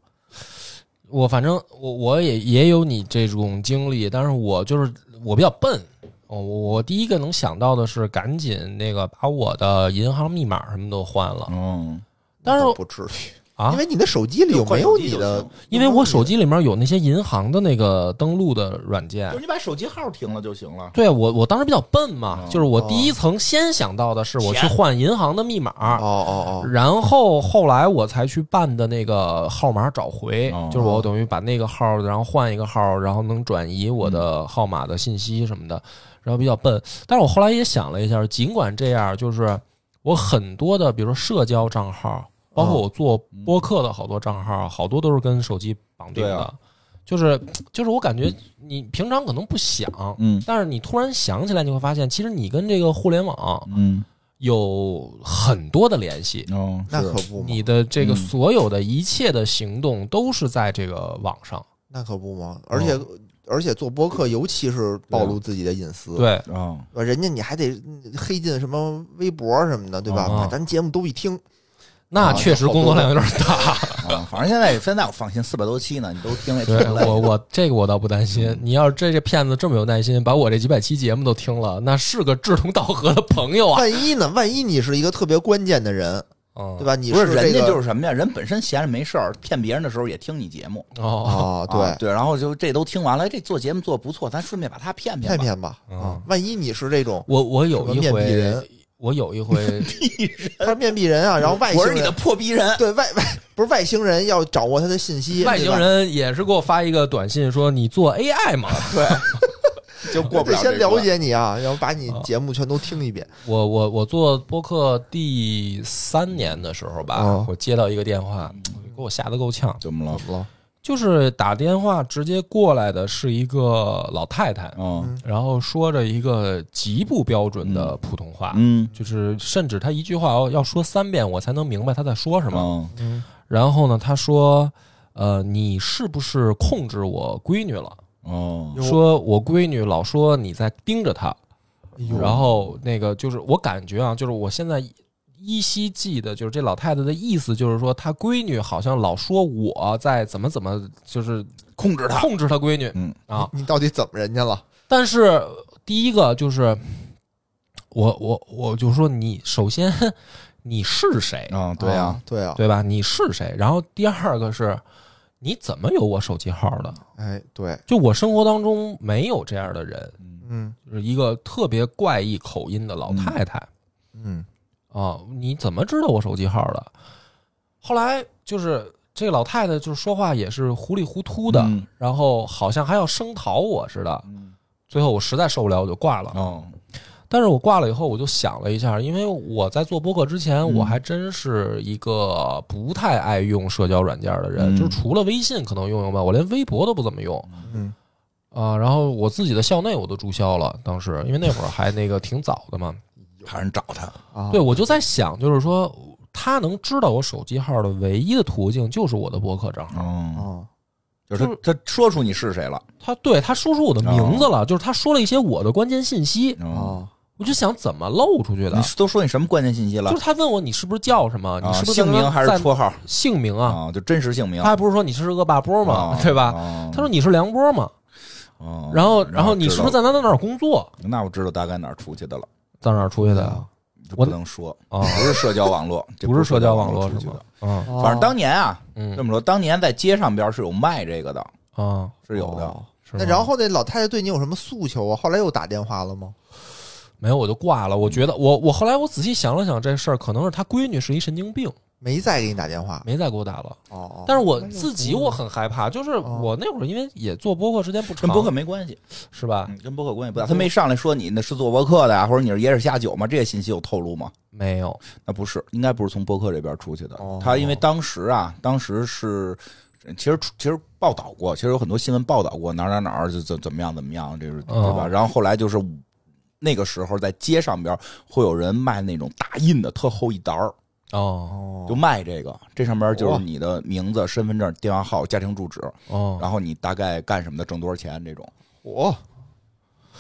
[SPEAKER 1] 我反正我我也也有你这种经历，但是我就是我比较笨，我我第一个能想到的是赶紧那个把我的银行密码什么都换了
[SPEAKER 3] 哦，
[SPEAKER 1] 但是
[SPEAKER 2] 那倒不至于
[SPEAKER 1] 啊
[SPEAKER 2] 因为你的手机里
[SPEAKER 3] 就
[SPEAKER 2] 有
[SPEAKER 3] 换
[SPEAKER 2] 没
[SPEAKER 3] 手
[SPEAKER 2] 有
[SPEAKER 3] 机
[SPEAKER 2] 你
[SPEAKER 3] 就
[SPEAKER 2] 的
[SPEAKER 3] 行？
[SPEAKER 1] 因为我手机里面有那些银行的那个登录的软件
[SPEAKER 3] 就是。你把手机号停了就行了。
[SPEAKER 1] 对我，我当时比较笨嘛
[SPEAKER 3] 哦，
[SPEAKER 1] 就是我第一层先想到的是我去
[SPEAKER 3] 钱
[SPEAKER 1] 换银行的密
[SPEAKER 2] 哦
[SPEAKER 1] 码，
[SPEAKER 2] 哦哦，
[SPEAKER 1] 然后后来我才去办的那个号码找回
[SPEAKER 3] 哦，
[SPEAKER 1] 就是我等于把那个号，然后换一个号，然后能转移我
[SPEAKER 3] 嗯
[SPEAKER 1] 的号码的信息什么的，然后比较笨。但是我后来也想了一下，尽管这样，就是我很多的，比如说社交账号，包括我做播客的好多账号，好多都是跟手机绑定
[SPEAKER 3] 对
[SPEAKER 1] 的
[SPEAKER 3] 啊。
[SPEAKER 1] 就是就是我感觉你平常可能不想，
[SPEAKER 3] 嗯
[SPEAKER 1] 但是你突然想起来，你会发现，其实你跟这个互联网
[SPEAKER 3] 嗯，
[SPEAKER 1] 有很多的联系。
[SPEAKER 3] 哦，
[SPEAKER 2] 嗯那
[SPEAKER 3] 是
[SPEAKER 2] 可不嘛
[SPEAKER 1] 你，的这个
[SPEAKER 3] 嗯
[SPEAKER 1] 所有的一切的行动都是在这个网上，
[SPEAKER 2] 那可不嘛，而且。
[SPEAKER 1] 哦
[SPEAKER 2] 而且做播客，尤其是暴露自己的隐私，
[SPEAKER 1] 对，
[SPEAKER 3] 哦，
[SPEAKER 2] 对，人家你还得嗯黑进什么微博什么的，对吧？
[SPEAKER 1] 嗯
[SPEAKER 2] 把咱节目都一听，
[SPEAKER 1] 那
[SPEAKER 2] 啊
[SPEAKER 1] 确实工作量有点 大。
[SPEAKER 3] 啊，反正现在现在我放心，四百多期呢，你都 听了听
[SPEAKER 1] 对
[SPEAKER 3] 了。
[SPEAKER 1] 我我这个我倒不担
[SPEAKER 2] 嗯
[SPEAKER 1] 心，你要是这这骗子这么有耐心，把我这几百期节目都听了，那是个志同道合的朋友啊，
[SPEAKER 2] 万一呢？万一你是一个特别关键的人，
[SPEAKER 1] 嗯，
[SPEAKER 2] 对吧？你
[SPEAKER 3] 不是
[SPEAKER 2] 这
[SPEAKER 3] 人家
[SPEAKER 2] 个
[SPEAKER 3] 就是什么呀？人本身闲着没事儿，骗别人的时候也听你节目。
[SPEAKER 1] 哦，
[SPEAKER 2] 啊，
[SPEAKER 3] 啊
[SPEAKER 2] 对，
[SPEAKER 3] 对，然后就这都听完了，哎这做节目做不错，咱顺便把他骗
[SPEAKER 2] 骗
[SPEAKER 3] 吧。
[SPEAKER 2] 骗吧
[SPEAKER 1] 嗯
[SPEAKER 2] 啊！万一你是这种
[SPEAKER 1] 我我有
[SPEAKER 2] 什么
[SPEAKER 1] 一
[SPEAKER 2] 面壁
[SPEAKER 1] 回
[SPEAKER 2] 人，
[SPEAKER 1] 我有一 回
[SPEAKER 2] 他是面壁人啊，然后外
[SPEAKER 3] 我
[SPEAKER 2] 星
[SPEAKER 3] 是你的
[SPEAKER 2] 人
[SPEAKER 3] 破逼人。
[SPEAKER 2] 对外外不是外星人要掌握他的信息，
[SPEAKER 1] 外星
[SPEAKER 2] 对吧
[SPEAKER 1] 人也是给我发一个短信说你做 AI 嘛，
[SPEAKER 3] 就过不了
[SPEAKER 2] 得
[SPEAKER 3] 这
[SPEAKER 2] 先
[SPEAKER 3] 关
[SPEAKER 2] 了解你啊，然后把你节目全都听一遍。
[SPEAKER 1] 我我我做播客第三年的时候吧，
[SPEAKER 2] 哦
[SPEAKER 1] 我接到一个电话，给我吓得够呛。
[SPEAKER 3] 怎么了？
[SPEAKER 2] 怎么了？
[SPEAKER 1] 就是打电话直接过来的是一个老太太，
[SPEAKER 3] 嗯
[SPEAKER 1] 然后说着一个极不标准的普通话，
[SPEAKER 3] 嗯，
[SPEAKER 1] 就是甚至她一句话要要说三遍，我才能明白她在说什么。
[SPEAKER 3] 么？
[SPEAKER 1] 然后呢，她说：“呃，你是不是控制我闺女了？
[SPEAKER 3] 哦，
[SPEAKER 1] 说我闺女老说你在盯着她，
[SPEAKER 2] 哎呦
[SPEAKER 1] 然后那个就是我感觉啊，就是我现在依稀记得，就是这老太太的意思，就是说她闺女好像老说我在怎么怎么，就是
[SPEAKER 3] 控制他。
[SPEAKER 1] 控制她闺女
[SPEAKER 3] 啊嗯
[SPEAKER 1] 啊。
[SPEAKER 2] 你到底怎么人家了？
[SPEAKER 1] 但是第一个就是我我我就说你首先你是谁，
[SPEAKER 3] 啊，对呀，，
[SPEAKER 2] 对啊，
[SPEAKER 1] 对吧？你是谁？然后第二个是你怎么有我手机号的？
[SPEAKER 2] 哎，对，
[SPEAKER 1] 就我生活当中没有这样的人，
[SPEAKER 2] 嗯
[SPEAKER 1] 就是一个特别怪异口音的老太太。
[SPEAKER 2] 嗯，
[SPEAKER 1] 啊，你怎么知道我手机号的？后来就是这个老太太就是说话也是糊里糊涂的，
[SPEAKER 3] 嗯
[SPEAKER 1] 然后好像还要声讨我似的。最后我实在受不了，我就挂了。
[SPEAKER 3] 哦，
[SPEAKER 1] 但是我挂了以后，我就想了一下，因为我在做播客之前，
[SPEAKER 3] 嗯
[SPEAKER 1] 我还真是一个不太爱用社交软件的人，
[SPEAKER 3] 嗯
[SPEAKER 1] 就是除了微信可能用用吧，我连微博都不怎么用。
[SPEAKER 2] 嗯
[SPEAKER 1] 啊，然后我自己的校内我都注销了，当时因为那会儿还那个挺早的 嘛。
[SPEAKER 3] 还是找他。
[SPEAKER 2] 啊，
[SPEAKER 1] 对，我就在想，就是说他能知道我手机号的唯一的途径就是我的博客账号，
[SPEAKER 3] 哦，
[SPEAKER 2] 啊，
[SPEAKER 3] 就是
[SPEAKER 1] 嗯就是
[SPEAKER 3] 他他说出你是谁了，
[SPEAKER 1] 他对他说出我的名字了，
[SPEAKER 3] 啊
[SPEAKER 1] 就是他说了一些我的关键信息，
[SPEAKER 3] 嗯，
[SPEAKER 2] 哦，
[SPEAKER 1] 我就想怎么漏出去的
[SPEAKER 3] 你。都说你什么关键信息了
[SPEAKER 1] 就是？他问我你是不是叫什么，你
[SPEAKER 3] 啊
[SPEAKER 1] 是不是在
[SPEAKER 3] 姓名还是
[SPEAKER 1] 在
[SPEAKER 3] 绰号
[SPEAKER 1] 姓名啊？
[SPEAKER 3] 啊？就真实姓名
[SPEAKER 1] 他还不是说你是恶霸波吗
[SPEAKER 3] 啊？
[SPEAKER 1] 对吧？
[SPEAKER 3] 啊
[SPEAKER 1] 他说你是梁波嘛，
[SPEAKER 3] 哦
[SPEAKER 1] 然后
[SPEAKER 3] 然
[SPEAKER 1] 然
[SPEAKER 3] 后
[SPEAKER 1] 后你是不
[SPEAKER 3] 知
[SPEAKER 1] 是在他那儿工作？
[SPEAKER 3] 道那我知道大概哪儿出去的了，
[SPEAKER 1] 在哪儿出去的呀？
[SPEAKER 3] 就
[SPEAKER 1] 我
[SPEAKER 3] 不能说，
[SPEAKER 1] 啊，
[SPEAKER 3] 不是社交网络，嗯这
[SPEAKER 1] 不是社交网络
[SPEAKER 3] 网出
[SPEAKER 1] 是
[SPEAKER 3] 去
[SPEAKER 1] 吗
[SPEAKER 3] 的。？
[SPEAKER 1] 嗯
[SPEAKER 3] 反正
[SPEAKER 2] 哦
[SPEAKER 3] 当年啊，这
[SPEAKER 1] 嗯
[SPEAKER 3] 么说，当年在街上边是有卖这个的，
[SPEAKER 1] 啊，
[SPEAKER 3] 是有的。
[SPEAKER 2] 哦
[SPEAKER 1] 是
[SPEAKER 2] 那
[SPEAKER 1] 吗
[SPEAKER 2] 然后那老太太对你有什么诉求啊？后来又打电话了吗？
[SPEAKER 1] 没有我就挂了。我觉得我我后来我仔细想了想这事儿，可能是他闺女是一神经病，
[SPEAKER 2] 没再给你打电话。
[SPEAKER 1] 没再给我打了。
[SPEAKER 2] 哦，
[SPEAKER 1] 但
[SPEAKER 2] 是
[SPEAKER 1] 是我自己我很害怕，就是我那会儿因为也做播客时间不长，
[SPEAKER 3] 哦跟博客没关系，
[SPEAKER 1] 是吧？
[SPEAKER 3] 嗯，跟博客关系不大。他没上来说你那是做博客的啊，或者你是野史下酒吗？这些信息有透露吗？
[SPEAKER 1] 没有，
[SPEAKER 3] 那不是，应该不是从博客这边出去的
[SPEAKER 2] 哦。
[SPEAKER 3] 他因为当时啊，当时是。其实其实报道过，其实有很多新闻报道过哪儿哪儿哪儿就怎怎么样怎么样，这是对吧？
[SPEAKER 1] 哦
[SPEAKER 3] 然后后来就是那个时候在街上边会有人卖那种大印的特厚一沓儿，
[SPEAKER 1] 哦
[SPEAKER 2] 哦
[SPEAKER 3] 就卖这个，这上边就是你的名字、身份证、电话号、家庭住址，
[SPEAKER 1] 哦，
[SPEAKER 3] 然后你大概干什么的，挣多少钱这种。
[SPEAKER 2] 哦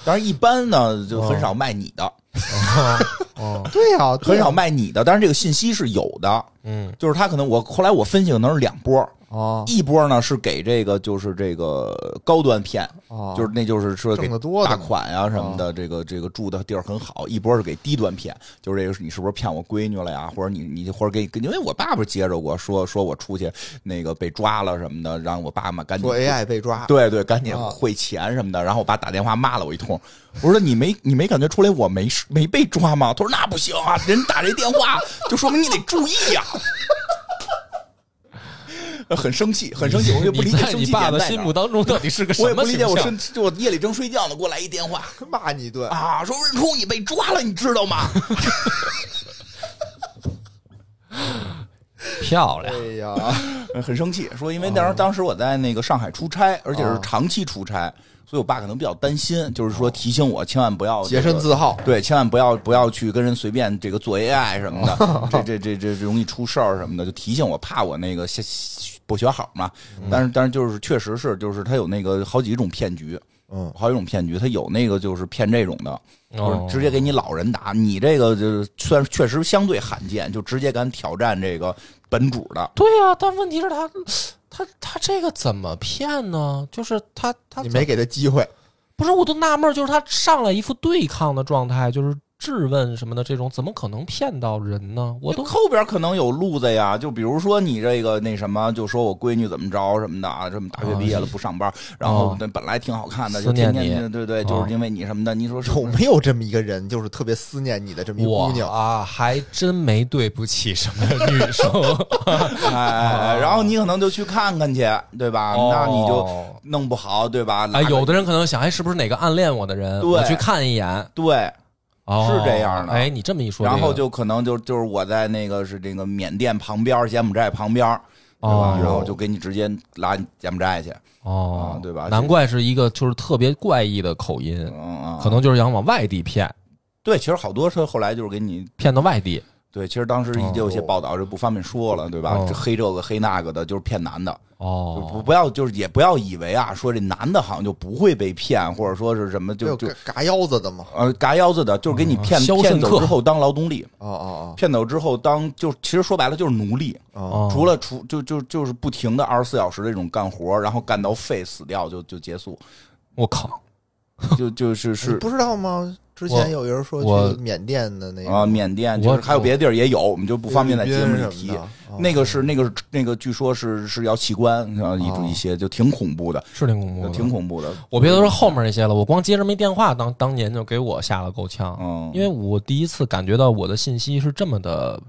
[SPEAKER 3] 当然一般呢就很少卖你的，
[SPEAKER 2] 嗯
[SPEAKER 3] 啊
[SPEAKER 1] 哦，
[SPEAKER 2] 对呀、啊，
[SPEAKER 3] 很
[SPEAKER 2] 对啊
[SPEAKER 3] 少卖你的。当然这个信息是有的，
[SPEAKER 1] 嗯
[SPEAKER 3] 就是他可能我后来我分析可能是两波，
[SPEAKER 2] 哦
[SPEAKER 3] 一波呢是给这个就是这个高端骗，
[SPEAKER 2] 哦，
[SPEAKER 3] 就是那就是说给
[SPEAKER 2] 挣得多的
[SPEAKER 3] 大
[SPEAKER 2] 哦
[SPEAKER 3] 款呀、什么的，这个这个住的地儿很好。一波是给低端骗，就是这个你是不是骗我闺女了呀？或者你你或者给因为我爸爸接着我说说我出去那个被抓了什么的，让我爸妈赶紧
[SPEAKER 2] 说哎 AI 被抓，
[SPEAKER 3] 嗯对对，赶紧
[SPEAKER 1] 哦
[SPEAKER 2] 啊
[SPEAKER 3] 汇钱什么的。然后我爸打电话骂了我一通，我说你没你没感觉出来我没事没被抓吗？他说那不行啊，人打这电 话就说明你得注意呀、 很生气，很生气，我就不理
[SPEAKER 1] 你
[SPEAKER 3] 解
[SPEAKER 1] 在
[SPEAKER 3] 生
[SPEAKER 1] 你
[SPEAKER 3] 气
[SPEAKER 1] 爸
[SPEAKER 3] 点
[SPEAKER 1] 爸
[SPEAKER 3] 在
[SPEAKER 1] 心
[SPEAKER 3] 哪
[SPEAKER 1] 目
[SPEAKER 3] 儿。
[SPEAKER 1] 当中到底是个什
[SPEAKER 3] 我也不
[SPEAKER 1] 么
[SPEAKER 3] 理解，
[SPEAKER 1] 形
[SPEAKER 3] 我
[SPEAKER 1] 象
[SPEAKER 3] 生？气，就我夜里正睡觉呢，给我来一电话
[SPEAKER 2] 骂你一顿。
[SPEAKER 3] 啊，说润冲你被抓了，你知道吗？
[SPEAKER 1] 漂
[SPEAKER 2] 哎
[SPEAKER 1] 亮，
[SPEAKER 2] 呀，
[SPEAKER 3] 哦很生气，说因为
[SPEAKER 1] 哦
[SPEAKER 3] 当时当时我在那个上海出差，而且是
[SPEAKER 2] 啊
[SPEAKER 3] 长期出差，所以我爸可能比较担心，就是
[SPEAKER 1] 哦
[SPEAKER 3] 说提醒我千万不要这
[SPEAKER 2] 洁身
[SPEAKER 3] 个
[SPEAKER 2] 自好
[SPEAKER 3] 对，千万不要不要去跟人随便这个做 AI 什么的，这这这这这容易出事儿什么的，就提醒我，怕我那个下不学好嘛。但是但是就是确实是，就是他有那个好几种骗局，
[SPEAKER 2] 嗯，
[SPEAKER 3] 好几种骗局，他有那个就是骗这种的，就是
[SPEAKER 1] 哦
[SPEAKER 3] 直接给你老人打，你这个就是虽然确实相对罕见，就直接敢挑战这个本主的。
[SPEAKER 1] 对呀、但问题是他他他这个怎么骗呢？就是他他
[SPEAKER 2] 你
[SPEAKER 1] 怎
[SPEAKER 2] 没给他 机会，
[SPEAKER 1] 不是，我都纳闷儿，就是他上来一副对抗的状态，就是质问什么的这种，怎么可能骗到人呢？我
[SPEAKER 3] 就
[SPEAKER 1] 都
[SPEAKER 3] 后边可能有路子呀，就比如说你这个那什么，就说我闺女怎么着什么的啊，这么大学毕业了不上班，然后
[SPEAKER 1] 哦
[SPEAKER 3] 那本来挺好看的，
[SPEAKER 1] 思
[SPEAKER 3] 就天
[SPEAKER 1] 念
[SPEAKER 3] 天
[SPEAKER 1] 你哦
[SPEAKER 3] 对对，就是因为你什么的，你说是
[SPEAKER 2] 有没有这么一个人，就是特别思念你的这么一个
[SPEAKER 1] 我
[SPEAKER 2] 姑娘？
[SPEAKER 1] 啊，还真没对不起什么女 生。
[SPEAKER 3] 哎哎，哎然后你可能就去看看去，对吧？
[SPEAKER 1] 哦
[SPEAKER 3] 啊那你就弄不好，对吧？
[SPEAKER 1] 啊，
[SPEAKER 3] 拿个
[SPEAKER 1] 有的人可能想，哎，是不是哪个暗恋我的人？
[SPEAKER 3] 对
[SPEAKER 1] 我去看一眼，
[SPEAKER 3] 对，
[SPEAKER 1] 哦、
[SPEAKER 3] 是这样的
[SPEAKER 1] 哎，你这么一说、
[SPEAKER 3] 然
[SPEAKER 1] 这
[SPEAKER 3] 后
[SPEAKER 1] 个
[SPEAKER 3] 就可能就就是我在那个是这个缅甸旁边，柬埔寨旁边，对吧
[SPEAKER 1] 哦？
[SPEAKER 3] 然后就给你直接拉柬埔寨去，
[SPEAKER 1] 哦
[SPEAKER 3] 啊，对吧
[SPEAKER 1] 难怪是一个就是特别怪异的口音，
[SPEAKER 3] 嗯嗯，
[SPEAKER 1] 可能就是想往外地骗，
[SPEAKER 3] 对，其实好多车后来就是给你
[SPEAKER 1] 骗到外地。
[SPEAKER 3] 对，其实当时
[SPEAKER 1] 哦
[SPEAKER 3] 也有些报道，这不方便说了，对吧？
[SPEAKER 1] 哦
[SPEAKER 3] 这黑这个黑那个的，就是骗男的，就不
[SPEAKER 1] 哦，
[SPEAKER 3] 不要就是也不要以为啊，说这男的好像就不会被骗，或者说是什么
[SPEAKER 2] 没
[SPEAKER 3] 就
[SPEAKER 2] 有
[SPEAKER 3] 就
[SPEAKER 2] 嘎嘎腰子的吗？
[SPEAKER 3] 呃嘎腰子的，就是给你骗
[SPEAKER 1] 嗯肖
[SPEAKER 3] 骗
[SPEAKER 1] 申
[SPEAKER 3] 走
[SPEAKER 1] 克
[SPEAKER 3] 之后当劳动力，
[SPEAKER 2] 哦哦
[SPEAKER 3] 骗走之后当就其实说白了就是奴隶，
[SPEAKER 2] 哦哦
[SPEAKER 1] 哦
[SPEAKER 3] 除了除就就就是不停的二十四小时的这种干活，然后干到废死掉就就结束，
[SPEAKER 1] 我靠，
[SPEAKER 3] 就就是
[SPEAKER 2] 你
[SPEAKER 3] 是。
[SPEAKER 2] 不知道吗？之
[SPEAKER 1] 我
[SPEAKER 2] 前有人说
[SPEAKER 1] 我
[SPEAKER 2] 去缅甸的那个
[SPEAKER 3] 啊，缅甸就
[SPEAKER 1] 我
[SPEAKER 3] 是还有别的地儿也有，我们就不方便在节目里
[SPEAKER 2] 菲律
[SPEAKER 3] 提
[SPEAKER 2] 宾什。么的哦
[SPEAKER 3] 那个是那个是那个，据说是是要器官，啊，
[SPEAKER 2] 哦
[SPEAKER 3] 一一些就挺恐怖的，
[SPEAKER 1] 是挺恐怖的，
[SPEAKER 3] 挺恐怖的。
[SPEAKER 1] 我别说后面那些了，我光接这么一电话，当当年就给我吓了够呛。
[SPEAKER 3] 嗯
[SPEAKER 1] 因为我第一次感觉到我的信息是这么的，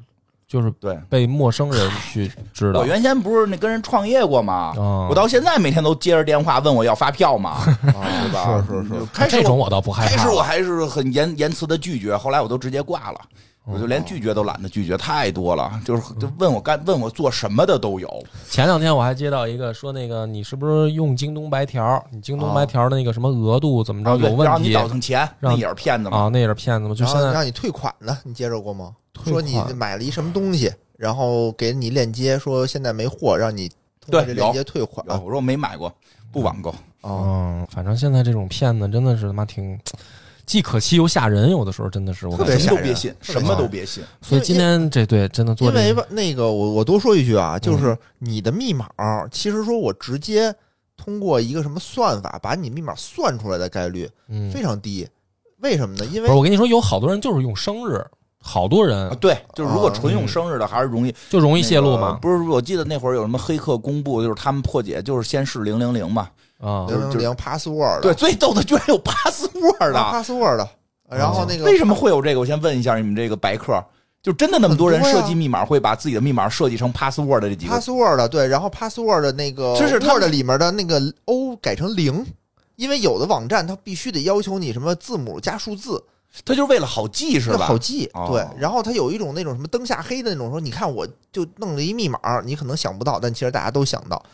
[SPEAKER 1] 就是
[SPEAKER 3] 对，
[SPEAKER 1] 被陌生人去知道
[SPEAKER 3] 我。原先不是那跟人创业过吗？
[SPEAKER 1] 嗯
[SPEAKER 3] 我到现在每天都接着电话问我要发 票嘛，
[SPEAKER 1] 哦
[SPEAKER 3] 对吧？
[SPEAKER 2] 是是是
[SPEAKER 3] 就开始
[SPEAKER 1] 这种
[SPEAKER 3] 我
[SPEAKER 1] 我倒不害
[SPEAKER 3] 开
[SPEAKER 1] 怕。
[SPEAKER 3] 始我还是很严严词的拒绝，后来我都直接挂了。我就连
[SPEAKER 1] 哦
[SPEAKER 3] 拒绝都懒得拒绝，太多了，就是
[SPEAKER 1] 嗯
[SPEAKER 3] 就问我干问我做什么的都有，
[SPEAKER 1] 前两天我还接到一个说，那个你是不是用京东白条？你京东白条的那个什么额度怎么着有
[SPEAKER 3] 然后
[SPEAKER 1] 问
[SPEAKER 3] 啊你
[SPEAKER 1] 题
[SPEAKER 3] 倒腾钱，
[SPEAKER 1] 让
[SPEAKER 3] 那也是骗子嘛。
[SPEAKER 1] 啊？那也是骗子吗？就
[SPEAKER 2] 然
[SPEAKER 1] 现
[SPEAKER 2] 后
[SPEAKER 1] 在
[SPEAKER 2] 让你退款的，你接受过吗？
[SPEAKER 1] 退
[SPEAKER 2] 说
[SPEAKER 1] 款
[SPEAKER 2] 你买了一什么东西，然后给你链接，说现在没货，让你通过
[SPEAKER 3] 对
[SPEAKER 2] 这链接退
[SPEAKER 1] 啊
[SPEAKER 2] 款
[SPEAKER 3] 有我说我没买过，不网购。
[SPEAKER 2] 啊。
[SPEAKER 1] 嗯，反正现在这种骗子真的是他妈挺既可气又吓人，有的时候真的嗯是我
[SPEAKER 2] 特
[SPEAKER 1] 感
[SPEAKER 2] 别
[SPEAKER 1] 觉。
[SPEAKER 3] 什
[SPEAKER 2] 吓
[SPEAKER 3] 么都
[SPEAKER 2] 人
[SPEAKER 3] 别信，
[SPEAKER 2] 特别
[SPEAKER 3] 什么
[SPEAKER 2] 吓
[SPEAKER 3] 都
[SPEAKER 2] 人
[SPEAKER 3] 别信。
[SPEAKER 1] 所以今天这对真的做
[SPEAKER 2] 因
[SPEAKER 1] 这
[SPEAKER 2] 为
[SPEAKER 1] 个
[SPEAKER 2] 吧，那个我我多说一句啊，
[SPEAKER 3] 嗯
[SPEAKER 2] 就是你的密码，其实说我直接通过一个什么算法把你密码算出来的概率
[SPEAKER 1] 嗯，
[SPEAKER 2] 非常低，为什么呢？因
[SPEAKER 1] 不
[SPEAKER 2] 为
[SPEAKER 1] 是我跟你说，有好多人就是用生日，好多
[SPEAKER 3] 啊，
[SPEAKER 1] 人
[SPEAKER 3] 对，就是如果
[SPEAKER 1] 嗯
[SPEAKER 3] 纯用生日的，还是容易
[SPEAKER 1] 就容易
[SPEAKER 3] 那
[SPEAKER 1] 泄露
[SPEAKER 3] 个
[SPEAKER 1] 嘛
[SPEAKER 3] 不是，我记得那会儿有什么黑客公布，就是他们破解，就是先试零零零嘛。
[SPEAKER 1] 啊
[SPEAKER 2] 零零
[SPEAKER 3] 就是
[SPEAKER 2] 零 password 啊
[SPEAKER 3] 对，最逗的居然有 password 的，嗯
[SPEAKER 2] password，的然后那个
[SPEAKER 3] 为什么会有这个？我先问一下你们这个白客，就真的那么多人
[SPEAKER 2] 很多
[SPEAKER 3] 设
[SPEAKER 2] 呀
[SPEAKER 3] 计密码会把自己的密码设计成 password 的这几个？
[SPEAKER 2] password 的对，然后 password 的那个
[SPEAKER 3] 就是他们
[SPEAKER 2] word 里面的那个 o 改成零，因为有的网站它必须得要求你什么字母加数字，
[SPEAKER 3] 他就是为了好记是
[SPEAKER 2] 那
[SPEAKER 3] 吧
[SPEAKER 2] 好？记
[SPEAKER 3] 哦
[SPEAKER 2] 对。然后它有一种那种什么灯下黑的那种说，你看我就弄了一密码，你可能想不到，但其实大家都想到。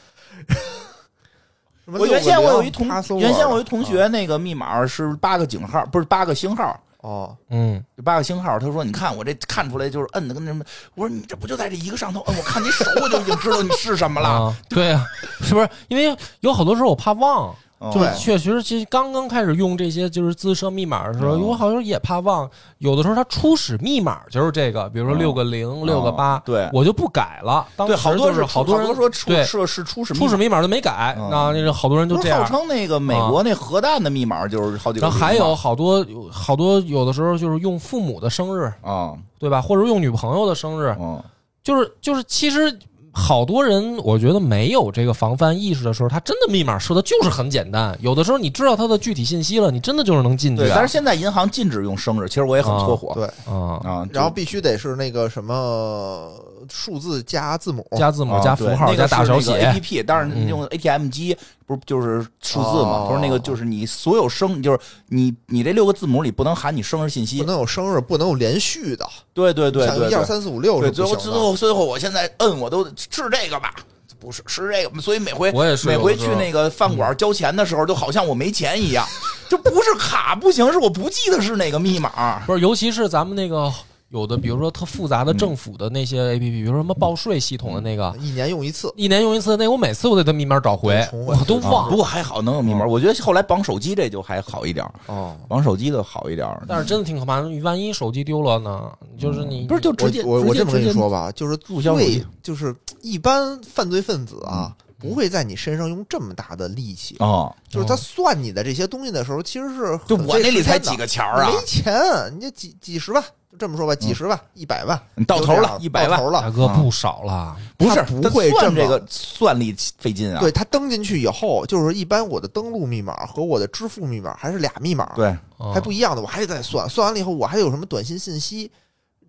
[SPEAKER 2] 什么
[SPEAKER 3] 我原先我有一同
[SPEAKER 2] 60 password
[SPEAKER 3] 原先我有一同
[SPEAKER 2] 啊
[SPEAKER 3] 学那个密码是八个井号，不是八个星号。
[SPEAKER 2] 哦，
[SPEAKER 1] 嗯，
[SPEAKER 3] 八个星号，他说：“你看我这看出来就是摁的跟那什么。”我说：“你这不就在这一个上头摁？我看你手，我就已经知道你是什么了。
[SPEAKER 1] 啊，对啊， 是不是？因为有好多时候我怕忘，
[SPEAKER 3] 哦
[SPEAKER 1] 就是
[SPEAKER 2] 对
[SPEAKER 1] 确实，其实刚刚开始用这些就是自设密码的时候，
[SPEAKER 3] 嗯
[SPEAKER 1] 我好像也怕忘。有的时候它初始密码就是这个，比如说
[SPEAKER 3] 嗯
[SPEAKER 1] 六个零、六个八，
[SPEAKER 3] 哦对
[SPEAKER 1] 我就不改了。当
[SPEAKER 3] 对，
[SPEAKER 1] 时
[SPEAKER 3] 好多
[SPEAKER 1] 就是
[SPEAKER 3] 好
[SPEAKER 1] 好多人
[SPEAKER 3] 说初
[SPEAKER 1] 对
[SPEAKER 3] 设是初始
[SPEAKER 1] 初始
[SPEAKER 3] 密
[SPEAKER 1] 密码都没改，
[SPEAKER 3] 嗯
[SPEAKER 1] 那那个好多人
[SPEAKER 3] 码，
[SPEAKER 1] 就
[SPEAKER 3] 不
[SPEAKER 1] 这
[SPEAKER 3] 是号
[SPEAKER 1] 样。啊
[SPEAKER 3] 称那个美国那核弹的密码就是好几个
[SPEAKER 1] 然后
[SPEAKER 3] 零吗。
[SPEAKER 1] 还有好多好多有的时候就是用父母的生日，
[SPEAKER 3] 啊，
[SPEAKER 1] 对吧？或者用女朋友的生日，
[SPEAKER 3] 嗯
[SPEAKER 1] 就是就是其实。好多人，我觉得没有这个防范意识的时候，他真的密码设的就是很简单。有的时候你知道它的具体信息了，你啊真的就是能进去嗯
[SPEAKER 3] 对。
[SPEAKER 1] 的。
[SPEAKER 3] 但是现在银行禁止用生日，其实我也很搓火
[SPEAKER 2] 对，
[SPEAKER 1] 啊，
[SPEAKER 3] 啊。就
[SPEAKER 2] 然后必须得是那个什么数字加字母，
[SPEAKER 1] 加字母、
[SPEAKER 2] 哦
[SPEAKER 1] 加符号、
[SPEAKER 3] 啊对那
[SPEAKER 1] 加
[SPEAKER 3] 个
[SPEAKER 1] 大小
[SPEAKER 3] 是
[SPEAKER 1] 写
[SPEAKER 3] 那个 A P P，当
[SPEAKER 1] 嗯
[SPEAKER 3] 然用 A T M 机不是就是数字嘛？
[SPEAKER 2] 哦
[SPEAKER 3] 他说那个就是你所有生，就是你你这六个字母里不能含你生日信息
[SPEAKER 2] 不。能有生日，不能有连续的，
[SPEAKER 3] 对对对
[SPEAKER 2] 像
[SPEAKER 3] 对
[SPEAKER 2] 一二
[SPEAKER 3] 对。
[SPEAKER 2] 三四五六
[SPEAKER 3] 对，
[SPEAKER 2] 是
[SPEAKER 3] 最
[SPEAKER 2] 不
[SPEAKER 3] 后
[SPEAKER 2] 行
[SPEAKER 3] 最
[SPEAKER 2] 的。
[SPEAKER 3] 后最后，我现在摁我都是这个吧，不是是这个，所以每回
[SPEAKER 1] 我也是
[SPEAKER 3] 每
[SPEAKER 1] 有
[SPEAKER 3] 回
[SPEAKER 1] 的时
[SPEAKER 3] 去
[SPEAKER 1] 候
[SPEAKER 3] 那个饭馆交钱的时候，就好像我没钱一样，就不是卡不行，是我不记得是哪个密码。
[SPEAKER 1] 不是，尤其是咱们那个有的，比如说特复杂
[SPEAKER 3] 嗯
[SPEAKER 1] 的政府的那些 A P P，比如说什么报税系统的那个，
[SPEAKER 2] 一年用一次，
[SPEAKER 1] 一年用一次，那我每次我得把密码找回
[SPEAKER 2] 对，重
[SPEAKER 1] 我
[SPEAKER 2] 回
[SPEAKER 1] 都
[SPEAKER 3] 啊
[SPEAKER 1] 忘
[SPEAKER 3] 不
[SPEAKER 1] 了。
[SPEAKER 3] 过还好能有密码，我觉得后来绑手机这就还好一点儿，
[SPEAKER 2] 哦，
[SPEAKER 3] 绑手机的好一点儿。
[SPEAKER 1] 但是真的挺可怕的，你万一手机丢了呢？就是你
[SPEAKER 3] 嗯不是就直接
[SPEAKER 2] 我我
[SPEAKER 3] 直
[SPEAKER 2] 我
[SPEAKER 3] 接
[SPEAKER 2] 这么跟你
[SPEAKER 3] 直接
[SPEAKER 2] 说吧，就是
[SPEAKER 3] 注销手
[SPEAKER 2] 最
[SPEAKER 3] 机
[SPEAKER 2] 就是一般犯罪分子啊，不会在你身上用这么大的力气。
[SPEAKER 3] 哦，
[SPEAKER 2] 就是他算你的这些东西的时候，其实是
[SPEAKER 3] 就
[SPEAKER 2] 很
[SPEAKER 3] 我
[SPEAKER 2] 费
[SPEAKER 3] 那里
[SPEAKER 2] 时
[SPEAKER 3] 才
[SPEAKER 2] 间
[SPEAKER 3] 几
[SPEAKER 2] 的
[SPEAKER 3] 个钱儿啊
[SPEAKER 2] 你没钱，你就几几十万，就这么说吧，几十万、一百万，
[SPEAKER 3] 你到
[SPEAKER 2] 就
[SPEAKER 3] 头
[SPEAKER 2] 这
[SPEAKER 3] 了
[SPEAKER 2] 样
[SPEAKER 3] 100
[SPEAKER 2] 到
[SPEAKER 3] 万
[SPEAKER 2] 头
[SPEAKER 1] 大
[SPEAKER 2] 了。
[SPEAKER 1] 哥
[SPEAKER 3] 嗯
[SPEAKER 1] 不少了，
[SPEAKER 3] 不是
[SPEAKER 2] 他不会啊
[SPEAKER 3] 他算
[SPEAKER 2] 这
[SPEAKER 3] 这
[SPEAKER 2] 么
[SPEAKER 3] 个算力费劲啊。
[SPEAKER 2] 对他登进去以后，就是一般我的登录密码和我的支付密码还是俩密码，
[SPEAKER 3] 对，哦
[SPEAKER 1] 啊
[SPEAKER 2] 还不一样的，我还得再算，算完了以后我还有什么短信信息，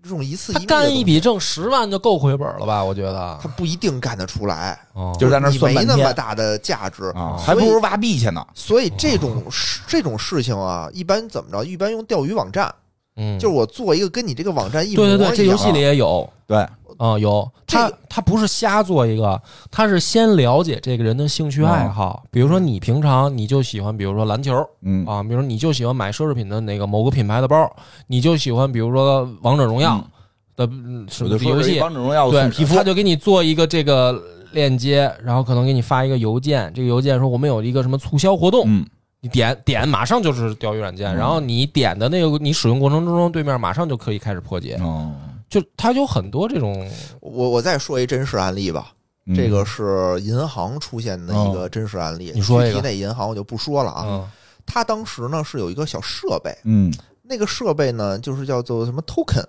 [SPEAKER 2] 这种一次一
[SPEAKER 1] 他
[SPEAKER 2] 密的
[SPEAKER 1] 干
[SPEAKER 2] 东
[SPEAKER 1] 一
[SPEAKER 2] 西，
[SPEAKER 1] 笔挣十万就够回本了吧？我觉得啊
[SPEAKER 2] 他，不一定干得出来，
[SPEAKER 1] 哦
[SPEAKER 3] 就是在那儿
[SPEAKER 2] 你
[SPEAKER 3] 算
[SPEAKER 2] 没
[SPEAKER 3] 半
[SPEAKER 2] 那么
[SPEAKER 3] 天
[SPEAKER 2] 大的价值
[SPEAKER 3] 啊，
[SPEAKER 2] 所
[SPEAKER 3] 还不
[SPEAKER 2] 以
[SPEAKER 3] 如挖币去呢。
[SPEAKER 2] 所以这种事这种事情啊，一般怎么着？一般用钓鱼网站，
[SPEAKER 1] 嗯，
[SPEAKER 2] 就是我做一个跟你这个网站一
[SPEAKER 1] 对
[SPEAKER 2] 模一
[SPEAKER 1] 对
[SPEAKER 2] 样。啊
[SPEAKER 1] 对，这游戏里也有。
[SPEAKER 3] 对，
[SPEAKER 1] 啊、有
[SPEAKER 2] 这
[SPEAKER 1] 他
[SPEAKER 2] 个，
[SPEAKER 1] 他不是瞎做一个，他是先了解这个人的兴趣爱好。比如说，你平常你就喜欢，比如说篮球
[SPEAKER 3] 嗯
[SPEAKER 1] 啊，比如说你就喜欢买奢侈品的那个某个品牌的包，你就喜欢，比如说王者荣耀的嗯什
[SPEAKER 3] 我
[SPEAKER 1] 么
[SPEAKER 3] 就说
[SPEAKER 1] 游
[SPEAKER 3] 这
[SPEAKER 1] 戏，
[SPEAKER 3] 王者荣耀
[SPEAKER 1] 对
[SPEAKER 3] 送皮，肤
[SPEAKER 1] 他，就给你做一个这个链接，然后可能给你发一个邮件，这个邮件说我们有一个什么促销活动，
[SPEAKER 3] 嗯，
[SPEAKER 1] 你点点马上就是钓鱼软件，
[SPEAKER 3] 嗯
[SPEAKER 1] 然后你点的那个你使用过程中，对面马上就可以开始破解，
[SPEAKER 2] 嗯
[SPEAKER 3] 哦，
[SPEAKER 1] 就它有很多这种。
[SPEAKER 2] 我我再说一真实案例吧，
[SPEAKER 3] 嗯
[SPEAKER 2] 这个是银行出现的一个真实案例。
[SPEAKER 1] 嗯你说一
[SPEAKER 2] 具
[SPEAKER 1] 个
[SPEAKER 2] 体哪银行我就不说了啊。
[SPEAKER 1] 嗯
[SPEAKER 2] 他当时呢是有一个小设备，
[SPEAKER 3] 嗯，
[SPEAKER 2] 那个设备呢就是叫做什么 token，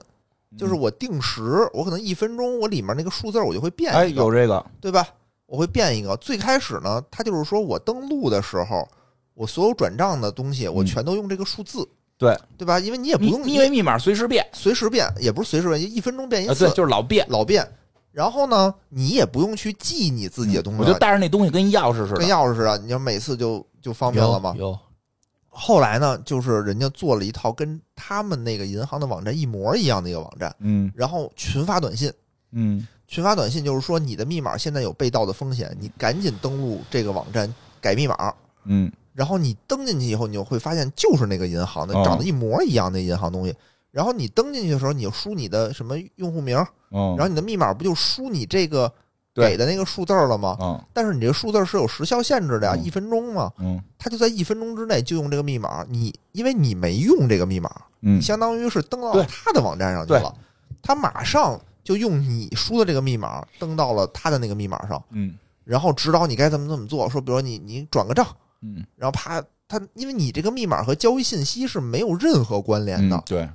[SPEAKER 2] 就是
[SPEAKER 1] 嗯
[SPEAKER 3] 嗯
[SPEAKER 2] 我定时，我可能一分钟我里面那个数字我就会变
[SPEAKER 3] 哎
[SPEAKER 2] 一个
[SPEAKER 3] 有这个，
[SPEAKER 2] 对吧？我会变一个。最开始呢，它就是说我登录的时候，我所有转账的东西，我
[SPEAKER 3] 嗯
[SPEAKER 2] 全都用这个数字，
[SPEAKER 3] 对
[SPEAKER 2] 对吧？因为你也不用
[SPEAKER 3] 密密为密码随时变
[SPEAKER 2] 随时变，也不是随时变，一分钟变一
[SPEAKER 3] 啊，
[SPEAKER 2] 次，
[SPEAKER 3] 对，就是老变。
[SPEAKER 2] 老变。然后呢，你也不用去记你自己的东西
[SPEAKER 3] 嗯我就
[SPEAKER 2] 了，
[SPEAKER 3] 带着那东西跟钥匙似
[SPEAKER 2] 跟
[SPEAKER 3] 的。
[SPEAKER 2] 钥匙似的，你要每次就就方便了嘛。
[SPEAKER 1] 有
[SPEAKER 2] 后来呢，就是人家做了一套跟他们那个银行的网站一模一样的一个网站，
[SPEAKER 3] 嗯
[SPEAKER 2] 然后群发短信。
[SPEAKER 3] 嗯，
[SPEAKER 2] 群发短信就是说你的密码现在有被盗的风险，你赶紧登录这个网站改密码。
[SPEAKER 3] 嗯，
[SPEAKER 2] 然后你登进去以后，你就会发现就是那个银行的
[SPEAKER 3] 哦，
[SPEAKER 2] 长得一模一样那银行东西。然后你登进去的时候，你就输你的什么用户名，
[SPEAKER 3] 哦
[SPEAKER 2] 然后你的密码不就输你这个
[SPEAKER 3] 对
[SPEAKER 2] 给的那个数字儿了吗？
[SPEAKER 3] 嗯
[SPEAKER 2] 但是你这个数字儿是有时效限制的呀，
[SPEAKER 3] 嗯
[SPEAKER 2] 一分钟嘛，
[SPEAKER 3] 嗯
[SPEAKER 2] 他就在一分钟之内就用这个密码。你因为你没用这个密码，
[SPEAKER 3] 嗯，
[SPEAKER 2] 相当于是登到
[SPEAKER 3] 对
[SPEAKER 2] 他的网站上去了，他马上就用你输的这个密码登到了他的那个密码上，
[SPEAKER 3] 嗯
[SPEAKER 2] 然后指导你该怎么怎么做。说，比如你你转个账，
[SPEAKER 3] 嗯
[SPEAKER 2] 然后啪，他因为你这个密码和交易信息是没有任何关联的，
[SPEAKER 3] 嗯对，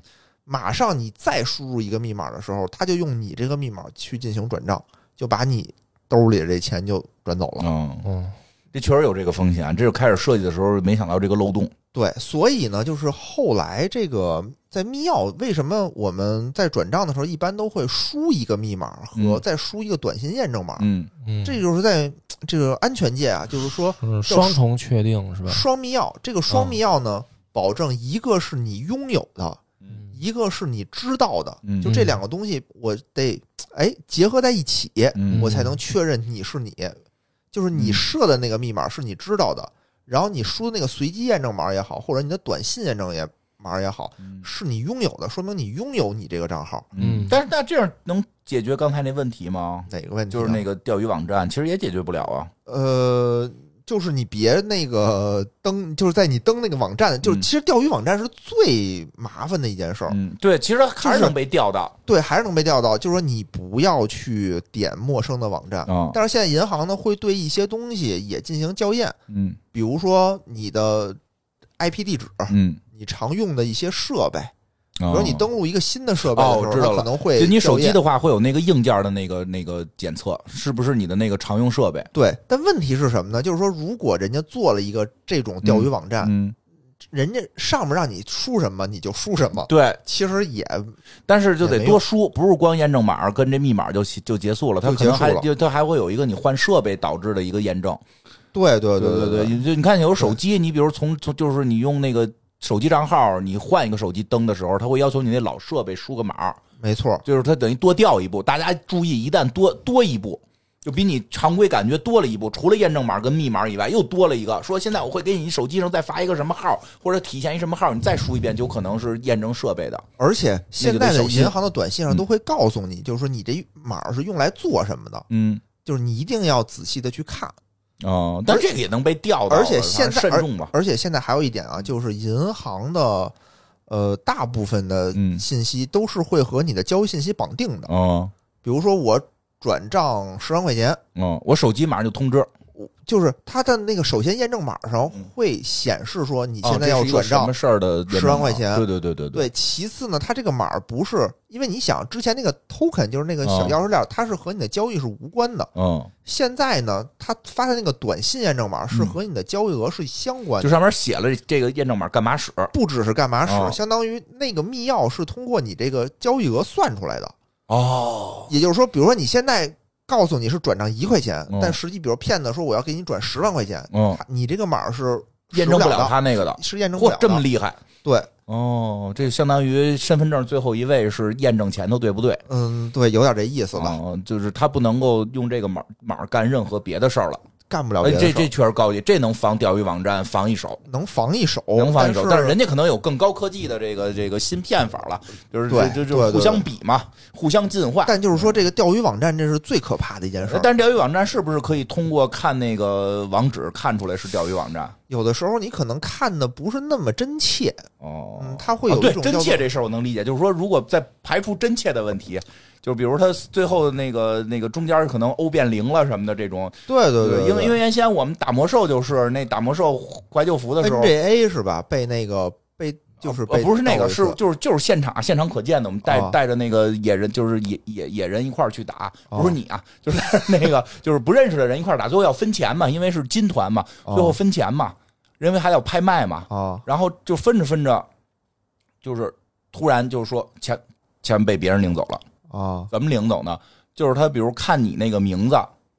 [SPEAKER 2] 马上你再输入一个密码的时候，他就用你这个密码去进行转账，就把你兜里的这钱就转走了。
[SPEAKER 3] 嗯，
[SPEAKER 1] 嗯，
[SPEAKER 3] 这确实有这个风险，这就开始设计的时候没想到这个漏洞，
[SPEAKER 2] 对，所以呢，就是后来这个在密钥，为什么我们在转账的时候一般都会输一个密码和
[SPEAKER 3] 嗯
[SPEAKER 2] 再输一个短信验证码？
[SPEAKER 3] 嗯
[SPEAKER 1] 嗯
[SPEAKER 2] 这就是在这个安全界啊，就是说
[SPEAKER 1] 嗯双重确定是吧？
[SPEAKER 2] 双密钥。这个双密钥呢，
[SPEAKER 3] 嗯
[SPEAKER 2] 保证一个是你拥有的，
[SPEAKER 1] 嗯
[SPEAKER 2] 一个是你知道的，
[SPEAKER 3] 嗯
[SPEAKER 2] 就这两个东西，我得哎结合在一起，
[SPEAKER 3] 嗯
[SPEAKER 2] 我才能确认你是你，就是你
[SPEAKER 3] 嗯
[SPEAKER 2] 设的那个密码是你知道的，然后你输的那个随机验证码也好，或者你的短信验证也码也好，
[SPEAKER 3] 嗯
[SPEAKER 2] 是你拥有的，说明你拥有你这个账号。
[SPEAKER 1] 嗯
[SPEAKER 3] 但是那这样能解决刚才那问题吗？
[SPEAKER 2] 哪个问题啊？
[SPEAKER 3] 就是那个钓鱼网站，其实也解决不了啊。
[SPEAKER 2] 呃，就是你别那个登，就是在你登那个网站，就是
[SPEAKER 3] 嗯
[SPEAKER 2] 其实钓鱼网站是最麻烦的一件事儿。
[SPEAKER 3] 嗯，对，其实还是能被钓到。
[SPEAKER 2] 对，还是能被钓到。就是说，你不要去点陌生的网站。
[SPEAKER 3] 啊，
[SPEAKER 2] 但是现在银行呢，会对一些东西也进行校验，
[SPEAKER 3] 嗯
[SPEAKER 2] 比如说你的 IP 地址，
[SPEAKER 3] 嗯，哦
[SPEAKER 2] 你常用的一些设备，
[SPEAKER 3] 比
[SPEAKER 2] 比如你登录一个新的设备的
[SPEAKER 3] 哦
[SPEAKER 2] 时候，
[SPEAKER 3] 知道
[SPEAKER 2] 它可
[SPEAKER 3] 了
[SPEAKER 2] 能会
[SPEAKER 3] 就你手机
[SPEAKER 2] 校验
[SPEAKER 3] 的话，会有那个硬件的那个那个检测，是不是你的那个常用设备？
[SPEAKER 2] 对。但问题是什么呢？就是说，如果人家做了一个这种钓鱼网站，
[SPEAKER 3] 嗯，
[SPEAKER 2] 人家上面让你输什么你就输什么，
[SPEAKER 3] 对，
[SPEAKER 2] 其实也
[SPEAKER 3] 但是就得
[SPEAKER 2] 也没有
[SPEAKER 3] 多输，不是光验证码跟这密码就就结束了，它
[SPEAKER 2] 就
[SPEAKER 3] 可能
[SPEAKER 2] 结束
[SPEAKER 3] 还
[SPEAKER 2] 了
[SPEAKER 3] 就它还会有一个你换设备导致的一个验证。
[SPEAKER 2] 对对
[SPEAKER 3] 对
[SPEAKER 2] 对
[SPEAKER 3] 对，你就你看有手机，你比如从从就是你用那个手机账号，你换一个手机登的时候，它会要求你那老设备输个码，
[SPEAKER 2] 没错。
[SPEAKER 3] 就是它等于多调一步。大家注意，一旦多多一步。就比你常规感觉多了一步，除了验证码跟密码以外，又多了一个。说现在我会给你手机上再发一个什么号，或者体现一什么号，你再输一遍，就有可能是验证设备的。
[SPEAKER 2] 而且现在
[SPEAKER 3] 那就
[SPEAKER 2] 的
[SPEAKER 3] 得小心
[SPEAKER 2] 银行的短信上都会告诉你，就是说你这码是用来做什么的，
[SPEAKER 3] 嗯，
[SPEAKER 2] 就是你一定要仔细的去看。
[SPEAKER 3] 哦，但这个也能被调到，
[SPEAKER 2] 而且现在
[SPEAKER 3] 反正慎重吧。
[SPEAKER 2] 而且现在还有一点
[SPEAKER 3] 嗯
[SPEAKER 2] 啊，就是银行的呃大部分的
[SPEAKER 3] 嗯
[SPEAKER 2] 信息都是会和你的交易信息绑定的。
[SPEAKER 3] 哦
[SPEAKER 2] 比如说我转账十万块钱，
[SPEAKER 3] 哦，我手机马上就通知，啊
[SPEAKER 2] 我就是它的那个首先验证码上会显示说你现在
[SPEAKER 3] 嗯
[SPEAKER 2] 要
[SPEAKER 3] 哦这是
[SPEAKER 2] 转
[SPEAKER 3] 一个什
[SPEAKER 2] 账。
[SPEAKER 3] 么事儿的验证码
[SPEAKER 2] 10万块钱
[SPEAKER 3] 对对对对
[SPEAKER 2] 对，其次呢，它这个码不是因为你想之前那个 token 就是那个小
[SPEAKER 3] 哦
[SPEAKER 2] 钥匙链，它是和你的交易是无关的。
[SPEAKER 3] 嗯，
[SPEAKER 2] 现在呢，它发的那个短信验证码是和你的交易额是相关
[SPEAKER 3] 就，
[SPEAKER 2] 的
[SPEAKER 3] 上面写了这个验证码干嘛使，
[SPEAKER 2] 不只是干嘛使，
[SPEAKER 3] 哦
[SPEAKER 2] 相当于那个密钥是通过你这个交易额算出来的。
[SPEAKER 3] 哦，
[SPEAKER 2] 也就是说，比如说你现在告诉你是转账一块钱，
[SPEAKER 3] 嗯
[SPEAKER 2] 但实际比如骗子说我要给你转十万块钱，
[SPEAKER 3] 嗯，
[SPEAKER 2] 他你这个码是
[SPEAKER 3] 验证不
[SPEAKER 2] 使啊不了
[SPEAKER 3] 了
[SPEAKER 2] 的，
[SPEAKER 3] 他那个的，
[SPEAKER 2] 是验证不
[SPEAKER 3] 嚯
[SPEAKER 2] 了，
[SPEAKER 3] 这么
[SPEAKER 2] 的。
[SPEAKER 3] 厉害
[SPEAKER 2] 对，
[SPEAKER 3] 哦，这相当于身份证最后一位是验证前头，对不对？
[SPEAKER 2] 嗯，对，有点这意思吧，
[SPEAKER 3] 哦，就是他不能够用这个码码干任何别的事儿了，
[SPEAKER 2] 干不了
[SPEAKER 3] 哎
[SPEAKER 2] 别的
[SPEAKER 3] 这
[SPEAKER 2] 事儿
[SPEAKER 3] 这确实高级，这能防钓鱼网站防一手。
[SPEAKER 2] 能防一手，
[SPEAKER 3] 能防一手，但
[SPEAKER 2] 哦是
[SPEAKER 3] 是人家可能有更高科技的这个这个芯片法了，就是
[SPEAKER 2] 对
[SPEAKER 3] 就就
[SPEAKER 2] 对
[SPEAKER 3] 就
[SPEAKER 2] 对
[SPEAKER 3] 互相比嘛，互相进化。
[SPEAKER 2] 但就是说这个钓鱼网站这是最可怕的一件事儿。
[SPEAKER 3] 哎但是钓鱼网站是不是可以通过看那个网址看出来是钓鱼网站？
[SPEAKER 2] 有的时候你可能看的不是那么真切，
[SPEAKER 3] 哦，
[SPEAKER 2] 嗯，它会有
[SPEAKER 3] 啊、
[SPEAKER 2] 一
[SPEAKER 3] 对
[SPEAKER 2] 种叫
[SPEAKER 3] 真
[SPEAKER 2] 做
[SPEAKER 3] 切这事儿我能理解，就是说如果在排除真切的问题，就是比如它最后那个那个中间可能欧变零了什么的这种，
[SPEAKER 2] 对对对，
[SPEAKER 3] 因为因
[SPEAKER 2] 为
[SPEAKER 3] 为原先我们打魔兽就是那打魔兽怀旧服的时候。
[SPEAKER 2] NGA 哎是吧？被那个被就是
[SPEAKER 3] 呃
[SPEAKER 2] 被、
[SPEAKER 3] 不是那个，是就是就是现场现场可见的，我们带、
[SPEAKER 2] 啊
[SPEAKER 3] 带着那个野人，就是野野野人一块儿去打，
[SPEAKER 2] 哦
[SPEAKER 3] 不是你啊，就是 那个就是不认识的人一块儿打，最后要分钱嘛，因为是金团嘛，最后分钱嘛，因为还要拍卖嘛，
[SPEAKER 2] 啊，
[SPEAKER 3] 然后就分着分着，就是突然就是说钱钱被别人领走了，
[SPEAKER 2] 啊
[SPEAKER 3] 怎么领走呢？就是他比如看你那个名字，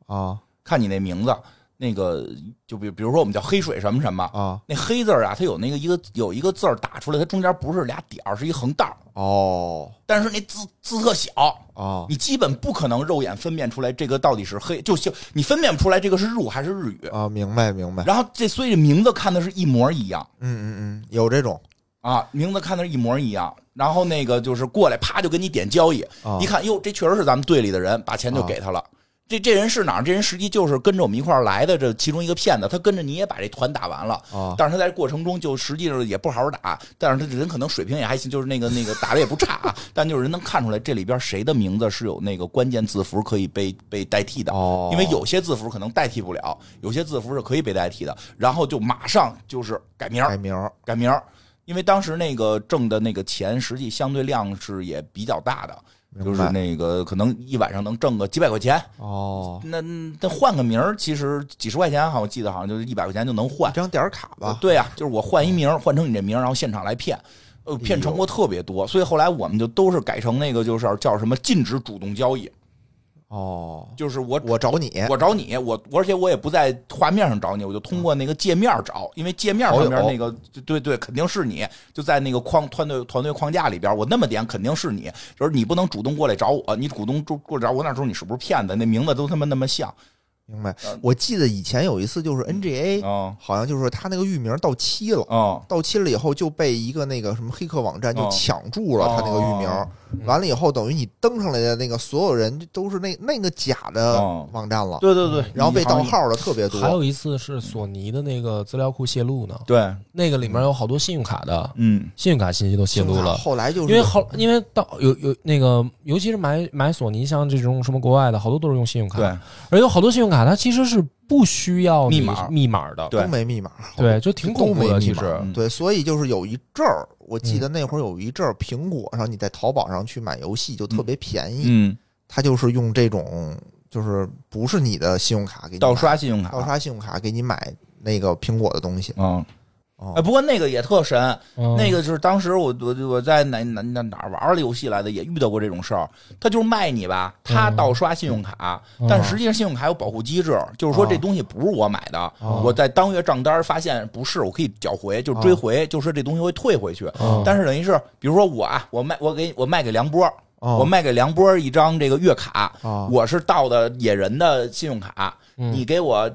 [SPEAKER 2] 啊
[SPEAKER 3] 看你那名字，那个就比比如说我们叫黑水什么什么，
[SPEAKER 2] 啊
[SPEAKER 3] 那黑字儿啊，它有那个一个有一个字儿打出来，它中间不是俩点儿，是一横道儿，
[SPEAKER 2] 哦
[SPEAKER 3] 但是那字字特小，
[SPEAKER 2] 啊
[SPEAKER 3] 你基本不可能肉眼分辨出来这个到底是黑，就就你分辨不出来这个是日语还是日语。
[SPEAKER 2] 啊，明白明白，
[SPEAKER 3] 然后这所以这名字看的是一模一样。
[SPEAKER 2] 嗯嗯嗯，有这种
[SPEAKER 3] 啊，名字看的是一模一样，然后那个就是过来，啪就给你点交易，
[SPEAKER 2] 啊
[SPEAKER 3] 一看，哟，这确实是咱们队里的人，把钱就
[SPEAKER 2] 啊
[SPEAKER 3] 给他了。这这人是哪儿？这人实际就是跟着我们一块儿来的这其中一个骗子，他跟着你也把这团打完了，
[SPEAKER 2] 啊
[SPEAKER 3] 但是他在这过程中就实际上也不好好打，但是他人可能水平也还行，就是那个那个打的也不差啊，但就是人能看出来这里边谁的名字是有那个关键字符可以被被代替的，
[SPEAKER 2] 哦
[SPEAKER 3] 因为有些字符可能代替不了，有些字符是可以被代替的，然后就马上就是改名儿
[SPEAKER 2] 改名儿
[SPEAKER 3] 改名儿，因为当时那个挣的那个钱实际相对量是也比较大的。就
[SPEAKER 2] 白
[SPEAKER 3] 是那个可能一晚上能挣个几百块钱，
[SPEAKER 2] 哦，
[SPEAKER 3] 那那换个名儿，其实几十块钱，好像我记得好像就是一百块钱就能换
[SPEAKER 2] 一。张点儿卡吧，
[SPEAKER 3] 对啊，就是我换一名儿，换成你这名儿，然后现场来骗，呃，
[SPEAKER 2] 哎
[SPEAKER 3] 骗成过特别多，所以后来我们就都是改成那个就是叫什么禁止主动交易，
[SPEAKER 2] 哦，
[SPEAKER 3] 就是我
[SPEAKER 2] 我找你，
[SPEAKER 3] 我找你，我我而且我也不在画面上找你，我就通过那个界面找，因为界面上面
[SPEAKER 2] 好友
[SPEAKER 3] 那个对对对，肯定是你，就在那个框团队团队框架里边，我那么点肯定是你，就是你不能主动过来找我，你主动过过来找我，我哪知道你是不是骗子？那名字都他妈那么像
[SPEAKER 2] 明白
[SPEAKER 3] 呃？
[SPEAKER 2] 我记得以前有一次就是 NGA，、
[SPEAKER 3] 啊
[SPEAKER 2] 好像就是他那个域名到期了。
[SPEAKER 3] 啊
[SPEAKER 2] 到期了以后就被一个那个什么黑客网站
[SPEAKER 3] 哦
[SPEAKER 2] 就抢注了他那个域名
[SPEAKER 3] 哦
[SPEAKER 2] 儿，完了以后等于你登上来的那个所有人都是那那个假的
[SPEAKER 3] 哦
[SPEAKER 2] 网站了，
[SPEAKER 3] 对对对，
[SPEAKER 2] 然后被
[SPEAKER 3] 你好
[SPEAKER 2] 盗
[SPEAKER 3] 像
[SPEAKER 2] 号的特别
[SPEAKER 1] 还
[SPEAKER 2] 多。
[SPEAKER 1] 有一次是索尼的那个资料库泄露呢，
[SPEAKER 3] 对，
[SPEAKER 1] 那个里面有好多信用卡的
[SPEAKER 3] 嗯
[SPEAKER 1] 信用卡信息都泄露
[SPEAKER 2] 嗯信用卡
[SPEAKER 1] 了。
[SPEAKER 2] 后来就
[SPEAKER 1] 因
[SPEAKER 2] 是
[SPEAKER 1] 为后，因为到有有那个，尤其是买买索尼，像这种什么国外的，好多都是用信用卡，
[SPEAKER 3] 对，
[SPEAKER 1] 而有好多信用卡它其实是不需要你
[SPEAKER 3] 密码
[SPEAKER 1] 密码的，
[SPEAKER 3] 对
[SPEAKER 2] 都没密码，
[SPEAKER 1] 对，就挺恐怖
[SPEAKER 2] 都
[SPEAKER 1] 的。
[SPEAKER 2] 没
[SPEAKER 1] 其
[SPEAKER 2] 密码
[SPEAKER 1] 实
[SPEAKER 3] 嗯
[SPEAKER 2] 对，所以就是有一阵儿，我记得那会儿有一阵儿，苹果上你在淘宝上去买游戏就特别便宜，
[SPEAKER 3] 嗯，
[SPEAKER 2] 它就是用这种就是不是你的信用卡给你
[SPEAKER 3] 盗
[SPEAKER 2] 买
[SPEAKER 3] 刷信用卡，
[SPEAKER 2] 盗刷信用卡给你买那个苹果的东西。
[SPEAKER 3] 嗯，
[SPEAKER 2] 哦
[SPEAKER 3] 哎，不过那个也特神，
[SPEAKER 1] 嗯
[SPEAKER 3] 那个就是当时我我我在哪哪哪哪儿玩的游戏来的，也遇到过这种事儿。他就是卖你吧，他盗刷信用卡，
[SPEAKER 1] 嗯
[SPEAKER 3] 但实际上信用卡有保护机制，就是说这东西不是我买的，
[SPEAKER 1] 哦
[SPEAKER 3] 我在当月账单发现不是，我可以缴回，
[SPEAKER 1] 嗯
[SPEAKER 3] 就追回，就说这东西会退回去。
[SPEAKER 1] 哦
[SPEAKER 3] 但是等于是，比如说我啊，我卖我给我卖给梁波，
[SPEAKER 2] 哦
[SPEAKER 1] 嗯
[SPEAKER 3] 我卖给梁波一张这个月卡，
[SPEAKER 2] 啊
[SPEAKER 3] 我是盗的野人的信用卡，
[SPEAKER 1] 嗯
[SPEAKER 3] 你给我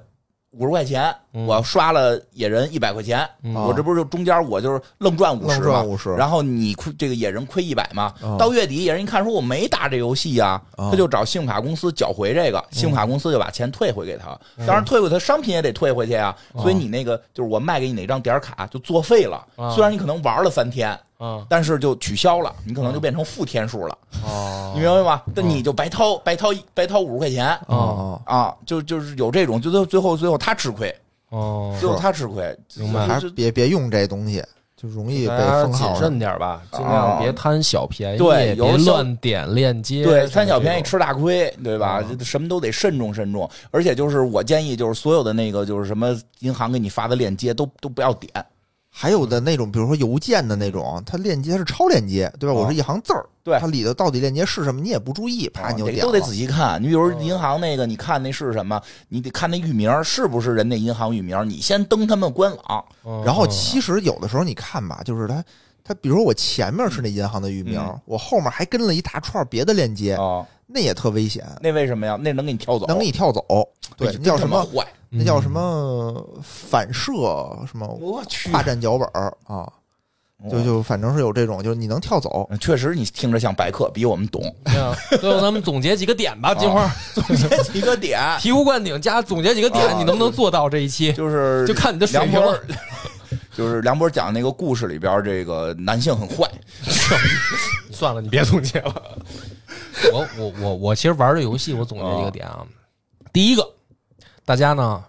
[SPEAKER 3] 五十块钱，
[SPEAKER 1] 嗯
[SPEAKER 3] 我刷了野人一百块钱，
[SPEAKER 1] 嗯
[SPEAKER 3] 我这不是就中间我就是愣赚五十
[SPEAKER 2] 愣赚50
[SPEAKER 3] 然后你亏这个野人亏一百嘛，
[SPEAKER 2] 嗯
[SPEAKER 3] 到月底野人一看说我没打这游戏呀、
[SPEAKER 2] 嗯
[SPEAKER 3] 他就找信用卡公司缴回这个，信用卡公司就把钱退回给他，当然退回他商品也得退回去呀、所以你那个就是我卖给你哪张点儿卡就作废了，
[SPEAKER 1] 啊
[SPEAKER 3] 虽然你可能玩了三天，
[SPEAKER 1] 啊
[SPEAKER 3] 但是就取消了，你可能就变成负天数了。
[SPEAKER 1] 哦
[SPEAKER 3] 你明白吗？但你就白掏白掏白掏五十块钱
[SPEAKER 2] 哦，
[SPEAKER 3] 啊，就就是有这种，就最最后最后他吃亏，
[SPEAKER 1] 哦，
[SPEAKER 3] 最后他吃亏，
[SPEAKER 1] 明白
[SPEAKER 2] 哦还
[SPEAKER 3] 就是就
[SPEAKER 2] 别别用这东西，就容易被
[SPEAKER 1] 大家
[SPEAKER 2] 封号
[SPEAKER 1] 谨
[SPEAKER 2] 了。
[SPEAKER 1] 慎点吧，尽量别贪小便宜，
[SPEAKER 3] 对有
[SPEAKER 1] 别
[SPEAKER 3] 的时候
[SPEAKER 1] 乱点链接，
[SPEAKER 3] 对贪小便宜
[SPEAKER 1] 什
[SPEAKER 3] 吃大亏，对吧？
[SPEAKER 2] 啊
[SPEAKER 3] 这什么都得慎重慎重。而且就是我建议，就是所有的那个就是什么银行给你发的链接都都不要点，
[SPEAKER 2] 啊还有的那种，比如说邮件的那种，它链接它是超链接，对吧？
[SPEAKER 3] 哦
[SPEAKER 2] 我是一行字儿，
[SPEAKER 3] 对
[SPEAKER 2] 它里头到底链接是什么，你也不注意，啪你就
[SPEAKER 3] 啊得
[SPEAKER 2] 点
[SPEAKER 3] 都得
[SPEAKER 2] 了嗯
[SPEAKER 3] 仔细看。你比如银行那个，你看那是什么？你得看那域名是不是人家银行域名，你先登他们官网。
[SPEAKER 1] 么这种，
[SPEAKER 2] 然
[SPEAKER 3] 哦
[SPEAKER 2] 后
[SPEAKER 1] 嗯
[SPEAKER 2] 其实有的时候你看吧，就是它它，比如说我前面是那银行的域名，
[SPEAKER 3] 嗯
[SPEAKER 2] 我后面还跟了一大串别的链接，
[SPEAKER 3] 哦，
[SPEAKER 2] 那也特危险，
[SPEAKER 3] 那为什么呀？那能给你挑走，
[SPEAKER 2] 能给你跳走。对，
[SPEAKER 3] 哎
[SPEAKER 2] 那叫
[SPEAKER 3] 真
[SPEAKER 2] 什
[SPEAKER 3] 他妈
[SPEAKER 2] 么？
[SPEAKER 3] 坏？
[SPEAKER 2] 那叫什么反射什么
[SPEAKER 3] 我去
[SPEAKER 2] 跨站脚本儿啊？
[SPEAKER 3] 哦
[SPEAKER 2] 就就反正是有这种，就是你能跳走。
[SPEAKER 3] 嗯确实，你听着像白客，比我们懂。
[SPEAKER 1] 这样最后咱们总结几个点吧，金花
[SPEAKER 3] 总结几个 点，
[SPEAKER 1] 醍醐灌顶加总结几个
[SPEAKER 3] 啊
[SPEAKER 1] 点，你能不能做到这一期？
[SPEAKER 3] 就是
[SPEAKER 1] 就看你的水
[SPEAKER 3] 梁
[SPEAKER 1] 平
[SPEAKER 3] 博
[SPEAKER 1] 了，
[SPEAKER 3] 就是梁博讲那个故事里边，这个男性很坏，
[SPEAKER 1] 算了，你别总结了。 我我我我其实玩这游戏，我总结一个点啊，第一个，大家呢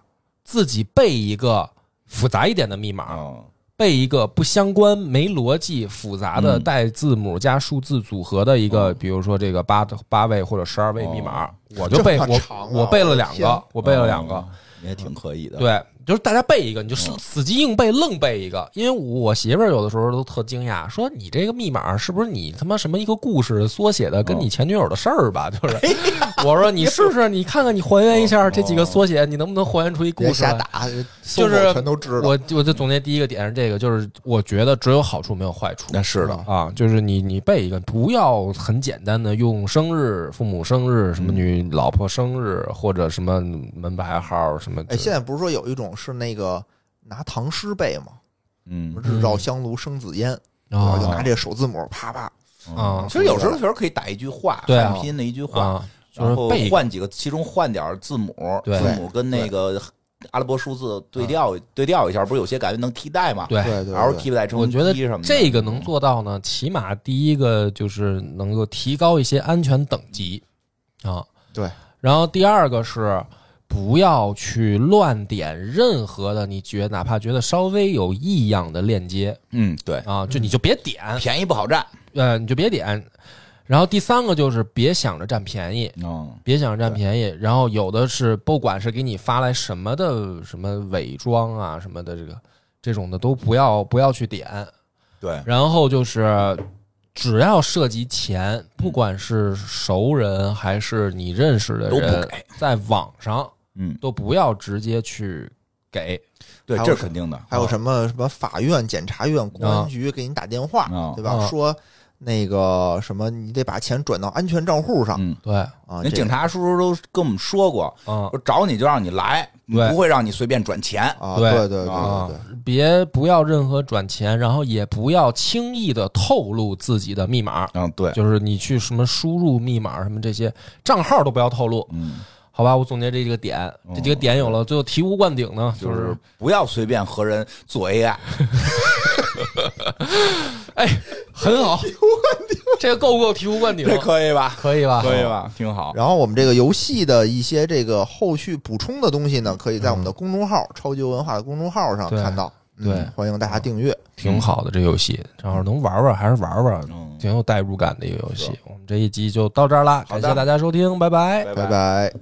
[SPEAKER 1] 自己背一个复杂一点的密
[SPEAKER 2] 啊
[SPEAKER 1] 码，
[SPEAKER 3] 嗯
[SPEAKER 1] 背一个不相关、没逻辑、复杂的
[SPEAKER 3] 嗯
[SPEAKER 1] 带字母加数字组合的一个，
[SPEAKER 2] 哦
[SPEAKER 1] 比如说这个八八位或者十二位
[SPEAKER 3] 哦
[SPEAKER 1] 密码，我就背
[SPEAKER 2] 这么
[SPEAKER 1] 我
[SPEAKER 2] 长啊
[SPEAKER 1] 我背了两
[SPEAKER 2] 我的哦
[SPEAKER 1] 个，我背了两个。
[SPEAKER 3] 嗯也挺可以的。，
[SPEAKER 1] 对，就是大家背一个，你就死记硬背，愣背一个。因为我媳妇儿有的时候都特惊讶，说你这个密码是不是你他妈什么一个故事缩写
[SPEAKER 2] 哦
[SPEAKER 1] 的，跟你前女友的事儿吧？就是，
[SPEAKER 2] 哎
[SPEAKER 1] 我说你 试试，你看看，你还原一下这
[SPEAKER 2] 哦
[SPEAKER 1] 几个缩写，你能不能还原出一故
[SPEAKER 2] 别
[SPEAKER 1] 事
[SPEAKER 2] 瞎
[SPEAKER 1] 来？
[SPEAKER 2] 打，搜
[SPEAKER 1] 就
[SPEAKER 2] 狗
[SPEAKER 1] 是
[SPEAKER 2] 全都知道。
[SPEAKER 1] 我我就总结第一个点是这个，就是我觉得只有好处没有坏处。
[SPEAKER 3] 那是的，
[SPEAKER 1] 啊，就是你你背一个，不要很简单的用生日、父母生日、什么女老婆生日或者什么门牌号什么之类的。
[SPEAKER 2] 哎，现在不是说有一种是那个拿唐诗背吗？
[SPEAKER 3] 嗯
[SPEAKER 2] 日照香炉生紫烟，然后就
[SPEAKER 1] 啊
[SPEAKER 2] 拿这个首字母啪啪。
[SPEAKER 1] 啊
[SPEAKER 3] 其实有时候确实可以打一句话，
[SPEAKER 1] 对啊
[SPEAKER 3] 汉拼的一句话，
[SPEAKER 1] 啊，就是
[SPEAKER 3] 然后
[SPEAKER 1] 背一个
[SPEAKER 3] 换几个，其中换点儿字母，
[SPEAKER 1] 对
[SPEAKER 3] 字母跟那个阿拉伯数字对调对调一下，不是有些感觉能替代吗？
[SPEAKER 1] 哎对
[SPEAKER 2] 对对
[SPEAKER 3] ，L
[SPEAKER 2] 对
[SPEAKER 3] 替代成
[SPEAKER 1] 我觉得
[SPEAKER 3] P 什么的
[SPEAKER 1] 这个能做到呢，起码第一个就是能够提高一些安全等级啊。
[SPEAKER 2] 对，
[SPEAKER 1] 然后第二个是不要去乱点任何的你觉哪怕觉得稍微有异样的链接
[SPEAKER 3] 嗯，对，
[SPEAKER 1] 啊，就你就别点，
[SPEAKER 3] 便宜不好占，
[SPEAKER 1] 呃，你就别点。然后第三个就是别想着占便宜，
[SPEAKER 3] 嗯，
[SPEAKER 1] 别想着占便宜。然后有的是不管是给你发来什么的什么伪装啊什么的这个这种的都不要不要去点。
[SPEAKER 3] 对，
[SPEAKER 1] 然后就是，只要涉及钱，不管是熟人还是你认识的
[SPEAKER 3] 都不
[SPEAKER 1] 人
[SPEAKER 3] 给，
[SPEAKER 1] 在网上
[SPEAKER 3] 嗯，
[SPEAKER 1] 都不要直接去给。
[SPEAKER 3] 对，
[SPEAKER 2] 还有
[SPEAKER 3] 这是
[SPEAKER 2] 什
[SPEAKER 3] 肯定的，啊
[SPEAKER 2] 还
[SPEAKER 1] 啊
[SPEAKER 2] 有什么什么法院、检察院、公安局给你打电话
[SPEAKER 3] 啊，
[SPEAKER 2] 对吧
[SPEAKER 1] 啊？
[SPEAKER 2] 说那个什么，你得把钱转到安全账户上
[SPEAKER 3] 嗯，
[SPEAKER 1] 对，
[SPEAKER 2] 啊。
[SPEAKER 3] 人
[SPEAKER 2] 这
[SPEAKER 3] 警察叔叔都跟我们说过，
[SPEAKER 1] 嗯，
[SPEAKER 3] 说找你就让你来，
[SPEAKER 1] 对
[SPEAKER 3] 不会让你随便转钱，
[SPEAKER 2] 啊，
[SPEAKER 1] 对
[SPEAKER 2] 对对对
[SPEAKER 3] 啊
[SPEAKER 2] 对对，
[SPEAKER 1] 嗯别不要任何转钱，然后也不要轻易的透露自己的密码，
[SPEAKER 3] 嗯，对，
[SPEAKER 1] 就是你去什么输入密码什么这些账号都不要透露，
[SPEAKER 3] 嗯，哦
[SPEAKER 1] 好吧？我总结这几个点，这几个点有了，最后醍醐灌顶呢，就
[SPEAKER 3] 就是是不要随便和人做 AI，
[SPEAKER 1] 哎，很好，这个够不够醍醐 灌顶？
[SPEAKER 3] 这可以吧？嗯
[SPEAKER 1] 可以吧？
[SPEAKER 3] 可以 吧？挺好，
[SPEAKER 2] 然后我们这个游戏的一些这个后续补充的东西呢，可以在我们的公众号“超级文化”的公众号上
[SPEAKER 1] 嗯对
[SPEAKER 2] 看到。嗯
[SPEAKER 1] 对
[SPEAKER 2] 欢迎大家订阅。
[SPEAKER 1] 挺好的这游戏，正好能玩玩还是玩玩，
[SPEAKER 3] 嗯，
[SPEAKER 1] 挺有代入感的一个游戏。我们这一集就到这儿啦，感
[SPEAKER 3] 的
[SPEAKER 1] 谢大家收听，拜拜。
[SPEAKER 2] 拜拜